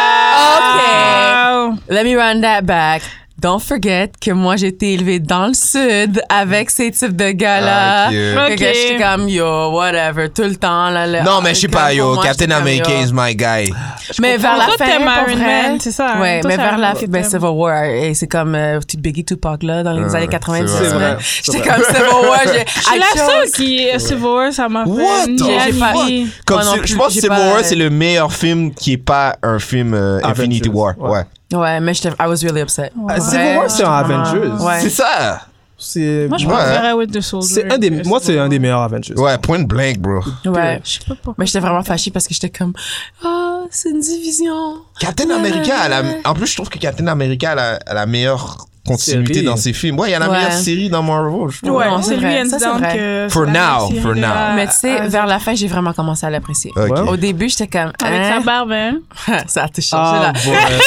Speaker 4: Wow! OK!
Speaker 3: Wow.
Speaker 4: Let me run that back. Don't forget que moi, j'ai été élevée dans le sud avec ces types de gars-là.
Speaker 1: Ah, ok.
Speaker 4: Fait que
Speaker 3: Ok.
Speaker 4: j'étais comme, yo, whatever, tout le temps. Là, le-
Speaker 1: Non, mais je sais pas,
Speaker 4: comme,
Speaker 1: yo.
Speaker 4: pour moi,
Speaker 1: Captain
Speaker 4: j'étais comme,
Speaker 1: America
Speaker 4: yo.
Speaker 1: is my guy.
Speaker 4: Mais vers la
Speaker 3: Toi,
Speaker 4: fin,
Speaker 3: t'aimes
Speaker 4: pour
Speaker 3: Iron
Speaker 4: vrai,
Speaker 3: Man, c'est ça, hein?
Speaker 4: Ouais,
Speaker 3: Toi,
Speaker 4: mais
Speaker 3: c'est
Speaker 4: vers
Speaker 3: Iron
Speaker 4: la
Speaker 3: Man que
Speaker 4: ben,
Speaker 3: t'aimes.
Speaker 4: Civil War, et c'est comme euh, petite Biggie Tupac, là, dans les
Speaker 1: Ouais,
Speaker 4: années
Speaker 1: c'est
Speaker 4: 90.
Speaker 1: vrai.
Speaker 2: C'est vrai.
Speaker 4: là. J'étais comme Civil War, j'ai.
Speaker 3: Je suis
Speaker 4: I
Speaker 3: la seule
Speaker 4: chose.
Speaker 3: qui est Civil War, ça m'a fait.
Speaker 1: What
Speaker 3: une
Speaker 1: the
Speaker 3: j'ai
Speaker 4: fuck?
Speaker 3: allumé.
Speaker 1: Comme
Speaker 4: Moi non
Speaker 1: c'est- je
Speaker 4: plus,
Speaker 1: pense que
Speaker 4: j'ai
Speaker 1: Civil
Speaker 4: pas-
Speaker 1: War, c'est le meilleur film qui est pas un film euh,
Speaker 2: Avengers,
Speaker 1: Infinity War.
Speaker 2: ouais.
Speaker 1: Ouais.
Speaker 4: Ouais, mais j'étais. I was really upset.
Speaker 2: Ah,
Speaker 4: Pour
Speaker 2: Civil
Speaker 4: vrai,
Speaker 2: War, c'est un
Speaker 4: j'étais
Speaker 2: Avengers.
Speaker 4: vraiment- Ouais.
Speaker 1: C'est ça.
Speaker 2: C'est.
Speaker 3: Moi, je
Speaker 1: Ouais.
Speaker 3: préférais With the Soldier.
Speaker 2: C'est un des.
Speaker 3: que
Speaker 2: Moi,
Speaker 3: Civil
Speaker 2: c'est un
Speaker 3: War.
Speaker 2: des meilleurs Avengers.
Speaker 1: Ouais, point blank, bro.
Speaker 4: Ouais.
Speaker 3: Je sais pas pourquoi.
Speaker 4: Mais j'étais vraiment fâchée parce que j'étais comme, ah, c'est une division.
Speaker 1: Captain America, elle a- en plus, je trouve que Captain America, elle a, elle a la meilleure continuité
Speaker 2: Série.
Speaker 1: dans ses films. Ouais, il y a la
Speaker 4: Ouais.
Speaker 1: meilleure série dans Marvel, je trouve.
Speaker 3: Ouais,
Speaker 4: Non, c'est
Speaker 3: c'est lui
Speaker 4: vrai.
Speaker 3: en
Speaker 4: Ça, c'est
Speaker 3: disant
Speaker 4: vrai.
Speaker 3: que.
Speaker 1: For
Speaker 3: c'est la
Speaker 1: now,
Speaker 3: série
Speaker 1: for
Speaker 3: de
Speaker 1: now.
Speaker 3: la-
Speaker 4: Mais tu sais,
Speaker 3: à-
Speaker 4: vers la fin, j'ai vraiment commencé à l'apprécier.
Speaker 1: Ok.
Speaker 2: Ouais.
Speaker 4: Au début, j'étais comme.
Speaker 3: Avec sa
Speaker 4: hein,
Speaker 3: barbe, hein.
Speaker 4: ça a tout changé
Speaker 2: Ah,
Speaker 4: là.
Speaker 2: ouais.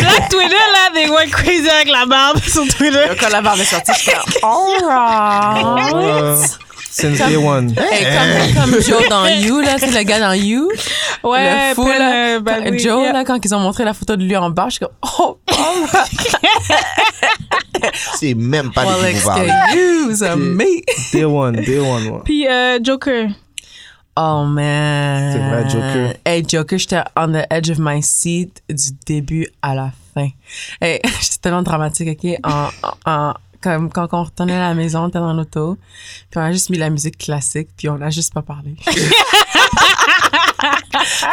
Speaker 3: Black Twitter, là, they went crazy avec la barbe sur Twitter.
Speaker 4: Quand la barbe est sortie, j'étais comme. Alright!
Speaker 2: Euh, Since day one.
Speaker 4: Hey, comme, comme Joe dans You, là, tu sais, le gars dans You.
Speaker 3: Ouais,
Speaker 4: le fou,
Speaker 3: plein
Speaker 4: là.
Speaker 3: de- bah
Speaker 4: Quand-
Speaker 3: oui,
Speaker 4: Joe,
Speaker 3: yeah.
Speaker 4: là, quand ils ont montré la photo de lui en bas, je suis comme, oh, oh
Speaker 1: C'est même pas
Speaker 4: well,
Speaker 1: des
Speaker 4: excuse
Speaker 1: vous parlez.
Speaker 4: me.
Speaker 2: Day one, day one. ouais.
Speaker 3: Puis euh, Joker.
Speaker 4: Oh, man.
Speaker 2: C'est vrai, Joker.
Speaker 4: Hey, Joker, j'étais on the edge of my seat du début à la fin. Hey, j'étais tellement dramatique, OK? En, en- comme quand on retournait à la maison, on était dans l'auto, puis on a juste mis la musique classique, puis on a juste pas parlé.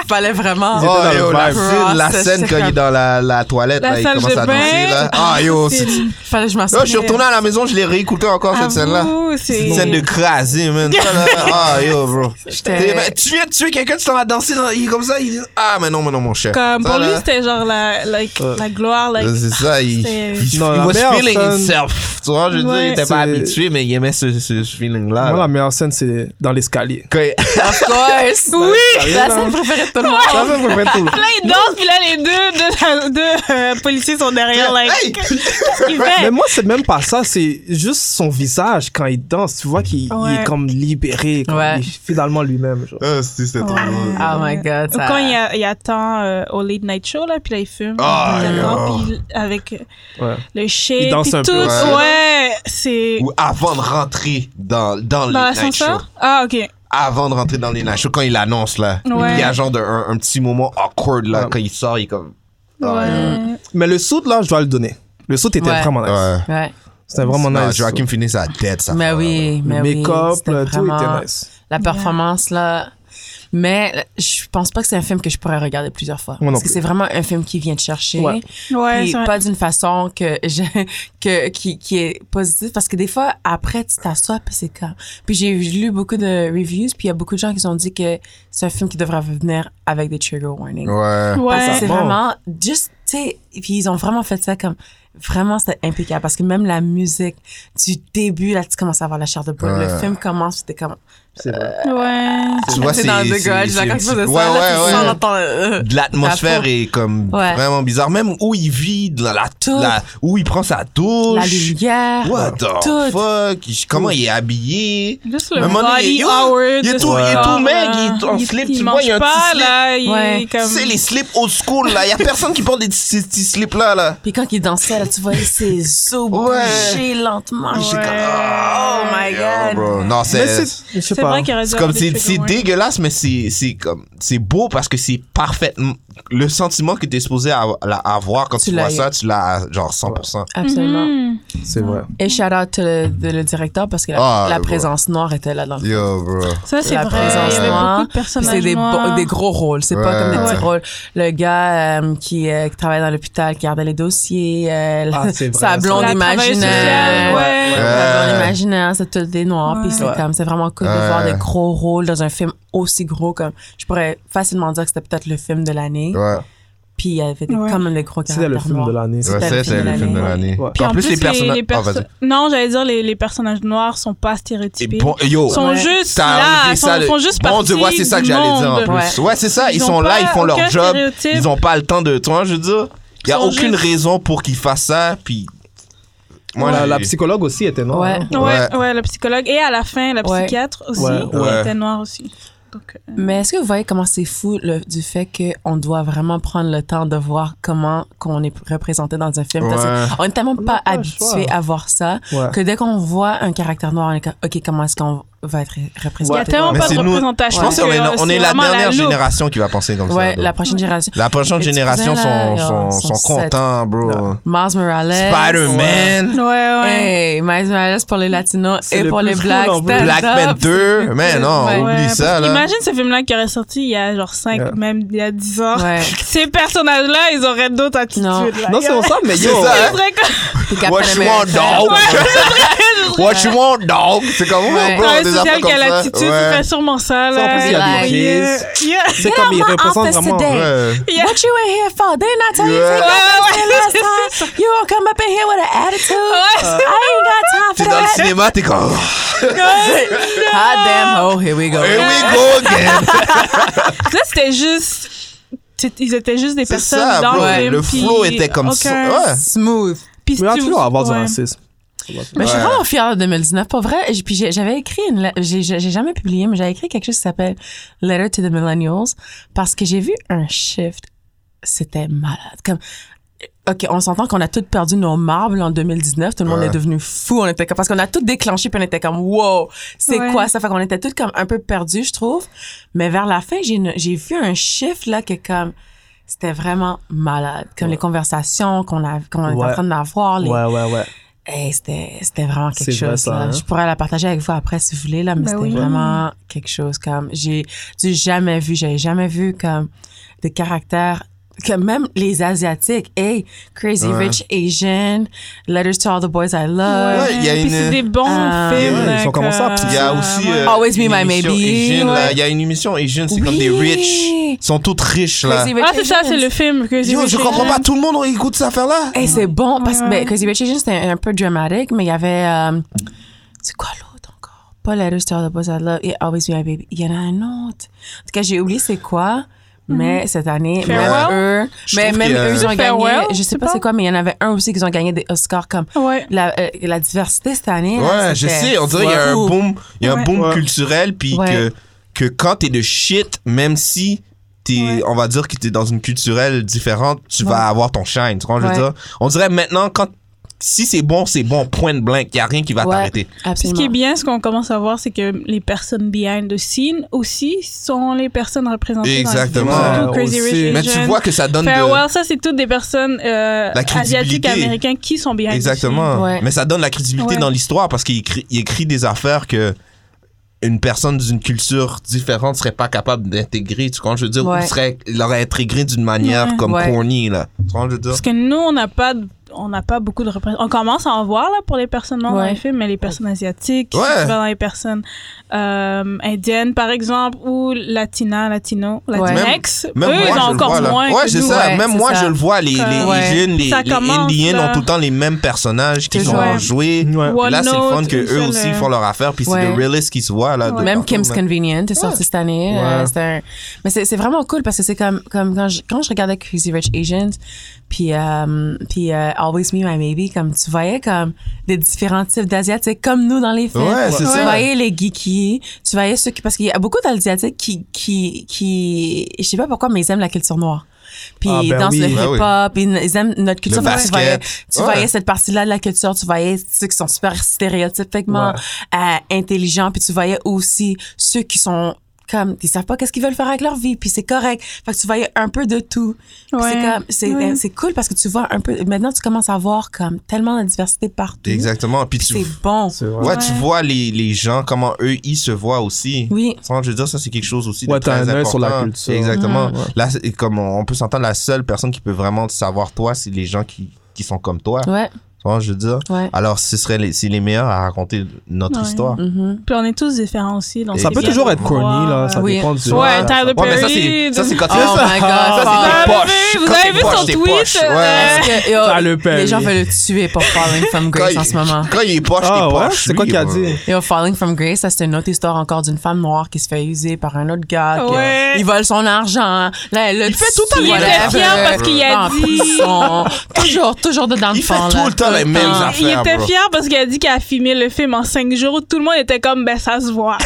Speaker 4: Fallait vraiment...
Speaker 2: Ils étaient
Speaker 1: Oh,
Speaker 2: dans le
Speaker 1: yo, la
Speaker 2: vibe.
Speaker 1: scène,
Speaker 3: Ah,
Speaker 1: la
Speaker 4: Process,
Speaker 1: scène
Speaker 4: c'est
Speaker 1: quand il est
Speaker 4: comme-
Speaker 1: dans la, la toilette,
Speaker 3: La
Speaker 1: là, il
Speaker 3: salle
Speaker 1: commence
Speaker 3: de
Speaker 1: à danser,
Speaker 3: bain.
Speaker 1: là. Ah, yo, c'est-
Speaker 4: Fallait que je m'en
Speaker 1: Là, je suis
Speaker 4: souvienne.
Speaker 1: retourné à la maison, je l'ai réécouté encore, cette scène-là.
Speaker 3: Avoue, c'est-
Speaker 1: Une scène de crasé, man. Ça, là, ah, yo, bro. T'es- ben, tu viens de tuer quelqu'un, tu t'en vas danser, dans- il est comme ça, il dit Ah, mais non, mais non, mon cher.
Speaker 3: Comme
Speaker 1: Ça,
Speaker 3: pour lui,
Speaker 1: là, Euh,
Speaker 3: c'était Ah, genre la, like,
Speaker 2: Ouais.
Speaker 3: la gloire. Like,
Speaker 1: C'est ça, il,
Speaker 3: c'est-
Speaker 1: il, il
Speaker 2: Non, la
Speaker 1: was
Speaker 2: meilleure
Speaker 1: feeling
Speaker 2: scène-
Speaker 1: himself. Tu vois, je veux dire, il
Speaker 3: Ouais.
Speaker 1: était pas
Speaker 2: C'est-
Speaker 1: habitué, mais il aimait ce, ce ce feeling-là.
Speaker 2: Moi,
Speaker 1: là.
Speaker 2: la meilleure scène, c'est dans l'escalier.
Speaker 1: Quand il-
Speaker 4: Of course!
Speaker 2: Oui!
Speaker 4: La
Speaker 1: hein.
Speaker 4: scène préférée de tout le monde.
Speaker 2: Ça, ça me fait tout.
Speaker 3: là, il danse, puis là, les deux, deux, deux, euh, policiers sont derrière. Like,
Speaker 1: Hey!
Speaker 3: Qu'est-ce qu'il
Speaker 2: Mais
Speaker 3: fait?
Speaker 2: moi, c'est même pas ça, c'est juste son visage quand il danse. Tu vois qu'il il
Speaker 3: Ouais.
Speaker 2: est comme libéré, comme
Speaker 4: Ouais.
Speaker 2: il est finalement lui-même. genre.
Speaker 1: Ah, si, c'était trop drôle.
Speaker 4: Oh my god,
Speaker 3: Ou
Speaker 4: ça...
Speaker 3: Quand il, a- il attend euh, au late night show, là, puis là, il fume.
Speaker 1: Ah,
Speaker 3: il attend,
Speaker 1: yeah.
Speaker 3: puis il- avec euh,
Speaker 2: Ouais.
Speaker 3: le shake.
Speaker 2: Il danse
Speaker 3: puis
Speaker 2: un
Speaker 3: tout.
Speaker 2: peu.
Speaker 1: Ouais.
Speaker 3: Ouais, c'est.
Speaker 1: Ou avant de rentrer dans, dans le
Speaker 3: Dans
Speaker 1: night show.
Speaker 3: l'ascenseur? Ah, ok.
Speaker 1: Avant de rentrer dans les night show, quand il annonce, là,
Speaker 3: Ouais.
Speaker 1: il y a genre de- un, un petit moment awkward, là,
Speaker 2: Ouais.
Speaker 1: quand il sort, il est comme.
Speaker 3: Ouais.
Speaker 2: Mais le saut, là, je dois le donner. Le saut était
Speaker 4: Ouais.
Speaker 2: vraiment nice.
Speaker 1: Ouais.
Speaker 4: Ouais.
Speaker 2: C'était vraiment
Speaker 1: Non,
Speaker 2: nice.
Speaker 1: Joaquin finit sa tête, ça.
Speaker 4: Mais oui, mais
Speaker 2: Ah, Le
Speaker 4: oui.
Speaker 2: make-up,
Speaker 4: c'était
Speaker 2: là, tout
Speaker 4: vraiment-
Speaker 2: était nice.
Speaker 4: La performance, là... Mais là, je pense pas que c'est un film que je pourrais regarder plusieurs fois.
Speaker 2: Moi non
Speaker 4: parce que
Speaker 2: plus.
Speaker 4: c'est vraiment un film qui vient te chercher.
Speaker 2: Ouais.
Speaker 3: Ouais,
Speaker 4: Puis
Speaker 3: c'est vrai.
Speaker 4: pas d'une façon que je, que qui, qui est positive parce que des fois après tu t'assois puis c'est quand puis j'ai lu beaucoup de reviews puis il y a beaucoup de gens qui ont dit que c'est un film qui devrait venir avec des trigger warnings
Speaker 1: Ouais.
Speaker 2: Pas
Speaker 3: Ouais.
Speaker 2: ça.
Speaker 4: c'est
Speaker 2: Bon.
Speaker 4: vraiment juste, tu sais, puis ils ont vraiment fait ça comme vraiment c'était impeccable parce que même la musique du début là tu commences à avoir la chair de poule le
Speaker 1: Ouais.
Speaker 4: film commence puis t'es comme
Speaker 2: C'est vrai.
Speaker 3: Ouais.
Speaker 1: Tu vois,
Speaker 4: c'est
Speaker 1: c'est.
Speaker 4: dans The
Speaker 1: c'est-
Speaker 4: Grudge là
Speaker 1: c'est-
Speaker 4: quand tu fais
Speaker 1: Ouais,
Speaker 4: ça
Speaker 1: ouais,
Speaker 4: là, tu
Speaker 1: ouais.
Speaker 4: sens dans ton- euh,
Speaker 1: de l'atmosphère
Speaker 4: La peau.
Speaker 1: est comme
Speaker 4: Ouais.
Speaker 1: vraiment bizarre. Même où il vit, la, la,
Speaker 4: Tout.
Speaker 1: la- où il prend sa
Speaker 4: la
Speaker 1: douche.
Speaker 4: lumière euh,
Speaker 1: What the
Speaker 4: tout
Speaker 1: fuck? Il- Comment il est habillé?
Speaker 3: Juste
Speaker 1: À
Speaker 3: le
Speaker 1: un moment donné,
Speaker 3: body
Speaker 1: yo,
Speaker 3: Howard.
Speaker 1: il est tout-
Speaker 3: de son
Speaker 1: il est tout
Speaker 3: corps,
Speaker 1: maigre,
Speaker 3: là.
Speaker 1: il est en slip, tu vois,
Speaker 3: mange
Speaker 1: il y a un petit
Speaker 3: pas,
Speaker 1: slip.
Speaker 3: là, il
Speaker 4: Ouais.
Speaker 3: est comme...
Speaker 1: C'est les slips old school là. Il y a personne qui porte des petits petits slips là. là.
Speaker 4: puis quand il dansait là tu voyais ses
Speaker 1: Ouais.
Speaker 4: os bouger lentement
Speaker 1: J'ai comme,
Speaker 3: Ouais.
Speaker 1: ah,
Speaker 4: Oh my
Speaker 1: yo,
Speaker 4: God.
Speaker 1: bro. Non,
Speaker 2: Mais
Speaker 1: c'est.
Speaker 2: c'est. Je sais
Speaker 3: C'est
Speaker 2: pas.
Speaker 3: vrai qu'il aurait dû
Speaker 1: C'est comme
Speaker 3: avoir des
Speaker 1: c'est c'est
Speaker 3: trucs moins.
Speaker 1: dégueulasse mais c'est c'est comme c'est beau parce que c'est parfaitement le sentiment que t'es supposé à- la- avoir quand tu
Speaker 4: Tu
Speaker 1: vois
Speaker 4: l'as eu.
Speaker 1: ça tu l'as genre 100%
Speaker 4: absolument
Speaker 3: Mhm.
Speaker 2: C'est vrai.
Speaker 4: et shout out to le, de le directeur parce que la,
Speaker 1: Ah,
Speaker 4: la
Speaker 1: ouais.
Speaker 4: présence noire était là dans le
Speaker 1: yo bro
Speaker 3: Ça, c'est
Speaker 4: La
Speaker 3: vrai.
Speaker 4: présence
Speaker 3: Il y avait
Speaker 4: noire,
Speaker 3: beaucoup de
Speaker 4: Puis
Speaker 3: personnages
Speaker 4: c'est des, bo-
Speaker 3: noirs.
Speaker 4: des gros rôles, c'est
Speaker 1: Ouais.
Speaker 4: pas comme des petits
Speaker 3: Ouais.
Speaker 4: rôles. Le gars euh, qui, euh, qui travaille dans l'hôpital, qui gardait les dossiers, euh, la-
Speaker 2: Ah, c'est vrai,
Speaker 4: sa
Speaker 2: ça.
Speaker 4: blonde
Speaker 3: La travailleuse sociale,
Speaker 4: imaginaire.
Speaker 3: ouais.
Speaker 4: La blonde
Speaker 1: Ouais.
Speaker 4: imaginaire, c'est tous des noirs. Puis c'est
Speaker 2: Ouais.
Speaker 4: comme, c'est vraiment cool de
Speaker 1: Ouais.
Speaker 4: voir des gros rôles dans un film aussi gros comme. Je pourrais facilement dire que c'était peut-être le film de l'année.
Speaker 1: ouais
Speaker 4: Puis il y avait des,
Speaker 3: Ouais.
Speaker 4: quand même des gros caractères
Speaker 2: C'était le film
Speaker 4: noirs.
Speaker 2: de l'année.
Speaker 4: Ouais,
Speaker 1: Ouais, ça, c'est le film de l'année.
Speaker 2: Ouais.
Speaker 3: Puis en plus, les,
Speaker 1: personnages-
Speaker 3: les
Speaker 1: Ah,
Speaker 3: perso-
Speaker 1: vas-y.
Speaker 3: Non, j'allais dire, les, les personnages noirs sont pas
Speaker 1: Et
Speaker 3: stéréotypés.
Speaker 1: bon, yo,
Speaker 3: Ils sont
Speaker 4: Ouais.
Speaker 3: juste
Speaker 1: t'as
Speaker 3: là,
Speaker 1: enlevé
Speaker 3: ils sont,
Speaker 1: ça, le-
Speaker 3: font juste
Speaker 1: bon
Speaker 3: partie
Speaker 1: Dieu, ouais, c'est ça que j'allais dire en
Speaker 3: du monde.
Speaker 1: plus. Ouais, c'est ça, ils,
Speaker 3: Ils
Speaker 1: sont
Speaker 3: ont
Speaker 1: là,
Speaker 3: pas
Speaker 1: ils font leur
Speaker 3: aucun
Speaker 1: job,
Speaker 3: stéréotype.
Speaker 1: ils ont pas le temps de, tu vois, je veux dire, il y a
Speaker 3: Ils sont
Speaker 1: aucune
Speaker 3: juste-
Speaker 1: raison pour qu'ils fassent ça, puis moi,
Speaker 2: La,
Speaker 1: j'ai-
Speaker 2: la psychologue aussi était noire.
Speaker 4: Ouais.
Speaker 2: hein.
Speaker 3: Ouais,
Speaker 1: Ouais.
Speaker 3: ouais. le psychologue et à la fin, la
Speaker 4: Ouais.
Speaker 3: psychiatre aussi,
Speaker 2: Ouais,
Speaker 3: qui
Speaker 1: ouais.
Speaker 3: était noire aussi. Donc, euh,
Speaker 4: Mais est-ce que vous voyez comment c'est fou le, du fait qu'on doit vraiment prendre le temps de voir comment qu'on est représenté dans un film? Parce que
Speaker 1: Ouais.
Speaker 4: on est tellement
Speaker 2: On
Speaker 4: pas
Speaker 2: n'a pas le choix.
Speaker 4: habitué à voir ça
Speaker 2: Ouais.
Speaker 4: que dès qu'on voit un caractère noir, on est comme, OK, comment est-ce qu'on va être
Speaker 3: il y a
Speaker 4: représenté?
Speaker 3: tellement
Speaker 1: Mais
Speaker 3: pas
Speaker 1: c'est
Speaker 3: de
Speaker 1: nous-
Speaker 3: représentation.
Speaker 1: je pense qu'on est,
Speaker 3: que, euh,
Speaker 1: on est
Speaker 3: c'est
Speaker 1: la
Speaker 3: vraiment
Speaker 1: dernière
Speaker 3: loupe.
Speaker 1: génération qui va penser comme
Speaker 4: ouais,
Speaker 1: ça.
Speaker 4: la
Speaker 1: là.
Speaker 4: prochaine génération.
Speaker 1: La prochaine
Speaker 4: Et tu
Speaker 1: génération
Speaker 4: faisais,
Speaker 1: sont,
Speaker 4: là,
Speaker 1: sont,
Speaker 4: genre,
Speaker 1: sont,
Speaker 4: sont
Speaker 1: contents, bro.
Speaker 4: Mars Morales.
Speaker 1: Spider-Man,
Speaker 3: Ouais, ouais.
Speaker 4: Hey, Miles Morales pour les Latinos
Speaker 2: C'est
Speaker 4: et
Speaker 2: le
Speaker 4: pour
Speaker 2: plus
Speaker 4: les
Speaker 2: cool,
Speaker 4: Blacks.
Speaker 2: en plus.
Speaker 4: Stand
Speaker 1: Black
Speaker 4: up.
Speaker 1: Panther, mais non,
Speaker 4: Ouais.
Speaker 1: oublie
Speaker 3: Ouais,
Speaker 1: ça,
Speaker 3: parce
Speaker 1: là.
Speaker 3: Imagine ce film-là qui aurait sorti il y a genre 5,
Speaker 2: Yeah.
Speaker 3: même il y a 10 ans.
Speaker 4: Ouais.
Speaker 3: Ces personnages-là, ils auraient d'autres attitudes.
Speaker 4: Non.
Speaker 3: là.
Speaker 2: Non, c'est
Speaker 3: Ils
Speaker 2: ça, mais
Speaker 1: C'est
Speaker 2: yo.
Speaker 1: ça,
Speaker 3: auraient-
Speaker 1: hein?
Speaker 3: ils seraient comme-
Speaker 4: Puis Captain
Speaker 1: Watch
Speaker 4: America.
Speaker 1: Wanda.
Speaker 3: Ouais, je voudrais
Speaker 1: What you want, dog? C'est comme, oh,
Speaker 4: Ouais.
Speaker 1: bro,
Speaker 3: Travail
Speaker 1: des
Speaker 3: social
Speaker 1: affaires
Speaker 3: qui
Speaker 1: comme
Speaker 3: a
Speaker 1: ça.
Speaker 3: l'attitude,
Speaker 1: Ouais.
Speaker 3: tu fais sûrement ça.
Speaker 2: Ça, en
Speaker 3: Là.
Speaker 2: plus, il y a des
Speaker 3: Yeah.
Speaker 2: kids.
Speaker 3: Yeah.
Speaker 2: C'est comme il
Speaker 4: my
Speaker 2: représente
Speaker 4: office
Speaker 2: vraiment.
Speaker 4: today.
Speaker 1: Ouais.
Speaker 3: Yeah.
Speaker 4: What you in here for? Didn't I tell you
Speaker 1: Yeah.
Speaker 4: to last time? You won't come up in here with an attitude. I ain't got time
Speaker 1: T'es
Speaker 4: for
Speaker 1: dans le
Speaker 4: that.
Speaker 1: cinéma, t'es comme,
Speaker 4: Hot damn oh, here we go.
Speaker 1: here we go again.
Speaker 3: Là, c'était juste. c'est- Ils étaient juste des
Speaker 1: C'est
Speaker 3: personnes
Speaker 1: ça,
Speaker 3: dans
Speaker 1: bro.
Speaker 3: le film.
Speaker 1: Le
Speaker 3: puis
Speaker 1: flow était comme ça.
Speaker 3: aucun-
Speaker 1: Ouais.
Speaker 4: Smooth.
Speaker 3: puis
Speaker 2: Mais il va
Speaker 3: tu-
Speaker 2: toujours avoir du
Speaker 3: ouais.
Speaker 2: racisme.
Speaker 4: Mais Ben, je suis
Speaker 1: Ouais.
Speaker 4: vraiment fière de 2019. Pour vrai, j'ai- puis j'ai- j'avais écrit une. le- J'ai j'ai- j'ai jamais publié, mais j'avais écrit quelque chose qui s'appelle Letter to the Millennials parce que j'ai vu un shift. C'était malade. Comme. OK, on s'entend qu'on a tous perdu nos marbles en 2019. Tout le monde
Speaker 1: Ouais.
Speaker 4: est devenu fou. On était comme, parce qu'on a tout déclenché puis on était comme, wow, c'est
Speaker 3: Ouais.
Speaker 4: quoi ça? Fait qu'on était tous comme un peu perdus, je trouve. Mais vers la fin, j'ai une- j'ai vu un shift là que comme, c'était vraiment malade. Comme les conversations qu'on a, qu'on est en
Speaker 2: Ouais.
Speaker 4: train d'avoir, les,
Speaker 2: Ouais, ouais, ouais.
Speaker 4: Hey, c'était c'était vraiment quelque
Speaker 2: C'est
Speaker 4: chose.
Speaker 2: vrai, ça,
Speaker 4: là.
Speaker 2: hein?
Speaker 4: Je pourrais la partager avec vous après si vous voulez, là, mais
Speaker 3: Ben
Speaker 4: c'était
Speaker 3: oui.
Speaker 4: vraiment quelque chose comme. J'ai du jamais vu, j'avais jamais vu comme des caractères que même les Asiatiques, hey, Crazy
Speaker 1: Ouais.
Speaker 4: Rich Asian, Letters to All the Boys I Love.
Speaker 1: Ouais, il y a
Speaker 3: Puis
Speaker 1: une-
Speaker 3: c'est des bons
Speaker 4: Euh,
Speaker 3: films.
Speaker 2: Ouais, ils sont
Speaker 3: euh,
Speaker 2: comme ça, puis
Speaker 1: Il y a aussi.
Speaker 3: ouais.
Speaker 1: euh,
Speaker 4: Always be
Speaker 1: une
Speaker 4: my
Speaker 1: émission
Speaker 4: maybe,
Speaker 1: Asian, là.
Speaker 4: ouais.
Speaker 1: Il y a une émission Asian, c'est
Speaker 4: Oui.
Speaker 1: comme des rich. Ils sont toutes riches, là.
Speaker 4: Crazy Rich
Speaker 3: Ah, c'est ça,
Speaker 4: Asians.
Speaker 3: c'est le film que j'ai
Speaker 1: Yo,
Speaker 3: vu
Speaker 1: je
Speaker 3: chez
Speaker 1: comprends
Speaker 3: Jean.
Speaker 1: pas, tout le monde écoute cette affaire-là.
Speaker 4: Hey, Eh, c'est bon parce que
Speaker 3: Ouais, ouais.
Speaker 4: ben, Crazy Rich Asian, c'était un peu dramatique, mais il y avait. euh, c'est quoi l'autre encore? Pas Letters to All the Boys I Love et Always Be My Baby. Il y en a un autre. En tout cas, j'ai oublié c'est quoi. Mais cette
Speaker 3: Mm-hmm.
Speaker 4: année,
Speaker 3: Farewell?
Speaker 4: même eux,
Speaker 1: Je
Speaker 4: mais
Speaker 1: trouve
Speaker 4: même
Speaker 1: que- euh,
Speaker 4: eux, ils ont
Speaker 3: Farewell,
Speaker 4: gagné. Je sais
Speaker 3: c'est
Speaker 4: pas
Speaker 3: pas-
Speaker 4: c'est quoi, mais il y en avait un aussi qu'ils ont gagné des Oscars comme
Speaker 3: Ouais.
Speaker 4: la, euh, la diversité cette année. là,
Speaker 1: Ouais, je
Speaker 4: c'était
Speaker 1: sais, on dirait qu'il y a un
Speaker 4: fou.
Speaker 1: boom, il y a un
Speaker 3: Ouais.
Speaker 1: boom
Speaker 2: Ouais.
Speaker 1: culturel, puis
Speaker 4: Ouais.
Speaker 1: que, que quand t'es de shit, même si t'es, on va dire que t'es dans une culturelle différente, tu vas avoir ton shine, tu comprends, ce que je veux
Speaker 4: Ouais.
Speaker 1: dire? On dirait maintenant, quand, si c'est bon, c'est bon, point de blank, il y a rien qui va
Speaker 4: Ouais,
Speaker 1: t'arrêter.
Speaker 3: Puis
Speaker 4: Absolument.
Speaker 3: ce qui est bien, ce qu'on commence à voir, c'est que les personnes behind the scene aussi sont les personnes représentées.
Speaker 1: Exactement.
Speaker 3: Dans le film. Surtout
Speaker 2: Ouais,
Speaker 3: Crazy
Speaker 2: aussi.
Speaker 3: Rich
Speaker 1: Mais tu
Speaker 3: Asian,
Speaker 1: vois que ça donne de-
Speaker 3: Farewell, ça, c'est toutes des personnes euh,
Speaker 1: La crédibilité.
Speaker 3: asiatiques américaines qui sont behind the
Speaker 1: Exactement.
Speaker 4: Ouais.
Speaker 1: Mais ça donne la crédibilité
Speaker 3: Ouais.
Speaker 1: dans l'histoire parce qu'il écrit, il écrit des affaires que une personne d'une culture différente serait pas capable d'intégrer. Tu comprends? ce que Je veux dire,
Speaker 4: Ouais.
Speaker 1: ou serait, l'aurait intégré d'une manière
Speaker 3: Ouais.
Speaker 1: comme
Speaker 4: Ouais.
Speaker 1: corny, là. Tu comprends? ce que Je veux dire,
Speaker 3: Parce que nous, on n'a pas, de- on n'a pas beaucoup de représentants. On commence à en voir là pour les personnes non dans
Speaker 4: Ouais.
Speaker 3: les films, mais les personnes asiatiques,
Speaker 1: Ouais.
Speaker 3: souvent dans les personnes euh, indiennes par exemple, ou latina, latino,
Speaker 4: Ouais.
Speaker 3: latinex,
Speaker 1: Même
Speaker 3: eux
Speaker 1: moi,
Speaker 3: ils
Speaker 1: je
Speaker 3: ont
Speaker 1: le
Speaker 3: encore
Speaker 1: vois, là.
Speaker 3: moins.
Speaker 1: Ouais,
Speaker 3: que
Speaker 1: c'est
Speaker 3: nous.
Speaker 1: ça.
Speaker 4: Ouais,
Speaker 1: Même
Speaker 4: c'est
Speaker 1: moi,
Speaker 4: ça.
Speaker 1: je le vois. Les, les,
Speaker 3: Euh,
Speaker 4: ouais.
Speaker 1: Asians, les,
Speaker 3: Ça
Speaker 1: les
Speaker 3: commence,
Speaker 1: Indiens
Speaker 3: là.
Speaker 1: ont tout le temps les mêmes personnages qui
Speaker 4: Toujours.
Speaker 1: sont
Speaker 3: Ouais.
Speaker 1: joués.
Speaker 2: Ouais.
Speaker 3: One
Speaker 1: Là, c'est le fun
Speaker 3: note,
Speaker 1: que
Speaker 3: une
Speaker 1: eux
Speaker 3: seule,
Speaker 1: aussi
Speaker 3: euh,
Speaker 1: font leur affaire. Puis c'est
Speaker 4: Ouais.
Speaker 1: le realist qui se voit, là. de
Speaker 3: Ouais.
Speaker 4: Même
Speaker 1: partout,
Speaker 4: Kim's
Speaker 1: là.
Speaker 4: Convenient est sorti cette année. euh,
Speaker 1: Ouais.
Speaker 4: c'était un- Mais c'est c'est vraiment cool parce que c'est comme, comme quand, je, quand je regardais Crazy Rich Asians, puis, euh, puis euh, Always Me My Baby, comme tu voyais comme des différents types d'Asiatiques, comme nous dans les films.
Speaker 1: Ouais, c'est
Speaker 4: tu
Speaker 1: ça.
Speaker 4: voyais les geekies, tu voyais ceux qui. Parce qu'il y a beaucoup d'Asiatiques qui, qui, qui. Je sais pas pourquoi, mais ils aiment la culture noire. Puis
Speaker 2: Ah,
Speaker 4: ils
Speaker 2: ben
Speaker 4: dansent
Speaker 2: oui.
Speaker 4: le
Speaker 1: Ben oui.
Speaker 4: hip-hop, ils- ils aiment notre culture.
Speaker 1: Le
Speaker 4: Fait que tu voyais,
Speaker 1: basket.
Speaker 4: tu
Speaker 1: Ouais.
Speaker 4: voyais cette partie-là de la culture, tu voyais ceux qui sont super stéréotypiquement euh, intelligents, puis tu voyais aussi ceux qui sont comme qui savent pas qu'est-ce qu'ils veulent faire avec leur vie, puis c'est correct. Fait que tu voyais un peu de tout. Puis
Speaker 3: Ouais.
Speaker 4: C'est comme c'est euh,
Speaker 3: Ouais.
Speaker 4: c'est cool parce que tu vois un peu maintenant tu commences à voir comme tellement de diversité partout.
Speaker 1: Exactement. Puis tu,
Speaker 4: C'est bon.
Speaker 2: C'est vrai.
Speaker 1: ouais, tu vois les, les gens, comment eux, ils se voient aussi.
Speaker 4: Oui.
Speaker 1: Tu vois, Je veux dire, ça, c'est quelque chose aussi de
Speaker 2: Ouais,
Speaker 1: très
Speaker 2: t'as un
Speaker 1: important.
Speaker 2: œil sur la culture.
Speaker 1: Exactement.
Speaker 2: Mhm. Ouais.
Speaker 1: Là, c'est- comme on, on peut s'entendre, la seule personne qui peut vraiment savoir toi, c'est les gens qui, qui sont comme toi.
Speaker 4: Ouais.
Speaker 1: Tu vois, je veux dire.
Speaker 4: Ouais.
Speaker 1: Alors, ce serait les, c'est les meilleurs à raconter notre
Speaker 3: Ouais.
Speaker 1: histoire.
Speaker 4: Mhm.
Speaker 3: Puis on est tous différents aussi. donc
Speaker 2: Ça
Speaker 3: c'est
Speaker 2: peut
Speaker 3: bien
Speaker 2: toujours
Speaker 3: de
Speaker 2: être corny, là.
Speaker 3: voir,
Speaker 2: Ça
Speaker 3: euh,
Speaker 4: Oui.
Speaker 2: dépend du.
Speaker 3: Ouais, Tyler
Speaker 1: Ouais, mais ça,
Speaker 3: Perry,
Speaker 1: c'est, ça, Ah, c'est quand
Speaker 4: Oh
Speaker 1: t'es-
Speaker 4: my God.
Speaker 1: Ça,
Speaker 4: Paul.
Speaker 1: c'est
Speaker 3: Vous
Speaker 1: des
Speaker 3: avez
Speaker 1: poches. Quand t'es
Speaker 3: vu- vous avez vu
Speaker 1: poche,
Speaker 3: son
Speaker 1: t'es
Speaker 3: tweet,
Speaker 1: poche. Ouais.
Speaker 3: euh,
Speaker 4: Parce que, yo,
Speaker 2: Tyler Perry.
Speaker 4: les gens veulent le tuer pour Falling from
Speaker 1: Quand
Speaker 4: Grace en ce moment.
Speaker 1: il- quand il est poche, t'es
Speaker 2: Ah ouais?
Speaker 1: poche.
Speaker 2: C'est quoi
Speaker 1: lui,
Speaker 2: qu'il a
Speaker 1: ouais.
Speaker 2: dit?
Speaker 4: Yo, Falling from Grace, ça, c'est une autre histoire encore d'une femme noire qui se fait user par un autre gars. qui,
Speaker 3: Ouais.
Speaker 4: euh, il vole son argent. Là, elle le
Speaker 1: Il fait tout le temps
Speaker 4: tue,
Speaker 1: les
Speaker 3: Il
Speaker 1: Voilà.
Speaker 3: était
Speaker 4: whatever.
Speaker 3: fier parce qu'il a
Speaker 4: En
Speaker 3: dit.
Speaker 4: prison. toujours, toujours dedans
Speaker 1: Il
Speaker 4: le fond,
Speaker 1: fait
Speaker 4: là.
Speaker 1: tout le temps les mêmes affaires.
Speaker 3: Il était
Speaker 1: bro.
Speaker 3: fier parce qu'il a dit qu'il a filmé le film en cinq jours. Tout le monde était comme, ben ça se voit.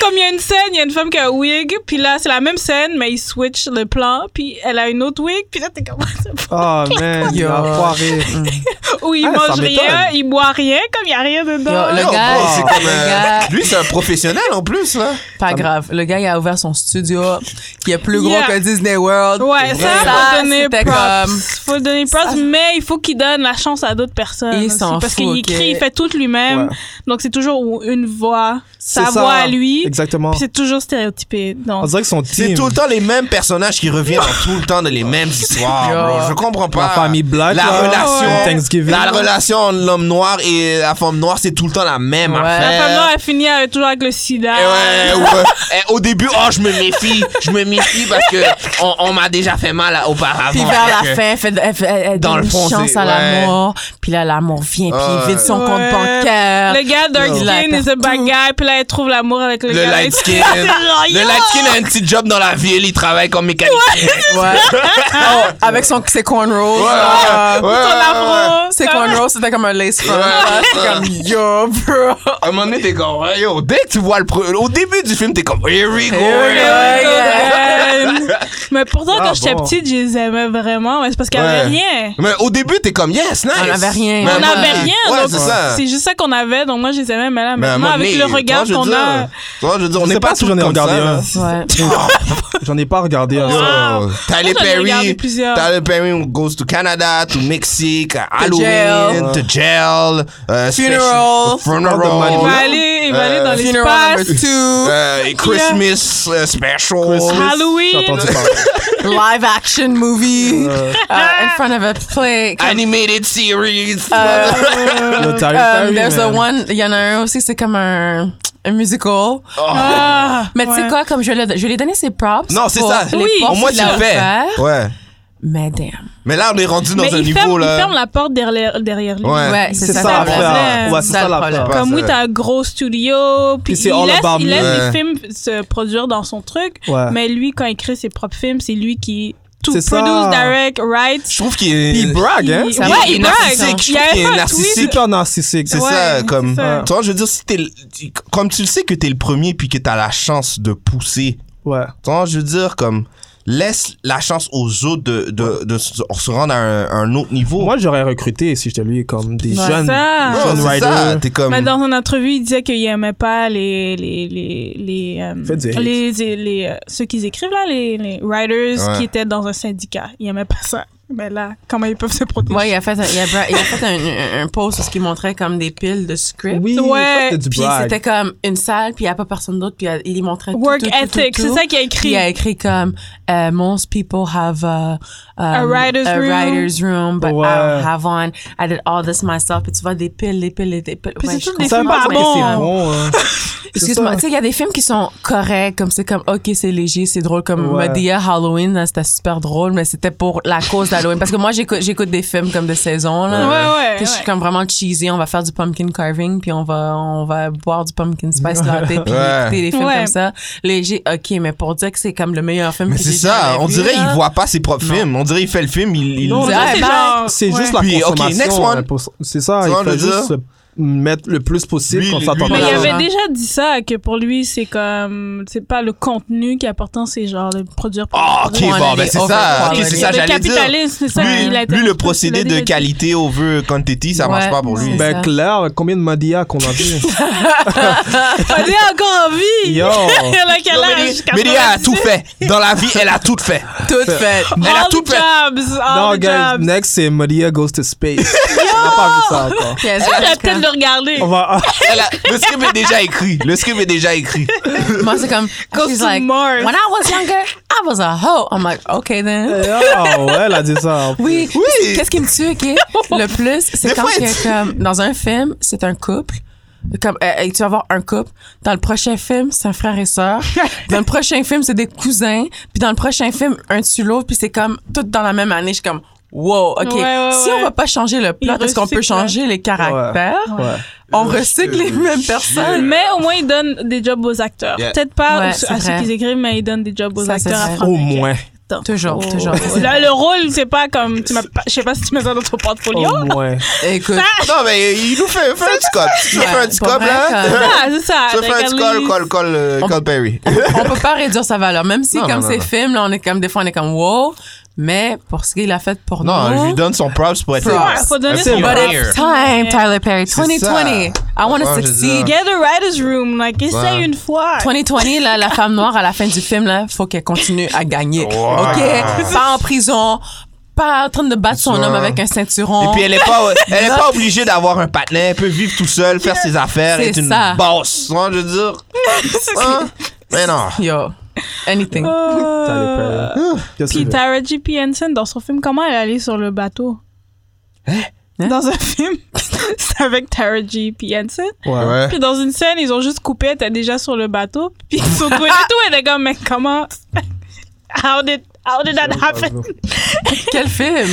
Speaker 3: comme il y a une scène, il y a une femme qui a un wig, puis là c'est la même scène, mais il switch le plan, puis elle a une autre wig, puis là t'es comme,
Speaker 2: Oh man, il a
Speaker 4: Yo.
Speaker 2: foiré.
Speaker 3: ou il
Speaker 2: Ah, ça
Speaker 3: mange rien,
Speaker 2: m'étonne.
Speaker 3: il boit rien, comme il y a rien
Speaker 4: Yo,
Speaker 3: dedans.
Speaker 4: le
Speaker 1: Non,
Speaker 4: gars,
Speaker 1: bro, c'est comme,
Speaker 4: le
Speaker 1: euh,
Speaker 4: gars,
Speaker 1: Lui, c'est un professionnel en plus, là.
Speaker 4: pas grave. Le gars, il a ouvert son studio qui est plus
Speaker 3: Yeah.
Speaker 4: gros que Disney World.
Speaker 3: Ouais, ça, faut donner
Speaker 4: c'était comme-
Speaker 3: props. Faut donner props, mais il faut qu'il donne la chance à d'autres personnes.
Speaker 4: Il
Speaker 3: aussi,
Speaker 4: s'en
Speaker 3: parce
Speaker 4: fout,
Speaker 3: qu'il
Speaker 4: ok.
Speaker 3: écrit, il fait tout lui-même.
Speaker 2: Ouais.
Speaker 3: Donc, c'est toujours une voix sa
Speaker 2: C'est
Speaker 3: voix
Speaker 2: ça.
Speaker 3: à lui.
Speaker 2: Exactement.
Speaker 3: Puis c'est toujours stéréotypé.
Speaker 2: On
Speaker 3: Donc,
Speaker 2: dirait que son
Speaker 1: C'est
Speaker 2: team,
Speaker 1: tout le temps les mêmes personnages qui reviennent dans tout le temps de les mêmes histoires, bro. Je comprends pas.
Speaker 2: la famille Black,
Speaker 1: La
Speaker 2: là,
Speaker 1: relation.
Speaker 2: Thanksgiving.
Speaker 1: La relation entre l'homme noir et la femme noire, c'est tout le temps la même
Speaker 4: Ouais.
Speaker 3: la
Speaker 1: affaire.
Speaker 3: femme noire, elle finit avec- toujours avec le sida.
Speaker 1: Euh, Eh ouais, ouais. Eh, au début, oh, je me méfie. Je me méfie parce que on, on m'a déjà fait mal à- auparavant.
Speaker 4: Puis vers
Speaker 1: Fait
Speaker 4: la
Speaker 1: que-
Speaker 4: fin, elle fait, elle fait- elle
Speaker 1: Dans
Speaker 4: donne
Speaker 1: le fond,
Speaker 4: une chance
Speaker 1: c'est-
Speaker 4: à
Speaker 1: ouais.
Speaker 4: l'amour. Puis là, l'amour vient, puis
Speaker 1: Ah,
Speaker 4: il vide son
Speaker 3: ouais.
Speaker 4: compte bancaire.
Speaker 3: Le gars dark
Speaker 4: Il
Speaker 3: skin
Speaker 4: l'a
Speaker 3: is a bad
Speaker 4: partout.
Speaker 3: guy, puis là, elle trouve l'amour avec le,
Speaker 1: Le
Speaker 3: gars.
Speaker 1: light
Speaker 3: C'est
Speaker 1: skin.
Speaker 3: genre,
Speaker 1: Le
Speaker 3: yo!
Speaker 1: light skin a un petit job dans la ville. Il travaille comme mécanicien.
Speaker 4: Ouais. Oh, avec son, ses cornrows.
Speaker 1: Ouais, ouais,
Speaker 3: Son afro.
Speaker 4: Ses
Speaker 3: comme-
Speaker 4: cornrows, c'était comme un lace front.
Speaker 1: Ouais,
Speaker 4: là.
Speaker 1: c'est
Speaker 4: C'est
Speaker 1: ça.
Speaker 4: comme, yo, bro.
Speaker 1: À un moment donné, t'es comme, hey, yo, dès que tu vois le pre- au début du film, t'es comme, here we go.
Speaker 4: Here we go.
Speaker 3: Euh, mais pourtant,
Speaker 2: Ah,
Speaker 3: quand j'étais
Speaker 2: bon.
Speaker 3: petite, je les aimais vraiment. Mais c'est parce qu'il n'y avait
Speaker 1: Ouais.
Speaker 3: rien.
Speaker 1: Mais au début, t'es comme, yes, nice.
Speaker 4: On avait rien.
Speaker 1: Mais
Speaker 3: On
Speaker 4: Ouais.
Speaker 3: n'avait
Speaker 1: moi,
Speaker 3: rien.
Speaker 1: Ouais,
Speaker 3: donc
Speaker 1: c'est ça.
Speaker 3: C'est juste ça qu'on avait. Donc moi, je les aimais. Mais là,
Speaker 1: Mais Ben, à un
Speaker 3: maintenant,
Speaker 1: moment
Speaker 3: avec
Speaker 1: donné,
Speaker 3: le regard
Speaker 1: tu vois, je veux
Speaker 3: qu'on a.
Speaker 1: dire, euh, tu vois, je veux dire, on
Speaker 2: sais
Speaker 1: n'est
Speaker 2: pas
Speaker 1: pas
Speaker 2: si
Speaker 1: toujours
Speaker 2: j'en ai
Speaker 1: comme
Speaker 2: regardé
Speaker 1: ça, là.
Speaker 2: un.
Speaker 4: Ouais.
Speaker 2: J'en ai pas regardé un.
Speaker 3: Ouais.
Speaker 1: Oh, Tyler
Speaker 3: Ah, Moi, j'en ai regardé
Speaker 1: Perry.
Speaker 3: plusieurs.
Speaker 1: Tyler Perry goes to Canada, to Mexique, à
Speaker 4: To
Speaker 1: Halloween,
Speaker 4: jail.
Speaker 1: to jail, euh,
Speaker 4: Funeral.
Speaker 1: special- funeral,
Speaker 3: Il va
Speaker 2: Ouais.
Speaker 3: aller, il va aller dans
Speaker 1: Euh,
Speaker 4: Funeral
Speaker 3: l'espace.
Speaker 4: number two.
Speaker 1: euh, et Christmas euh, special.
Speaker 2: Christmas,
Speaker 3: Halloween.
Speaker 2: j'ai entendu parler.
Speaker 4: Live action movie. Uh, in front of a play. Comme,
Speaker 1: Animated series.
Speaker 4: euh,
Speaker 2: Le Tyler
Speaker 3: Euh,
Speaker 2: Perry,
Speaker 4: um, there's a
Speaker 2: man.
Speaker 4: one, il y en a un aussi, c'est comme un, un musical.
Speaker 3: Ah,
Speaker 4: Mais tu sais
Speaker 3: ouais.
Speaker 4: quoi, comme je, l'ai- je lui ai donné ses props.
Speaker 1: Non, c'est
Speaker 4: pour
Speaker 1: ça.
Speaker 4: les
Speaker 3: Oui.
Speaker 4: portes
Speaker 1: Au moins, tu
Speaker 4: qu'il a
Speaker 1: le fais.
Speaker 4: ouvertes.
Speaker 1: Ouais.
Speaker 4: Mais damn.
Speaker 1: Mais là, on est rendu dans
Speaker 3: Mais
Speaker 1: un
Speaker 3: il
Speaker 1: niveau,
Speaker 3: ferme, il
Speaker 1: là.
Speaker 3: ferme la porte derrière, derrière lui.
Speaker 1: Ouais.
Speaker 4: Ouais, c'est
Speaker 2: C'est
Speaker 4: ça,
Speaker 2: ça
Speaker 4: le problème.
Speaker 2: l'affaire. Ouais, c'est ça l'affaire.
Speaker 4: problème.
Speaker 1: Ouais,
Speaker 3: Comme
Speaker 1: c'est
Speaker 3: oui,
Speaker 1: vrai.
Speaker 3: t'as un gros studio, puis
Speaker 2: Puis c'est
Speaker 3: il
Speaker 2: all
Speaker 3: laisse,
Speaker 2: about
Speaker 3: il
Speaker 2: me.
Speaker 3: laisse
Speaker 1: Ouais.
Speaker 3: les films se produire dans son truc,
Speaker 2: Ouais.
Speaker 3: mais lui, quand il crée ses propres films, c'est lui qui tout
Speaker 2: C'est
Speaker 3: produce,
Speaker 2: ça.
Speaker 3: direct, write.
Speaker 1: Je trouve qu'il
Speaker 2: Puis il
Speaker 1: est.
Speaker 2: brague, hein?
Speaker 3: Il-
Speaker 4: Ça
Speaker 3: ouais,
Speaker 4: va,
Speaker 1: il est
Speaker 3: il brague.
Speaker 1: narcissique. Je
Speaker 3: Il y
Speaker 1: trouve
Speaker 3: avait
Speaker 1: qu'il est
Speaker 3: pas un tweet.
Speaker 1: narcissique.
Speaker 2: Super narcissique.
Speaker 1: C'est
Speaker 3: Ouais,
Speaker 1: ça,
Speaker 3: c'est
Speaker 1: comme.
Speaker 3: ça.
Speaker 1: Tu vois, je veux dire, si t'es. le- Comme tu le sais que t'es le premier puis que t'as la chance de pousser,
Speaker 2: Ouais.
Speaker 1: tu vois, je veux dire, comme. Laisse la chance aux autres de, de, de se se rendre à un, un autre niveau.
Speaker 2: Moi, j'aurais recruté, si j'étais lui, comme des
Speaker 3: Ouais.
Speaker 2: jeunes.
Speaker 3: Ça.
Speaker 1: Bro,
Speaker 2: jeunes
Speaker 1: c'est ça.
Speaker 2: writers.
Speaker 1: T'es comme.
Speaker 3: Mais Ben, dans son entrevue, il disait qu'il aimait pas les les les les euh,
Speaker 2: Faites du hate.
Speaker 3: les, les- les, euh, ceux qui écrivent là, les, les writers
Speaker 1: Ouais.
Speaker 3: qui étaient dans un syndicat. Il aimait pas ça. Mais là, comment ils peuvent se protéger
Speaker 4: Ouais, il a fait un, il a, bra- il a fait un, un, un post où ce qu'il montrait comme des piles de script.
Speaker 2: Oui,
Speaker 3: Ouais.
Speaker 2: ça, c'était du
Speaker 4: Puis
Speaker 2: brag.
Speaker 4: c'était comme une salle, puis il n'y a pas personne d'autre, puis il y montrait tout,
Speaker 3: Work
Speaker 4: tout, tout, tout,
Speaker 3: ethic,
Speaker 4: tout.
Speaker 3: c'est ça qu'il a écrit.
Speaker 4: Puis il a écrit comme euh, Most people have a, um,
Speaker 3: A writer's
Speaker 4: a
Speaker 3: room.
Speaker 4: writer's room, but
Speaker 2: Ouais.
Speaker 4: I don't have one. I did all this myself. Puis tu vois des piles, des piles, des piles.
Speaker 3: Puis c'est
Speaker 4: Ouais, je
Speaker 3: tout des
Speaker 4: comprends
Speaker 2: Ça,
Speaker 3: films
Speaker 2: parce
Speaker 3: pas
Speaker 2: que
Speaker 3: bons.
Speaker 2: c'est bon. hein. C'est
Speaker 4: Excuse-moi,
Speaker 2: ça.
Speaker 4: tu sais, il y a des films qui sont corrects, comme c'est comme, ok, c'est léger, c'est drôle, comme
Speaker 2: Ouais.
Speaker 4: Madea Halloween, là, c'était super drôle, mais c'était pour la cause d'Halloween. Parce que moi, j'écoute, j'écoute des films comme de saison, là.
Speaker 3: Ouais, ouais,
Speaker 4: Tu sais, Je
Speaker 3: ouais.
Speaker 4: suis comme vraiment cheesy, on va faire du pumpkin carving, puis on va, on va boire du pumpkin spice latte, puis
Speaker 1: Ouais.
Speaker 4: écouter des films
Speaker 3: Ouais.
Speaker 4: comme ça. Léger, ok, mais pour dire que c'est comme le meilleur film
Speaker 1: Mais
Speaker 4: que
Speaker 1: c'est
Speaker 4: j'ai
Speaker 1: ça.
Speaker 4: jamais
Speaker 1: On
Speaker 4: vu,
Speaker 1: dirait
Speaker 4: là.
Speaker 1: il voit pas ses propres
Speaker 4: Non.
Speaker 1: films. On dirait il fait le film, il. il-
Speaker 2: Non,
Speaker 3: On dirait
Speaker 4: Ah,
Speaker 3: que c'est
Speaker 4: bah,
Speaker 3: genre-
Speaker 2: C'est
Speaker 3: ouais.
Speaker 2: juste la
Speaker 1: Puis, ok,
Speaker 2: consommation.
Speaker 1: next one.
Speaker 2: euh, pour- C'est ça,
Speaker 1: Tu vois, je
Speaker 2: il faut
Speaker 1: veux dire-
Speaker 2: juste se mettre le plus possible
Speaker 1: Lui,
Speaker 2: qu'on
Speaker 1: lui,
Speaker 2: s'attende
Speaker 1: lui,
Speaker 2: à
Speaker 3: Mais il
Speaker 4: Ouais.
Speaker 3: avait
Speaker 4: Ouais.
Speaker 3: déjà dit ça, que pour lui, c'est comme, c'est pas le contenu qui est important, c'est genre de produire pour
Speaker 1: Ah, ok,
Speaker 3: produire.
Speaker 4: Ouais,
Speaker 1: bon,
Speaker 4: on a
Speaker 1: ben
Speaker 4: des
Speaker 1: c'est ça.
Speaker 4: overqualified.
Speaker 1: Ok, c'est
Speaker 4: Il y
Speaker 1: ça,
Speaker 4: a
Speaker 3: Le
Speaker 1: j'allais dire.
Speaker 3: capitalisme, c'est ça
Speaker 1: Lui,
Speaker 3: qu'il a été-
Speaker 1: lui,
Speaker 3: il
Speaker 1: le
Speaker 3: l'a
Speaker 1: procédé de
Speaker 3: déjà dit.
Speaker 1: qualité over quantity, ça marche
Speaker 4: Ouais.
Speaker 1: pas pour lui.
Speaker 4: C'est
Speaker 2: Ben
Speaker 4: ça.
Speaker 2: Claire, combien de Madia qu'on a vu?
Speaker 3: Elle est encore en vie!
Speaker 2: Yo!
Speaker 3: Elle a quel
Speaker 1: Oh. Non,
Speaker 3: âge?
Speaker 1: Mélia- Mélia a tout
Speaker 3: 90?
Speaker 1: fait. Dans la vie, elle a tout fait.
Speaker 4: Tout fait.
Speaker 1: Elle a
Speaker 3: All
Speaker 1: tout
Speaker 3: the
Speaker 1: fait.
Speaker 3: jobs!
Speaker 2: Non,
Speaker 3: All the
Speaker 2: guys,
Speaker 3: jobs!
Speaker 2: next c'est Maria Goes to Space. On n'a pas vu ça encore.
Speaker 4: Puis elle-
Speaker 3: J'aurais peut-être le regarder.
Speaker 2: On va.
Speaker 1: Elle a- le script est déjà écrit. Le script est déjà écrit.
Speaker 4: Moi, c'est comme,
Speaker 3: Go
Speaker 4: she's
Speaker 3: to
Speaker 4: like,
Speaker 3: Mars.
Speaker 4: when I was younger, I was a hoe. I'm like, okay then.
Speaker 2: Ah ouais, elle a dit ça.
Speaker 4: Oui.
Speaker 3: Euh,
Speaker 1: Oui.
Speaker 4: Qu'est-ce qui me tue, OK? Le plus,
Speaker 1: Des
Speaker 4: c'est quand
Speaker 1: fois,
Speaker 4: que,
Speaker 1: tu-
Speaker 4: comme, dans un film, c'est un couple. Comme, euh, euh, tu vas avoir un couple. Dans le prochain film, c'est un frère et sœur. Dans le prochain film, c'est des cousins. Puis dans le prochain film, un tue l'autre. Puis c'est comme, tout dans la même année. Je suis comme, wow, OK.
Speaker 3: Ouais, ouais,
Speaker 4: si
Speaker 3: ouais.
Speaker 4: on va pas changer le plot,
Speaker 3: Il
Speaker 4: est-ce qu'on peut
Speaker 3: recycle. hein.
Speaker 4: changer les caractères?
Speaker 2: Ouais.
Speaker 4: On recycle les mêmes personnes.
Speaker 3: Mais au moins, il donne des jobs aux acteurs.
Speaker 1: Yeah.
Speaker 3: Peut-être pas
Speaker 4: Ouais,
Speaker 3: aux-
Speaker 4: c'est
Speaker 3: à ceux
Speaker 4: vrai.
Speaker 3: qui écrivent, mais il donne des jobs aux
Speaker 4: Ça, c'est
Speaker 3: acteurs
Speaker 4: vrai.
Speaker 3: à
Speaker 2: Au moins.
Speaker 4: Toujours, toujours.
Speaker 3: Là, le rôle, c'est pas comme. tu m'as pas- Je sais pas si tu mets ça dans ton portfolio.
Speaker 2: Au moins.
Speaker 4: Écoute.
Speaker 1: Non, mais il nous fait, fait un petit cop. Tu fais un petit
Speaker 4: pour
Speaker 1: cop,
Speaker 4: vrai,
Speaker 1: là.
Speaker 3: Ah, c'est ça.
Speaker 1: Tu fais un petit call,
Speaker 3: regarde-les.
Speaker 1: call, call, euh,
Speaker 4: On-
Speaker 1: call Perry.
Speaker 4: on peut pas réduire sa valeur. Même si,
Speaker 1: Non,
Speaker 4: comme
Speaker 1: non, non,
Speaker 4: ces
Speaker 1: non.
Speaker 4: films, là, on est comme, des fois, on est comme, wow. Mais pour ce qu'il a fait pour nous.
Speaker 1: Non, je lui donne son props pour être.
Speaker 4: Props.
Speaker 3: Ouais, faut donner
Speaker 1: That's
Speaker 3: son
Speaker 1: your
Speaker 3: props.
Speaker 1: But it's
Speaker 4: Time, Tyler Perry.
Speaker 1: C'est
Speaker 4: 2020. I want
Speaker 1: Ouais,
Speaker 4: to
Speaker 1: je euh, veux
Speaker 4: succeed.
Speaker 1: dire.
Speaker 3: Get a writer's room. Like, essaye
Speaker 1: Ouais.
Speaker 3: une fois.
Speaker 4: 2020, là, la femme noire, à la fin du film, là, faut qu'elle continue à gagner.
Speaker 1: Ouais.
Speaker 4: OK? Pas en prison, pas en train de battre son
Speaker 1: Ça.
Speaker 4: homme avec un
Speaker 1: Et
Speaker 4: ceinturon.
Speaker 1: puis elle est pas, elle est pas obligée d'avoir un partenaire. Elle peut vivre tout seule, faire ses affaires,
Speaker 4: C'est
Speaker 1: être une
Speaker 4: ça.
Speaker 1: boss. Tu vois, je veux dire. Hein? Mais non.
Speaker 4: Yo, anything.
Speaker 2: T'as les
Speaker 4: Euh,
Speaker 2: pères. Qu'est-ce
Speaker 3: Euh,
Speaker 2: que
Speaker 3: Puis
Speaker 2: tu fais?
Speaker 3: Tara G. P. Henson, dans son film, comment elle est allée sur le bateau?
Speaker 4: Hein?
Speaker 3: Dans un film, c'est avec Tara G. P. Henson.
Speaker 2: Ouais.
Speaker 1: Ouais.
Speaker 3: Puis dans une scène, ils ont juste coupé, elle était déjà sur le bateau. Puis ils sont tous et tout, elle est comme, mais comment? How did, how did that happen?
Speaker 4: Quel film?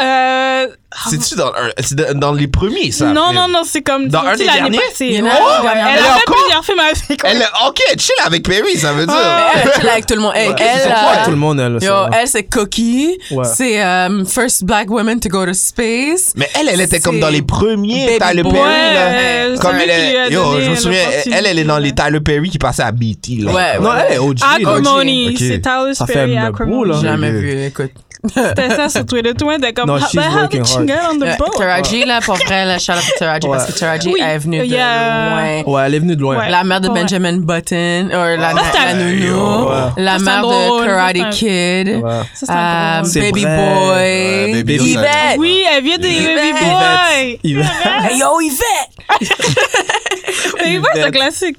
Speaker 3: Euh,
Speaker 1: C'est-tu dans, un- c'est dans- dans les premiers, ça?
Speaker 3: non,
Speaker 1: mais-
Speaker 3: non, non, c'est comme.
Speaker 1: Dans
Speaker 3: tu
Speaker 1: un
Speaker 3: sais,
Speaker 1: des
Speaker 3: l'année
Speaker 1: derniers?
Speaker 3: passée.
Speaker 4: Il y en a
Speaker 3: Ouais.
Speaker 4: un,
Speaker 3: elle,
Speaker 4: dernier.
Speaker 1: Elle est
Speaker 3: a fait
Speaker 1: encore-
Speaker 3: plusieurs films avec
Speaker 1: Elle, ok, chill avec Perry, ça veut dire.
Speaker 4: Elle, elle est avec tout le monde. Hey, elle,
Speaker 1: c'est
Speaker 2: Ouais,
Speaker 4: euh,
Speaker 2: tout le monde, elle.
Speaker 4: Yo,
Speaker 2: ça.
Speaker 4: elle, c'est Cookie.
Speaker 2: Ouais.
Speaker 4: C'est um, First Black Woman to go to space.
Speaker 1: Mais elle, elle était comme
Speaker 4: C'est
Speaker 1: dans les premiers
Speaker 4: Baby
Speaker 1: Tyler
Speaker 4: Boy.
Speaker 1: Perry, là.
Speaker 3: Ouais,
Speaker 1: Comme
Speaker 3: euh, celui
Speaker 1: elle
Speaker 3: qui lui a
Speaker 1: est, yo,
Speaker 3: donné euh,
Speaker 1: je me souviens, elle,
Speaker 3: l'opportunité.
Speaker 1: elle, elle est dans les Tyler Perry qui passait à BT, là.
Speaker 4: Ouais,
Speaker 2: Non,
Speaker 4: ouais.
Speaker 2: elle est OG.
Speaker 4: Ah,
Speaker 2: là.
Speaker 3: Acrimony,
Speaker 2: Ok.
Speaker 3: Ah, c'est Tyler
Speaker 2: Ça fait
Speaker 3: Sperry
Speaker 2: un bout, là.
Speaker 3: Acrimony.
Speaker 2: J'ai
Speaker 4: Jamais
Speaker 1: vu.
Speaker 4: vu, écoute.
Speaker 3: C'était ça sur Twitter, tout le monde était comme, Ah,
Speaker 2: No,
Speaker 3: how
Speaker 2: she's
Speaker 3: the hell
Speaker 2: working
Speaker 3: did you
Speaker 2: hard.
Speaker 3: get on
Speaker 4: Euh,
Speaker 3: the boat?
Speaker 4: Taraji, là, pour vrai, là, shout out à Taraji, parce que Taraji,
Speaker 3: Oui.
Speaker 4: elle est venue de
Speaker 3: Yeah.
Speaker 4: loin.
Speaker 2: Ouais, elle est venue de loin.
Speaker 3: Ouais.
Speaker 4: La mère de
Speaker 3: Ouais.
Speaker 4: Benjamin Button, ou la, la,
Speaker 3: c'est un-
Speaker 4: nounou,
Speaker 2: Ouais.
Speaker 4: la
Speaker 3: Ça, c'est
Speaker 4: mère
Speaker 3: un drôle,
Speaker 4: de Karate
Speaker 3: ça, c'est un-
Speaker 4: Kid,
Speaker 2: Ouais.
Speaker 3: Ça, c'est un
Speaker 4: euh,
Speaker 3: drôle.
Speaker 2: C'est
Speaker 4: Baby
Speaker 2: vrai.
Speaker 4: Boy,
Speaker 1: Ouais, Baby Boy.
Speaker 4: Yvette.
Speaker 3: Oui, elle vient des Baby Boy.
Speaker 2: Yvette. Yvette.
Speaker 4: Hey, yo, Yvette!
Speaker 3: Baby Boy, c'est un classique.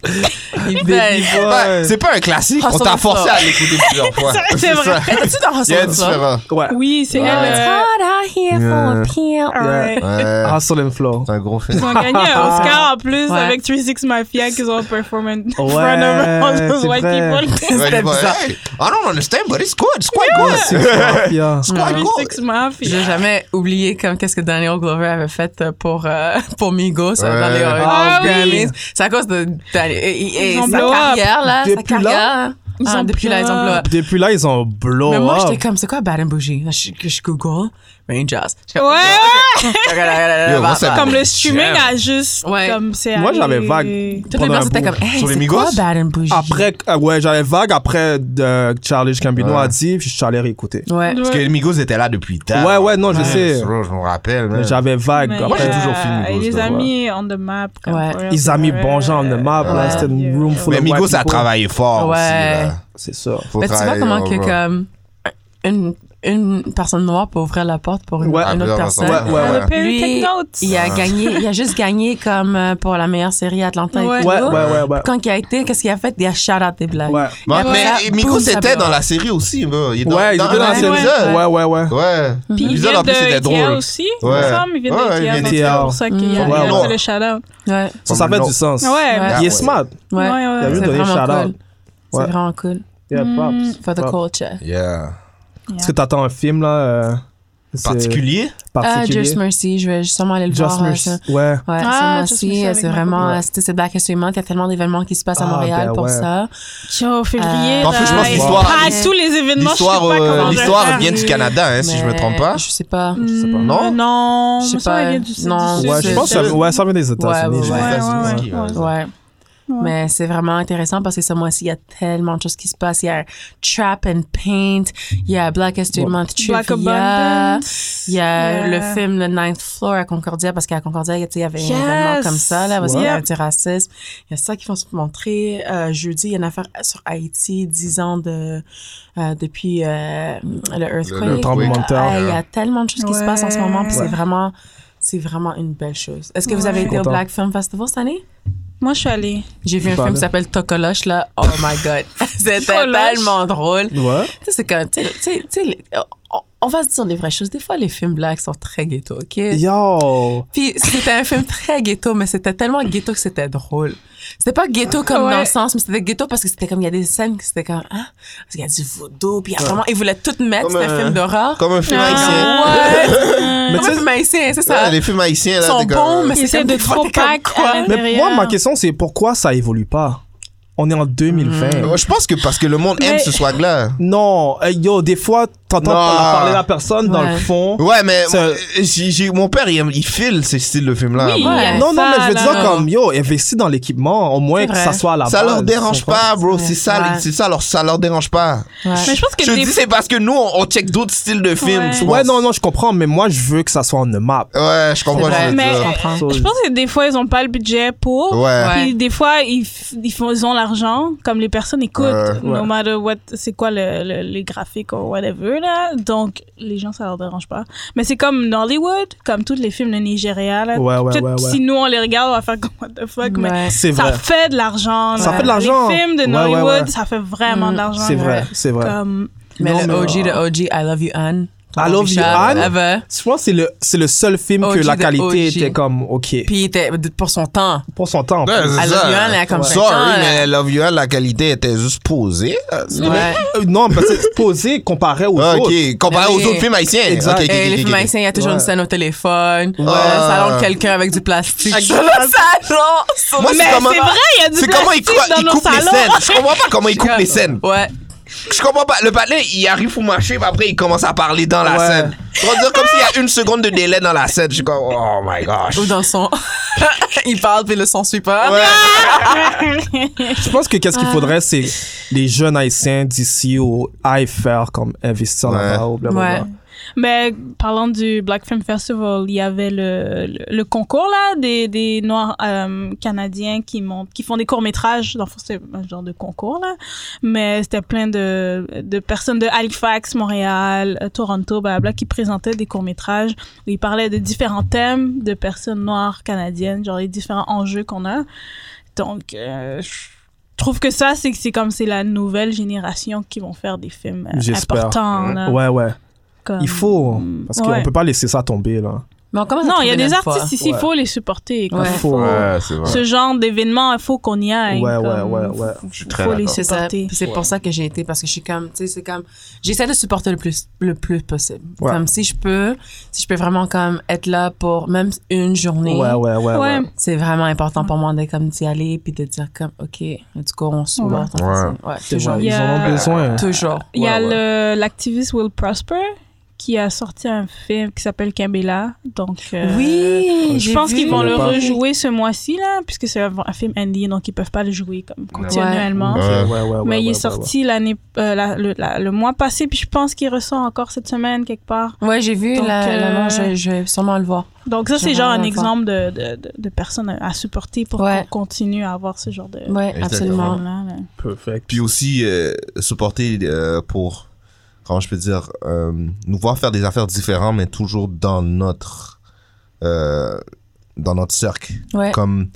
Speaker 4: Yvette.
Speaker 1: C'est pas- C'est pas un classique, on
Speaker 4: Hustle
Speaker 1: t'a forcé
Speaker 4: Hustle.
Speaker 1: à l'écouter plusieurs fois.
Speaker 3: C'est vrai.
Speaker 1: ça.
Speaker 4: T'es-tu dans
Speaker 1: Il y a une
Speaker 4: Hustle ça?
Speaker 1: différence.
Speaker 2: Ouais.
Speaker 3: Oui, c'est
Speaker 1: Ouais.
Speaker 3: elle. euh,
Speaker 4: out here
Speaker 1: Yeah.
Speaker 4: pimp.
Speaker 3: alright.
Speaker 1: Ouais.
Speaker 2: Hustle and flow.
Speaker 1: C'est un gros film.
Speaker 3: Ils ont gagné un Oscar en plus
Speaker 4: Ouais.
Speaker 3: avec 36 Mafia qu'ils ont performé in front of
Speaker 2: Ouais,
Speaker 3: all those
Speaker 2: c'est
Speaker 3: white
Speaker 2: vrai.
Speaker 3: people.
Speaker 1: Ouais,
Speaker 4: C'était
Speaker 1: je vois,
Speaker 4: bizarre.
Speaker 1: hey, I don't understand, but it's good. It's quite
Speaker 2: C'est
Speaker 1: good.
Speaker 2: mafia.
Speaker 1: It's quite good.
Speaker 3: 36 Mafia.
Speaker 4: J'ai jamais oublié comme qu'est-ce que Daniel Glover avait fait euh, pour euh, pour Migos euh,
Speaker 1: Ouais.
Speaker 4: dans les euh,
Speaker 3: Ah
Speaker 4: les
Speaker 3: oui.
Speaker 4: Grammys. C'est à cause de Daniel et, et- et
Speaker 3: Ils ont
Speaker 4: sa
Speaker 3: blow up.
Speaker 4: carrière là, sa
Speaker 2: Depuis là?
Speaker 4: carrière.
Speaker 3: Ils
Speaker 4: Ah,
Speaker 3: ont
Speaker 4: depuis là ils
Speaker 3: blow
Speaker 4: ont blow up.
Speaker 2: Depuis là, ils ont blow
Speaker 4: Mais moi
Speaker 2: up.
Speaker 4: j'étais comme c'est quoi Bad and Bougie Là, je, que je Google Rangers. J'étais
Speaker 3: Ouais,
Speaker 4: comme,
Speaker 3: ouais.
Speaker 4: ok, ok, ok, ok,
Speaker 1: Yo,
Speaker 4: bah,
Speaker 1: what's
Speaker 4: bah.
Speaker 1: up?
Speaker 3: Comme le streaming
Speaker 1: J'aime.
Speaker 3: a juste.
Speaker 4: Ouais.
Speaker 3: Comme c'est
Speaker 2: Moi,
Speaker 3: allé-
Speaker 2: j'avais vague.
Speaker 4: toutes les
Speaker 2: pendant un
Speaker 4: personnes étaient
Speaker 2: bout.
Speaker 4: comme hey,
Speaker 1: Sur les
Speaker 4: c'est quoi
Speaker 1: Migos?
Speaker 4: Bad and Bougie
Speaker 2: Après, euh, ouais, j'avais vague après de Charlie Gambino
Speaker 1: Ouais.
Speaker 2: a dit, puis je suis allé réécouter.
Speaker 4: Ouais.
Speaker 1: Parce que les Migos étaient là depuis tard.
Speaker 2: Ouais, ouais, non, je sais.
Speaker 1: Je me rappelle.
Speaker 2: Mais
Speaker 1: man.
Speaker 2: J'avais vague.
Speaker 3: Mais,
Speaker 2: après,
Speaker 1: j'ai
Speaker 3: euh,
Speaker 1: toujours filmé
Speaker 3: Il
Speaker 1: Ghost,
Speaker 3: les
Speaker 1: donc,
Speaker 3: a
Speaker 1: ouais.
Speaker 3: mis on the map. comme
Speaker 4: Ouais.
Speaker 3: for real,
Speaker 2: Ils ont
Speaker 3: for
Speaker 2: mis
Speaker 3: real.
Speaker 2: bon genre on the map. là,
Speaker 3: Ouais.
Speaker 2: C'était une room full
Speaker 1: Mais
Speaker 2: of
Speaker 1: Migos
Speaker 2: white
Speaker 1: a
Speaker 2: people.
Speaker 1: travaillé fort
Speaker 4: Ouais.
Speaker 1: aussi. là.
Speaker 2: C'est ça.
Speaker 1: Faut
Speaker 4: Mais tu vois
Speaker 1: travailler,
Speaker 4: comment
Speaker 1: on
Speaker 4: que
Speaker 1: va.
Speaker 4: comme une une personne noire peut ouvrir la porte pour une,
Speaker 2: Ouais.
Speaker 4: une autre
Speaker 1: Ah,
Speaker 4: personne.
Speaker 2: Ouais, ouais, ouais.
Speaker 3: Le Perry,
Speaker 4: Lui,
Speaker 3: take notes.
Speaker 4: Il
Speaker 2: Ah.
Speaker 4: a gagné, il a juste gagné comme euh, pour la meilleure série Atlanta et
Speaker 3: Ouais.
Speaker 4: tout.
Speaker 2: Ouais, ouais, ouais, ouais.
Speaker 4: Quand il a été, qu'est-ce qu'il a fait? Il a shout out des blagues.
Speaker 2: Ouais.
Speaker 1: Mais,
Speaker 4: Ouais.
Speaker 1: mais
Speaker 4: Ouais.
Speaker 1: Migos
Speaker 4: Boum, ça
Speaker 1: était
Speaker 4: fait
Speaker 1: dans
Speaker 4: mal.
Speaker 1: la série aussi. bro. Il est dans-
Speaker 2: Ouais, ils
Speaker 1: dans
Speaker 2: étaient dans la
Speaker 1: un
Speaker 2: série.
Speaker 1: épisode.
Speaker 2: Ouais, ouais, ouais.
Speaker 1: Ouais.
Speaker 3: Puis il
Speaker 1: L'épisode,
Speaker 3: vient
Speaker 1: en plus, c'était
Speaker 3: de Ikea
Speaker 1: drôle.
Speaker 3: aussi.
Speaker 1: Ouais.
Speaker 3: Il me semble, il vient
Speaker 1: Ouais, il
Speaker 3: de
Speaker 1: vient
Speaker 3: Ikea. donc
Speaker 2: d'Ikea.
Speaker 3: C'est pour ça qu'il a
Speaker 4: Ouais,
Speaker 3: il a
Speaker 1: ouais.
Speaker 3: fait le shout-out.
Speaker 4: Ouais.
Speaker 2: Ça, ça fait du sens.
Speaker 3: Ouais.
Speaker 4: Ouais.
Speaker 2: Ah, Il est
Speaker 1: Mm.
Speaker 2: smart.
Speaker 4: Ouais.
Speaker 3: Ouais, ouais,
Speaker 2: Il a
Speaker 3: ouais.
Speaker 2: vu
Speaker 4: C'est
Speaker 2: donner
Speaker 4: vraiment
Speaker 2: shout-out.
Speaker 4: cool. C'est
Speaker 2: Ouais.
Speaker 4: vraiment cool.
Speaker 2: Yeah, props.
Speaker 4: For the
Speaker 2: Props.
Speaker 4: culture.
Speaker 1: Yeah.
Speaker 2: Est-ce que t'attends un film, là euh, c'est
Speaker 1: Particulier.
Speaker 4: Ah,
Speaker 2: particulier?
Speaker 4: Just Mercy, je vais sûrement aller le
Speaker 2: Just
Speaker 4: voir.
Speaker 2: Mercy.
Speaker 4: ça.
Speaker 2: Ouais.
Speaker 4: Ouais,
Speaker 3: Ah,
Speaker 4: ah,
Speaker 3: Just Mercy avec
Speaker 4: c'est
Speaker 3: Michael
Speaker 4: vraiment,
Speaker 2: Douglas.
Speaker 4: euh, c'était c'est Black History Month, il y a tellement d'événements qui se passent à
Speaker 2: Ah,
Speaker 4: Montréal
Speaker 2: ben
Speaker 4: pour
Speaker 2: ouais.
Speaker 4: ça.
Speaker 3: Yo, février.
Speaker 4: En plus, je pense
Speaker 3: là,
Speaker 4: que
Speaker 3: il
Speaker 1: l'histoire-
Speaker 3: parle de tous les événements. je sais pas
Speaker 1: L'histoire
Speaker 3: comment
Speaker 1: euh,
Speaker 3: je vais
Speaker 1: l'histoire
Speaker 3: faire.
Speaker 1: vient du Canada, hein, si je me
Speaker 4: Mais
Speaker 1: trompe pas.
Speaker 4: Je sais pas.
Speaker 3: Hmm,
Speaker 1: Non?
Speaker 3: Non,
Speaker 4: Je sais
Speaker 3: mais ça,
Speaker 4: pas.
Speaker 3: elle vient du sud,
Speaker 4: Non,
Speaker 3: du
Speaker 2: Ouais,
Speaker 3: sud.
Speaker 2: je pense que ça- ouais, ça vient des États-Unis.
Speaker 4: Ouais,
Speaker 2: je
Speaker 4: ouais,
Speaker 2: pense.
Speaker 3: ouais,
Speaker 1: États-Unis,
Speaker 3: ouais,
Speaker 1: ouais.
Speaker 4: Ouais.
Speaker 3: Ouais.
Speaker 4: Mais c'est vraiment intéressant parce que ce mois-ci, il y a tellement de choses qui se passent. Il y a Trap and Paint, il y a Black History
Speaker 2: Ouais.
Speaker 4: Month
Speaker 3: Black
Speaker 4: Trivia,
Speaker 3: Abundance.
Speaker 4: il y
Speaker 3: Yeah.
Speaker 4: a le film Le Ninth Floor à Concordia parce qu'à Concordia, tu sais, il y avait
Speaker 3: Yes.
Speaker 4: un événement comme ça, là, parce qu'il y a
Speaker 3: Ouais.
Speaker 4: anti-racisme. Il y a ça qui vont se montrer. Euh, jeudi, il y a une affaire sur Haïti, 10 ans de, euh, depuis euh, le earthquake.
Speaker 2: Le tremblement de
Speaker 4: Ah,
Speaker 2: terre.
Speaker 4: il y a tellement de choses qui se passent en ce moment, puis
Speaker 2: Ouais.
Speaker 4: c'est vraiment, c'est vraiment une belle chose. Est-ce que vous
Speaker 3: Ouais.
Speaker 4: avez
Speaker 3: Je
Speaker 2: suis
Speaker 4: été au
Speaker 2: content.
Speaker 4: Black Film Festival cette année?
Speaker 3: Moi, je suis allée.
Speaker 4: J'ai vu un
Speaker 2: Pas
Speaker 4: film
Speaker 2: là.
Speaker 4: qui s'appelle Tokoloche, là. Oh my God. C'était
Speaker 3: Tokoloche.
Speaker 4: tellement drôle. Tu
Speaker 2: Ouais.
Speaker 4: sais, c'est comme, tu sais, tu sais, tu sais, les- on, on va se dire les vraies choses. Des fois, les films blacks sont très ghetto, OK?
Speaker 2: Yo!
Speaker 4: Puis c'était un film très ghetto, mais c'était tellement ghetto que c'était drôle. C'était pas ghetto comme dans
Speaker 3: Ouais.
Speaker 4: le sens, mais c'était ghetto parce que c'était comme, il y a des scènes que c'était comme, hein? Parce qu'il y a du vaudou, puis il y a vraiment, ils voulaient tout mettre,
Speaker 1: Comme
Speaker 4: c'était un
Speaker 1: un-
Speaker 4: film d'horreur.
Speaker 1: Comme un film
Speaker 3: Ah.
Speaker 1: haïtien.
Speaker 4: Ouais!
Speaker 2: Mais
Speaker 4: Comme
Speaker 2: tu
Speaker 4: un
Speaker 2: sais-
Speaker 4: film haïtien, c'est
Speaker 1: Ouais,
Speaker 4: ça.
Speaker 1: les films haïtiens,
Speaker 4: Ils
Speaker 1: là, euh,
Speaker 4: sont
Speaker 1: t'es
Speaker 4: bons,
Speaker 1: comme-
Speaker 4: mais
Speaker 3: Ils
Speaker 4: c'est
Speaker 3: essaient
Speaker 4: comme
Speaker 3: de
Speaker 4: des fois,
Speaker 3: trop
Speaker 4: t'es comme
Speaker 3: pack hein. à
Speaker 4: quoi?
Speaker 2: Mais
Speaker 3: l'intérieur.
Speaker 2: moi, ma question, c'est pourquoi ça évolue pas? On est en 2020.
Speaker 1: Moi, Je pense que parce que le monde aime
Speaker 3: Mais-
Speaker 1: ce swag-là.
Speaker 2: Non, euh, yo, des fois, t'entends
Speaker 1: Non.
Speaker 2: parler la personne dans
Speaker 4: Ouais.
Speaker 2: le fond.
Speaker 1: Ouais, mais
Speaker 2: Ça-
Speaker 1: euh, j'ai- j'ai- mon père, il, aime- il file ces styles de films-là.
Speaker 3: Oui,
Speaker 1: bro.
Speaker 4: Ouais.
Speaker 3: il y a
Speaker 2: Ah Non, non,
Speaker 3: ça,
Speaker 2: mais je veux
Speaker 3: là.
Speaker 2: dire,
Speaker 4: là.
Speaker 2: comme, yo, investis dans l'équipement, au moins
Speaker 4: C'est
Speaker 2: que
Speaker 4: vrai.
Speaker 2: ça soit à la
Speaker 1: Ça
Speaker 2: base.
Speaker 1: leur dérange
Speaker 2: tu comprends?
Speaker 1: pas, bro.
Speaker 4: Ouais.
Speaker 1: C'est ça, les-
Speaker 4: Ouais.
Speaker 1: c'est ça, alors ça leur dérange pas.
Speaker 4: Ouais.
Speaker 3: Mais je pense que
Speaker 1: Je te
Speaker 3: des
Speaker 1: dis, c'est parce que nous, on on check d'autres styles de films.
Speaker 3: Ouais.
Speaker 1: je pense.
Speaker 2: Ouais, non, non, je comprends, mais moi, je veux que ça soit en map.
Speaker 1: Ouais, je comprends. ce
Speaker 4: C'est
Speaker 1: que
Speaker 4: vrai.
Speaker 1: tu
Speaker 3: Mais
Speaker 1: veux dire.
Speaker 4: comprends.
Speaker 3: euh, je pense que des fois, ils ont pas le budget pour.
Speaker 1: Ouais.
Speaker 4: Ouais.
Speaker 3: Puis des fois, ils, f- ils, font, ils ont l'argent, comme les personnes écoutent,
Speaker 1: Ouais.
Speaker 3: no
Speaker 2: Ouais.
Speaker 3: matter what, c'est quoi le, le- les graphiques ou whatever. là, donc les gens, ça leur dérange pas. Mais c'est comme Nollywood, comme tous les films de Nigeria, là.
Speaker 2: Ouais, ouais,
Speaker 3: Peut-être
Speaker 2: ouais, ouais.
Speaker 3: Si nous, on les regarde, on va faire comme what the fuck, mais
Speaker 4: Ouais.
Speaker 2: C'est
Speaker 3: ça
Speaker 2: vrai.
Speaker 3: fait de l'argent.
Speaker 2: Ça
Speaker 3: là.
Speaker 2: fait de l'argent.
Speaker 3: Les films de
Speaker 2: Ouais,
Speaker 3: Nollywood,
Speaker 2: ouais, ouais.
Speaker 3: ça fait vraiment de l'argent.
Speaker 2: C'est
Speaker 3: là.
Speaker 2: vrai, Ah, c'est vrai.
Speaker 3: Comme,
Speaker 4: Mais
Speaker 2: Non,
Speaker 4: le
Speaker 2: mais-
Speaker 4: OG, le OG, I love you, Anne.
Speaker 2: I love you, Anne?
Speaker 4: Ever.
Speaker 2: Je pense que c'est le, c'est le seul film
Speaker 4: OG
Speaker 2: que la
Speaker 4: de
Speaker 2: qualité
Speaker 4: OG.
Speaker 2: était comme, OK.
Speaker 4: Puis il était pour son temps.
Speaker 2: Pour son temps. en
Speaker 1: Ouais,
Speaker 2: plus.
Speaker 1: Ben, c'est
Speaker 4: I Ben, love
Speaker 1: ça.
Speaker 4: you, Anne, elle a comme cinq ans,
Speaker 1: Sorry,
Speaker 4: là.
Speaker 1: mais I love you, Anne, la qualité était juste posée. là.
Speaker 4: Ouais.
Speaker 2: Euh, non, parce que c'est posé comparé aux
Speaker 1: Ah,
Speaker 2: autres.
Speaker 1: Ok, comparé
Speaker 4: Mais
Speaker 1: aux
Speaker 4: oui.
Speaker 1: autres films haïtiens.
Speaker 2: Exact.
Speaker 1: Ok, ok,
Speaker 4: Et
Speaker 1: ok,
Speaker 4: les
Speaker 1: ok,
Speaker 4: films
Speaker 1: ok.
Speaker 4: haïtiens, il y a toujours
Speaker 2: Ouais.
Speaker 4: une scène au téléphone.
Speaker 1: Ouais.
Speaker 4: Un salon de quelqu'un avec du plastique.
Speaker 3: Avec du
Speaker 4: Sur le salon!
Speaker 1: Moi,
Speaker 3: mais
Speaker 1: c'est comment-
Speaker 3: c'est vrai, il y a du
Speaker 1: C'est comment ils
Speaker 3: plastique
Speaker 1: cou-
Speaker 3: dans
Speaker 1: ils
Speaker 3: nos
Speaker 1: coupent les
Speaker 3: salons.
Speaker 1: scènes. Je comprends pas comment ils coupent les scènes.
Speaker 4: Ouais.
Speaker 1: Je comprends pas. Le patelin, il arrive pour marcher, puis après, il commence à parler dans la
Speaker 2: Ouais.
Speaker 1: scène. On va dire comme s'il y a une seconde de délai dans la scène. Je suis comme, oh my gosh.
Speaker 4: Ou dans le son. il parle, puis le son suit pas.
Speaker 1: Ouais.
Speaker 2: Je pense que qu'est-ce qu'il faudrait, c'est les jeunes haïtiens d'ici au aillent faire comme investir
Speaker 1: Ouais.
Speaker 2: là-bas ou blablabla.
Speaker 4: Ouais.
Speaker 3: Mais parlant du Black Film Festival, il y avait le, le, le concours là des, des noirs euh, canadiens qui montent, qui font des courts métrages. Dans le fond, c'est un genre de concours là, mais c'était plein de, de personnes de Halifax, Montréal, euh, Toronto, blablabla, qui présentaient des courts métrages où ils parlaient de différents thèmes de personnes noires canadiennes, genre les différents enjeux qu'on a. Donc euh, je trouve que ça, c'est c'est comme c'est la nouvelle génération qui vont faire des films euh,
Speaker 2: J'espère.
Speaker 3: importants. là,
Speaker 2: Ouais, ouais.
Speaker 3: comme-
Speaker 2: Il faut, parce qu'on
Speaker 3: Ouais.
Speaker 2: peut pas laisser ça tomber, là.
Speaker 4: Mais on commence à
Speaker 3: non, il y a
Speaker 4: trouver
Speaker 3: des
Speaker 4: notre
Speaker 3: artistes ici, il
Speaker 2: Ouais.
Speaker 3: faut les supporter. comme
Speaker 4: Ouais.
Speaker 3: il faut.
Speaker 1: c'est
Speaker 3: Ce genre d'événement, il faut qu'on y aille.
Speaker 2: Ouais, ouais,
Speaker 3: comme,
Speaker 2: ouais, ouais.
Speaker 3: faut-
Speaker 1: Je suis très
Speaker 3: faut les
Speaker 1: d'accord.
Speaker 4: C'est ça.
Speaker 3: supporter.
Speaker 4: Puis C'est pour ça que j'ai été parce que je suis comme, tu sais, c'est comme, j'essaie de supporter le plus, le plus possible.
Speaker 2: Ouais.
Speaker 4: Comme si je peux, si je peux vraiment comme être là pour même une journée.
Speaker 2: Ouais, ouais, ouais. ouais.
Speaker 3: Ouais.
Speaker 4: C'est vraiment important pour moi de comme d'y aller puis de dire comme, ok, let's go, on supporte.
Speaker 1: Ouais.
Speaker 4: on fait ça. Ouais,
Speaker 2: C'est
Speaker 4: toujours,
Speaker 2: vrai,
Speaker 3: Il y
Speaker 2: Ils en
Speaker 3: a-
Speaker 2: ont hein. besoin.
Speaker 4: toujours.
Speaker 3: Il y a
Speaker 4: Ouais, ouais.
Speaker 3: le- l'activiste Will Prosper qui a sorti un film qui s'appelle Kambela. Donc, euh,
Speaker 4: Oui,
Speaker 3: je
Speaker 4: j'ai
Speaker 3: pense
Speaker 4: vu.
Speaker 3: qu'ils vont le
Speaker 2: Je connais pas.
Speaker 3: rejouer ce mois-ci, là, puisque c'est un, un film indie, donc ils peuvent pas le jouer comme continuellement.
Speaker 1: Ouais.
Speaker 2: Ok, ouais, ouais,
Speaker 3: Mais
Speaker 2: ouais,
Speaker 3: il
Speaker 2: ouais,
Speaker 3: est
Speaker 2: ouais,
Speaker 3: sorti l'année euh, la- le, la- le mois passé, puis je pense qu'il ressort encore cette semaine quelque part.
Speaker 4: Ouais, j'ai vu
Speaker 3: Donc,
Speaker 4: la,
Speaker 3: euh,
Speaker 4: l'annonce, je, je vais sûrement le voir.
Speaker 3: Donc ça, c'est
Speaker 4: J'aimerais
Speaker 3: genre un
Speaker 4: bien voir.
Speaker 3: exemple de, de, de, de personnes à à supporter pour
Speaker 4: Ouais.
Speaker 3: qu'on continue à avoir ce genre de...
Speaker 4: Ouais,
Speaker 1: Exactement.
Speaker 4: absolument.
Speaker 3: Là, là.
Speaker 2: ouais. Perfect.
Speaker 1: Puis aussi, euh, supporter euh, pour, comment je peux dire, euh, nous voir faire des affaires différentes, mais toujours dans notre, euh, dans notre cercle.
Speaker 4: Ouais.
Speaker 1: Comme,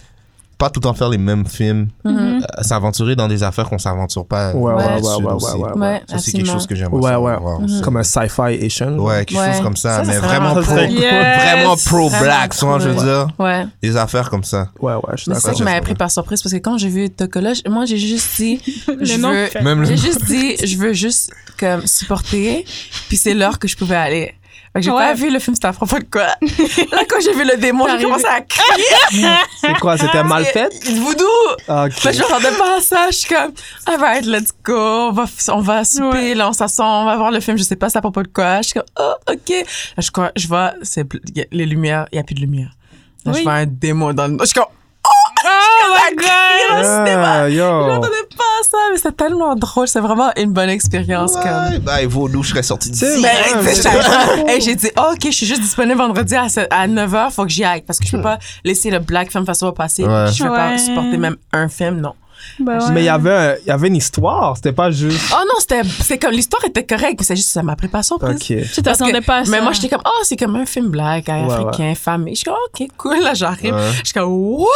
Speaker 1: pas tout le temps faire les mêmes films,
Speaker 4: Mhm.
Speaker 1: euh, s'aventurer dans des affaires qu'on s'aventure pas.
Speaker 2: Ouais, ouais,
Speaker 1: d'habitude
Speaker 2: ouais, ouais, ouais,
Speaker 1: aussi.
Speaker 2: ouais, ouais.
Speaker 4: Ouais,
Speaker 1: Ça, c'est quelque chose que j'aime
Speaker 2: Ouais, ouais.
Speaker 1: Mm-hmm.
Speaker 4: Mhm.
Speaker 2: Comme un sci-fi Asian.
Speaker 1: Ouais, quelque
Speaker 4: Ouais.
Speaker 1: chose comme ça,
Speaker 4: Ça, ça
Speaker 1: mais
Speaker 4: serait
Speaker 1: vraiment
Speaker 4: vraiment
Speaker 1: pro,
Speaker 2: cool.
Speaker 3: Mm-hmm. Yes!
Speaker 1: vraiment pro
Speaker 4: Vraiment
Speaker 1: black, tu vois, je veux
Speaker 4: cool.
Speaker 1: dire,
Speaker 4: Ouais.
Speaker 1: des affaires comme ça.
Speaker 2: Ouais, ouais, je suis
Speaker 4: Mais c'est ça
Speaker 2: d'accord.
Speaker 4: qui
Speaker 1: Ouais,
Speaker 4: m'a
Speaker 1: c'est
Speaker 4: pris
Speaker 1: vrai.
Speaker 4: par surprise parce que quand j'ai vu Tokola, j- moi j'ai juste dit, je
Speaker 3: Le nom
Speaker 4: veux,
Speaker 3: qu'il fait.
Speaker 1: Même le
Speaker 4: j'ai juste dit, je veux juste comme supporter, puis c'est l'heure que je pouvais aller. Fait que J'ai
Speaker 3: Ouais.
Speaker 4: pas vu le film, c'était à propos de quoi. Là, quand j'ai vu le démon, j'ai
Speaker 3: T'arrives.
Speaker 4: commencé à crier.
Speaker 2: C'est quoi, c'était mal fait?
Speaker 4: Voodoo!
Speaker 2: Ok.
Speaker 4: Là, je m'attendais pas à ça. Je suis comme, alright, let's go. On va, f- on va souper, là, on s'assoit, on va voir le film. Je sais pas, c'est à propos de quoi. Je suis comme, oh, OK. Là, je, crois- je vois, c'est, bl- y a- les lumières, il y a plus de lumière. Là,
Speaker 3: Oui.
Speaker 4: je vois un démon dans le. Je suis comme,
Speaker 3: Oh my
Speaker 4: crier au
Speaker 3: god!
Speaker 4: cinéma.
Speaker 2: Ah,
Speaker 4: Je
Speaker 2: yo.
Speaker 4: m'attendais pas à ça, mais c'est tellement drôle. C'est vraiment une bonne expérience. Comme.
Speaker 1: Ouais, bah, il vaut nous, je serais sorti d'ici.
Speaker 2: C'est
Speaker 4: Mais
Speaker 2: vrai,
Speaker 4: tu
Speaker 2: mais-
Speaker 4: sais, j'avais- Ben, hey, j'ai dit, oh, OK, je suis juste disponible vendredi à, se- à 9h, faut que j'y aille. Parce que je peux pas laisser le Black Film Festival passer.
Speaker 1: Ouais.
Speaker 4: Je peux
Speaker 3: Ouais.
Speaker 4: pas supporter même un film, non.
Speaker 3: Bah ouais.
Speaker 2: Mais il y avait un- il y avait une histoire, c'était pas juste.
Speaker 4: Oh non, c'était, c'est comme l'histoire était correcte, mais c'est juste que ça m'a pris par surprise.
Speaker 2: Ok.
Speaker 3: Tu
Speaker 4: Parce
Speaker 3: t'attendais
Speaker 4: que-
Speaker 3: pas à ça.
Speaker 4: Mais moi, j'étais comme, oh, c'est comme un film black, hein,
Speaker 2: Ouais,
Speaker 4: africain, famille. Je suis comme, oh, OK, cool, là, j'arrive.
Speaker 1: Ouais.
Speaker 4: Je suis comme, what?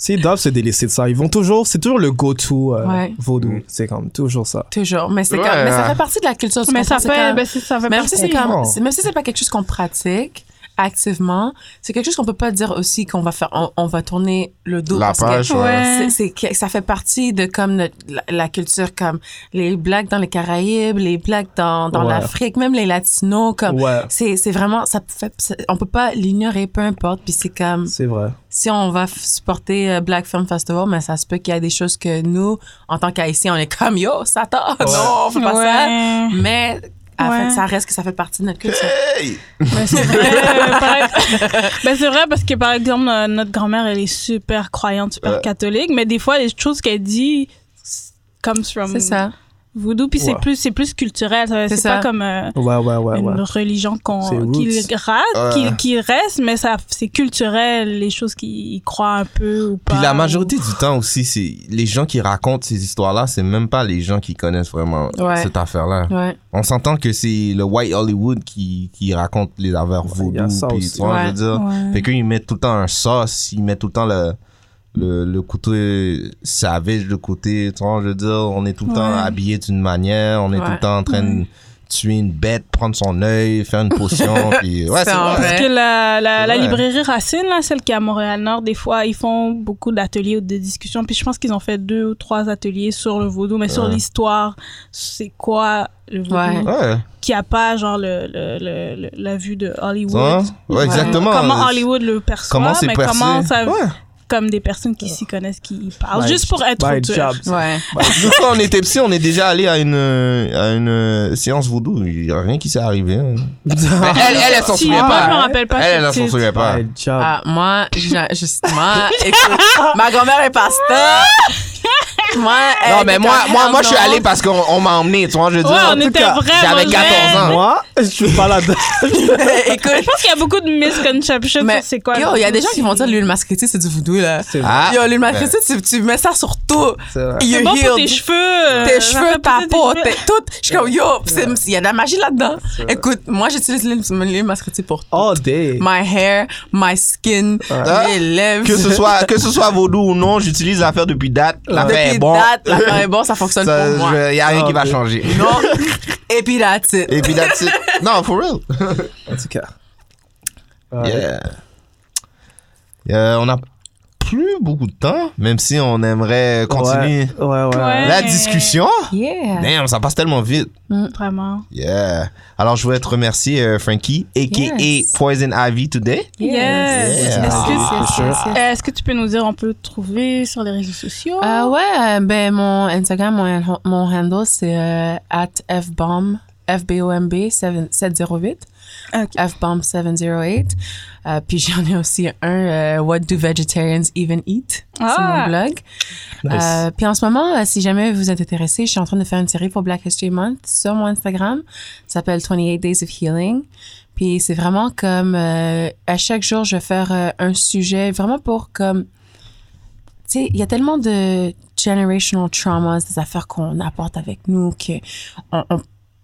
Speaker 2: C'est doivent se délaisser de ça. Ils vont toujours, c'est toujours le go-to euh,
Speaker 4: Ouais.
Speaker 1: Mm.
Speaker 2: vaudou. C'est comme toujours ça.
Speaker 4: Toujours. Mais, c'est
Speaker 1: Ouais.
Speaker 4: comme, mais ça fait partie de la culture. tu
Speaker 3: Mais ça
Speaker 4: comprends? C'est
Speaker 3: fait...
Speaker 4: comme-
Speaker 3: ben, c'est- ça fait
Speaker 4: même si c'est
Speaker 3: partie.
Speaker 4: comme,
Speaker 2: comprends.
Speaker 4: même si c'est pas quelque chose qu'on pratique activement, c'est quelque chose qu'on peut pas dire aussi qu'on va faire, on, on va tourner le dos.
Speaker 1: La
Speaker 4: parce
Speaker 1: page,
Speaker 4: que
Speaker 1: ouais.
Speaker 3: Ouais.
Speaker 4: c'est- c'est que ça fait partie de comme notre- la, la culture, comme les blagues dans les Caraïbes, les blagues dans, dans
Speaker 2: Ouais.
Speaker 4: l'Afrique, même les latinos, comme.
Speaker 2: Ouais,
Speaker 4: C'est, c'est vraiment, ça fait, c'est- on peut pas l'ignorer, peu importe. Puis c'est comme,
Speaker 2: c'est vrai.
Speaker 4: si on va f- supporter euh, Black Film Festival, mais ça se peut qu'il y a des choses que nous, en tant qu'Haïtiens, on est comme, yo, Satan, non, on fait pas ça.
Speaker 3: Ouais.
Speaker 4: Mais à
Speaker 3: Ouais.
Speaker 4: fait, ça reste que ça fait partie de notre culture.
Speaker 3: Ben, c'est vrai. Pareil- Ben, c'est vrai parce que, par exemple, euh, notre grand-mère, elle est super croyante, super
Speaker 1: Ouais.
Speaker 3: catholique, mais des fois, les choses qu'elle dit comes from...
Speaker 4: C'est ça.
Speaker 3: Voodoo, puis c'est
Speaker 2: Ouais.
Speaker 3: plus, c'est plus culturel. ça-
Speaker 4: C'est
Speaker 3: C'est pas
Speaker 4: ça.
Speaker 3: comme euh,
Speaker 2: Ouais, ouais, ouais,
Speaker 3: une
Speaker 2: ouais.
Speaker 3: religion
Speaker 2: C'est
Speaker 3: qu'on,
Speaker 2: roots.
Speaker 3: qui, rate,
Speaker 1: Ouais.
Speaker 3: qui, qui reste, mais ça, c'est culturel, les choses qu'ils croient un peu ou pas.
Speaker 1: Puis la
Speaker 3: ou-
Speaker 1: majorité du temps aussi, c'est les gens qui racontent ces histoires-là, c'est même pas les gens qui connaissent vraiment
Speaker 4: Ouais.
Speaker 1: cette affaire-là.
Speaker 4: Ouais.
Speaker 1: On s'entend que c'est le White Hollywood qui, qui raconte les affaires
Speaker 2: il y
Speaker 1: voodoo.
Speaker 2: a ça
Speaker 1: puis,
Speaker 2: aussi.
Speaker 1: tu vois, je
Speaker 4: Ouais.
Speaker 1: veux dire.
Speaker 3: Ouais.
Speaker 1: Fait qu'ils mettent tout le temps un sauce, ils mettent tout le temps le, le, le côté savage, le côté, tu vois, je veux dire, on est tout le temps
Speaker 3: Ouais.
Speaker 1: habillé d'une manière, on est tout
Speaker 4: Ouais.
Speaker 1: le temps en train de tuer une bête, prendre son œil, faire une potion, puis ouais,
Speaker 4: C'est
Speaker 1: c'est
Speaker 4: en
Speaker 1: vrai.
Speaker 4: vrai.
Speaker 3: Parce que la, la, la
Speaker 1: Ouais.
Speaker 3: librairie Racine, là, celle qui est à Montréal-Nord, des fois, ils font beaucoup d'ateliers ou de discussions. Puis je pense qu'ils ont fait deux ou trois ateliers sur le vaudou, mais sur
Speaker 1: Ouais.
Speaker 3: l'histoire, c'est quoi le vaudou,
Speaker 4: Ouais.
Speaker 1: Ouais,
Speaker 3: qui a pas genre le, le, le- le- la vue de
Speaker 1: tu
Speaker 3: Hollywood. Euh,
Speaker 1: vois?
Speaker 4: Ouais.
Speaker 1: ouais, exactement.
Speaker 3: Comment Hollywood le perçoit,
Speaker 1: Comment c'est
Speaker 3: mais
Speaker 1: percé?
Speaker 3: comment ça,
Speaker 1: Ouais.
Speaker 3: comme des personnes qui s'y connaissent, qui y parlent,
Speaker 2: By
Speaker 3: juste pour
Speaker 2: j-
Speaker 3: être
Speaker 2: by
Speaker 3: auteur.
Speaker 2: jobs.
Speaker 4: Ouais.
Speaker 1: Nous, quand on était psy, on est déjà allé à une, à une euh, séance vaudou. Il n'y a rien qui s'est arrivé. hein. Mais elle, elle, elle s'en
Speaker 3: Si,
Speaker 1: souvient
Speaker 3: moi, je me
Speaker 1: pas.
Speaker 3: rappelle pas.
Speaker 1: Elle, elle,
Speaker 3: ce
Speaker 1: elle s'en
Speaker 3: titre.
Speaker 1: souvient pas.
Speaker 2: By job.
Speaker 4: Ah, moi, j'ai- justement, écoute, ma grand-mère est pasteur. moi, elle
Speaker 1: Non,
Speaker 4: était
Speaker 1: mais moi,
Speaker 4: comme,
Speaker 1: moi,
Speaker 4: hell
Speaker 1: moi je suis
Speaker 4: no.
Speaker 1: allé parce qu'on on m'a emmené, tu vois, je veux dire.
Speaker 3: Ouais,
Speaker 1: en
Speaker 3: on
Speaker 1: tout
Speaker 3: était
Speaker 1: cas,
Speaker 3: vraiment
Speaker 1: J'avais
Speaker 3: jeunes.
Speaker 1: 14 ans.
Speaker 2: Moi, je suis pas là-dedans.
Speaker 3: Je pense qu'il y a beaucoup de misconceptions
Speaker 4: Mais
Speaker 3: sur c'est quoi.
Speaker 4: Yo,
Speaker 3: le
Speaker 4: il y a
Speaker 3: vaudou,
Speaker 4: des gens qui vont dire l'huile masquetée, c'est du voodoo, là.
Speaker 2: C'est vrai.
Speaker 1: Ah,
Speaker 4: Yo, l'huile masquetée, tu, tu mets ça sur tout.
Speaker 2: C'est vrai.
Speaker 3: C'est
Speaker 4: You're
Speaker 3: bon pour tes
Speaker 4: healed.
Speaker 3: cheveux.
Speaker 4: tes
Speaker 3: euh, ça
Speaker 4: cheveux,
Speaker 3: fait
Speaker 4: ta
Speaker 3: pousser tes
Speaker 4: peau,
Speaker 3: cheveux.
Speaker 4: t'es- tout. Je suis comme, yo, c'est- il y a de la magie là-dedans. Écoute, moi, j'utilise l'huile l'huile masquetée pour tout.
Speaker 2: All day.
Speaker 4: My hair, my skin, mes lèvres.
Speaker 1: que ce soit, que ce soit vaudou ou non, j'utilise l'affaire depuis date. L'affaire est
Speaker 4: Depuis
Speaker 1: bon.
Speaker 4: date, l'affaire est bon, ça fonctionne
Speaker 1: Ça,
Speaker 4: pour moi.
Speaker 1: je- y a rien
Speaker 2: Ah,
Speaker 1: qui va
Speaker 2: ok.
Speaker 1: changer.
Speaker 4: Non? Et puis that's it.
Speaker 1: Et puis that's it. Non, for real.
Speaker 2: En tout cas.
Speaker 1: Yeah. Euh, on a plus beaucoup de temps, même si on aimerait continuer
Speaker 2: Ouais, ouais. ouais.
Speaker 3: Ouais.
Speaker 1: la discussion.
Speaker 4: Yeah.
Speaker 1: Damn, ça passe tellement vite.
Speaker 3: Vraiment.
Speaker 1: Yeah. Alors, je voulais te remercier, euh, Frankie, a.k.a.
Speaker 4: Yes.
Speaker 1: Poison Ivy Today.
Speaker 3: Yes.
Speaker 1: Yeah.
Speaker 3: Est-ce que-
Speaker 1: Ah,
Speaker 3: est-ce
Speaker 2: c'est sûr.
Speaker 3: que, est-ce que tu peux nous dire, on peut te trouver sur les réseaux sociaux?
Speaker 4: Euh, ouais, euh, ben mon Instagram, mon, mon handle, c'est euh, at fbomb, F-B-O-M-B 7- 708,
Speaker 3: Ok.
Speaker 4: fbomb 708. Euh, puis j'en ai aussi un, euh, What Do Vegetarians Even Eat? C'est
Speaker 3: Ah.
Speaker 4: mon blog.
Speaker 2: Nice.
Speaker 4: Euh, puis en ce moment, euh, si jamais vous êtes intéressé, je suis en train de faire une série pour Black History Month sur mon Instagram. Ça s'appelle 28 Days of Healing. Puis c'est vraiment comme euh, à chaque jour, je vais faire euh, un sujet vraiment pour comme tu sais, il y a tellement de generational traumas, des affaires qu'on apporte avec nous, que on, on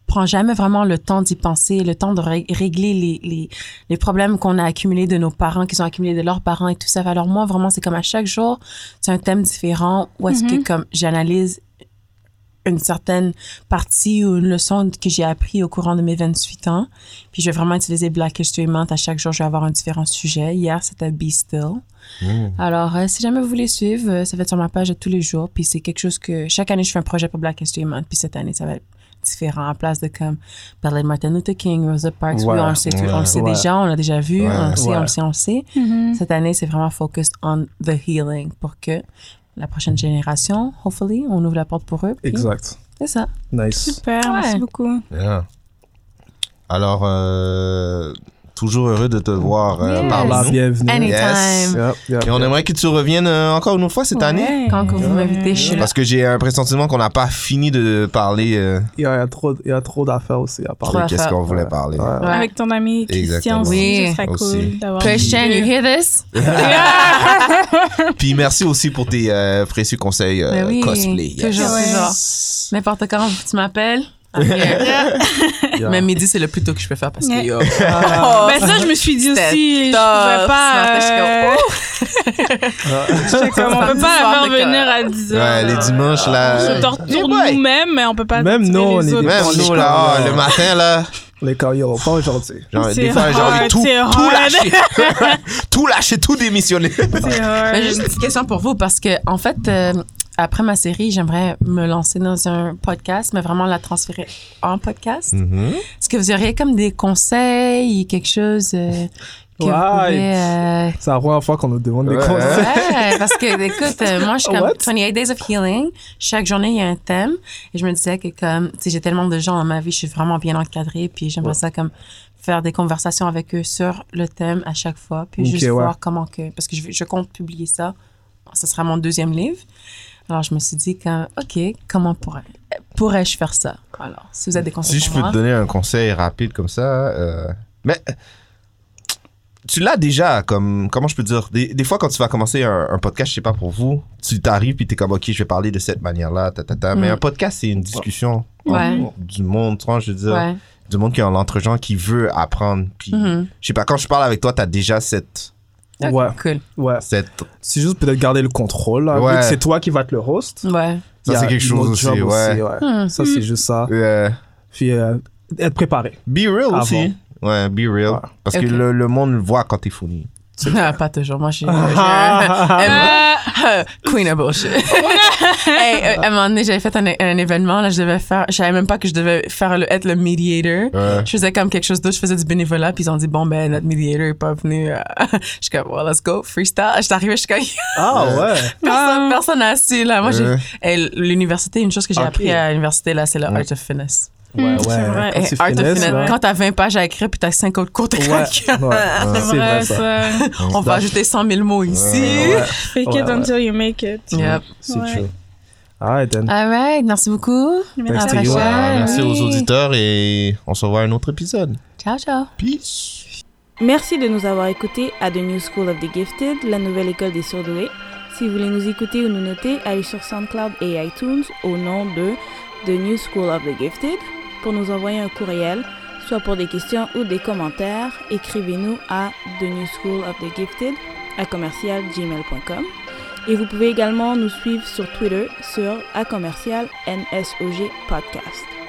Speaker 4: prend jamais vraiment le temps d'y penser, le temps de ré- régler les, les, les problèmes qu'on a accumulés de nos parents, qu'ils ont accumulés de leurs parents et tout ça. Alors moi, vraiment, c'est comme à chaque jour, c'est un thème différent où est-ce que comme j'analyse une certaine partie ou une leçon que j'ai appris au courant de mes 28 ans. Puis je vais vraiment utiliser Black History Month. À chaque jour, je vais avoir un différent sujet. Hier, c'était Be Still. Alors, euh, si jamais vous voulez suivre, euh, ça va être sur ma page de tous les jours. Puis c'est quelque chose que chaque année, je fais un projet pour Black History Month. Puis cette année, ça va être différent. À place de comme parler de Martin Luther King, Rosa Parks, oui,
Speaker 2: Ouais,
Speaker 4: on le sait, tout- on le sait
Speaker 2: ouais.
Speaker 4: déjà, on l'a déjà vu,
Speaker 1: Ouais.
Speaker 4: on le sait, on
Speaker 2: Ouais.
Speaker 4: le sait, on le sait.
Speaker 3: Mhm.
Speaker 4: Cette année, c'est vraiment focused on the healing pour que la prochaine génération, hopefully, on ouvre la porte pour eux. puis
Speaker 2: Exact.
Speaker 4: C'est ça.
Speaker 2: Nice.
Speaker 3: Super, merci
Speaker 4: Ouais.
Speaker 3: beaucoup.
Speaker 1: Yeah. Alors, euh, toujours heureux de te voir euh,
Speaker 4: Yes.
Speaker 2: Par
Speaker 1: par
Speaker 2: la
Speaker 1: là.
Speaker 2: bienvenue.
Speaker 4: Anytime.
Speaker 1: Yes.
Speaker 2: Yep, yep,
Speaker 1: Et on
Speaker 2: yep.
Speaker 1: aimerait que tu reviennes euh, encore une autre fois cette année.
Speaker 3: Ouais.
Speaker 4: Quand que vous m'invitez, je suis là.
Speaker 1: Parce que j'ai un pressentiment qu'on n'a pas fini de parler euh,
Speaker 2: Il y a, il y a trop, il y a trop d'affaires aussi à
Speaker 4: Trop
Speaker 2: parler.
Speaker 1: de qu'est-ce
Speaker 4: affaires.
Speaker 1: qu'on voulait parler.
Speaker 2: Ouais.
Speaker 4: Ouais.
Speaker 3: Avec ton ami
Speaker 1: Exactement.
Speaker 3: Christian aussi,
Speaker 4: Oui.
Speaker 3: ce serait
Speaker 1: Aussi.
Speaker 3: cool d'avoir.
Speaker 4: Christian, you hear this?
Speaker 1: Puis merci aussi pour tes euh, précieux conseils euh,
Speaker 4: Ben oui,
Speaker 1: cosplay.
Speaker 4: toujours,
Speaker 3: Ouais.
Speaker 1: toujours.
Speaker 4: N'importe quand tu m'appelles. I'm here.
Speaker 2: Yeah.
Speaker 4: Mais midi, c'est le plus tôt que je peux faire parce
Speaker 3: Yeah.
Speaker 4: que yo.
Speaker 3: Ben ça, je me suis dit
Speaker 4: C'était
Speaker 3: aussi, je pouvais
Speaker 4: top.
Speaker 3: pas.
Speaker 4: Ce matin,
Speaker 3: euh,
Speaker 2: Ouais.
Speaker 3: j'étais comme, on peut pas
Speaker 4: Soir
Speaker 3: la
Speaker 4: de
Speaker 3: faire venir
Speaker 4: cœur.
Speaker 3: à 10 heures.
Speaker 1: Ouais, les dimanches là.
Speaker 3: On se
Speaker 1: Eh
Speaker 3: torture
Speaker 1: boy.
Speaker 3: nous-mêmes, mais on peut pas. torturer
Speaker 2: Même nous, on
Speaker 3: les
Speaker 2: est
Speaker 3: autres.
Speaker 2: des-
Speaker 1: Même
Speaker 2: On est
Speaker 1: nous
Speaker 2: comme,
Speaker 1: là,
Speaker 2: euh,
Speaker 1: Ah, le matin là.
Speaker 2: Les carrières, pas aujourd'hui.
Speaker 1: Genre,
Speaker 3: C'est
Speaker 1: des fois, j'ai envie
Speaker 3: hard,
Speaker 1: de tout,
Speaker 3: c'est
Speaker 1: tout
Speaker 3: hard.
Speaker 1: lâcher. tout lâcher, tout démissionner.
Speaker 3: C'est
Speaker 4: Ben,
Speaker 3: hard.
Speaker 4: juste une petite question pour vous parce que, en fait, euh, après ma série, j'aimerais me lancer dans un podcast, mais vraiment la transférer en podcast.
Speaker 1: Mm.
Speaker 2: Mhm.
Speaker 4: Est-ce que vous auriez comme des conseils, quelque chose euh, que vous
Speaker 2: Ouais.
Speaker 4: pouvez, euh,
Speaker 2: C'est la première fois qu'on nous demande des
Speaker 1: Ouais.
Speaker 2: conseils.
Speaker 4: Ouais, parce que, écoute, euh, moi, je suis comme
Speaker 2: Hein? What?
Speaker 4: 28 Days of Healing. Chaque journée, il y a un thème. Et je me disais que, comme, tu sais, j'ai tellement de gens dans ma vie, je suis vraiment bien encadrée. Puis j'aimerais ça, comme, faire des conversations avec eux sur le thème à chaque fois. Puis
Speaker 2: Ok,
Speaker 4: juste
Speaker 2: ouais.
Speaker 4: voir comment que. Parce que je, vais- je compte publier ça. Ce sera mon deuxième livre. Alors, je me suis dit, quand, OK, comment pourrais- pourrais-je faire ça? Alors, si vous avez des conseils
Speaker 1: Si je
Speaker 4: pour
Speaker 1: peux
Speaker 4: moi,
Speaker 1: te donner un conseil rapide comme ça, euh, mais tu l'as déjà, comme comment je peux dire, des, des fois quand tu vas commencer un, un podcast, je sais pas pour vous, tu t'arrives puis t'es comme ok, je vais parler de cette manière-là, ta, ta, ta. mais
Speaker 4: Mm.
Speaker 1: un podcast c'est une discussion
Speaker 4: Ouais.
Speaker 1: entre du monde, tu vois, je veux dire,
Speaker 4: Ouais.
Speaker 1: du monde qui est en l'entre-gens qui veut apprendre, puis
Speaker 4: Mhm.
Speaker 1: je sais pas quand je parle avec toi, t'as déjà cette
Speaker 4: Ok,
Speaker 2: Ouais.
Speaker 4: Cool.
Speaker 2: Ouais.
Speaker 1: cette
Speaker 2: C'est juste peut-être garder le contrôle. là.
Speaker 1: Ouais.
Speaker 2: Vu que C'est toi qui vas être le host.
Speaker 4: Ouais.
Speaker 1: Ça,
Speaker 2: il y a
Speaker 1: c'est quelque
Speaker 2: une
Speaker 1: chose
Speaker 2: autre
Speaker 1: aussi,
Speaker 2: job
Speaker 1: ouais.
Speaker 4: Hmm.
Speaker 2: Ça, c'est juste ça.
Speaker 1: euh,
Speaker 2: Puis euh, être préparé.
Speaker 1: be real
Speaker 2: Avant.
Speaker 1: aussi, ouais, be real,
Speaker 2: Ouais.
Speaker 1: parce
Speaker 4: Ok.
Speaker 1: que le, le monde le voit quand t'es fourni.
Speaker 4: Ah, pas toujours. Moi, je suis.
Speaker 2: Ah,
Speaker 4: Emma, Queen of bullshit. hey, euh, à un moment donné, j'avais fait un, un événement, là, je devais faire, je savais même pas que je devais faire le, être le mediator.
Speaker 1: Ouais.
Speaker 4: Je faisais comme quelque chose d'autre, je faisais du bénévolat, puis ils ont dit, bon, ben, notre mediator est pas venu. euh. je suis comme, well, let's go, freestyle. Je suis arrivée, je suis comme,
Speaker 2: Ah, ouais.
Speaker 4: personne, personne a assis, là. Moi, j'ai,
Speaker 1: Ouais.
Speaker 4: Hey, l'université, une chose que j'ai
Speaker 2: Ok.
Speaker 4: appris à l'université, là, c'est le art of finesse.
Speaker 2: Ouais,
Speaker 3: c'est vrai.
Speaker 2: Quand
Speaker 4: Hey,
Speaker 2: tu
Speaker 4: Hmm. art of
Speaker 2: finisses,
Speaker 4: finesse.
Speaker 2: là.
Speaker 4: Quand t'as 20 pages à écrire, puis t'as 5 autres cours, t'es
Speaker 2: Ouais,
Speaker 4: craqué.
Speaker 2: ouais. C'est vrai, ça.
Speaker 4: On va ajouter 100 000 mots ici.
Speaker 2: Ouais, ouais.
Speaker 3: Fake
Speaker 2: Ouais,
Speaker 3: it
Speaker 2: ouais.
Speaker 3: until you make it.
Speaker 4: Yep.
Speaker 2: C'est
Speaker 3: Ouais.
Speaker 2: true. All right, then.
Speaker 4: All right, merci beaucoup.
Speaker 2: Thanks to
Speaker 4: Ah,
Speaker 2: you.
Speaker 4: ouais.
Speaker 1: Ouais, merci
Speaker 4: Oui.
Speaker 1: aux auditeurs et on se revoit à un autre épisode.
Speaker 4: Ciao, ciao.
Speaker 1: Peace.
Speaker 5: Merci de nous avoir écoutés à The New School of the Gifted, la nouvelle école des surdoués. Si vous voulez nous écouter ou nous noter, allez sur SoundCloud et iTunes au nom de The New School of the Gifted pour nous envoyer un courriel, soit pour des questions ou des commentaires. Écrivez-nous à The New School of the Gifted à commercialgmail.com. Et vous pouvez également nous suivre sur Twitter sur à commercial NSOG Podcast.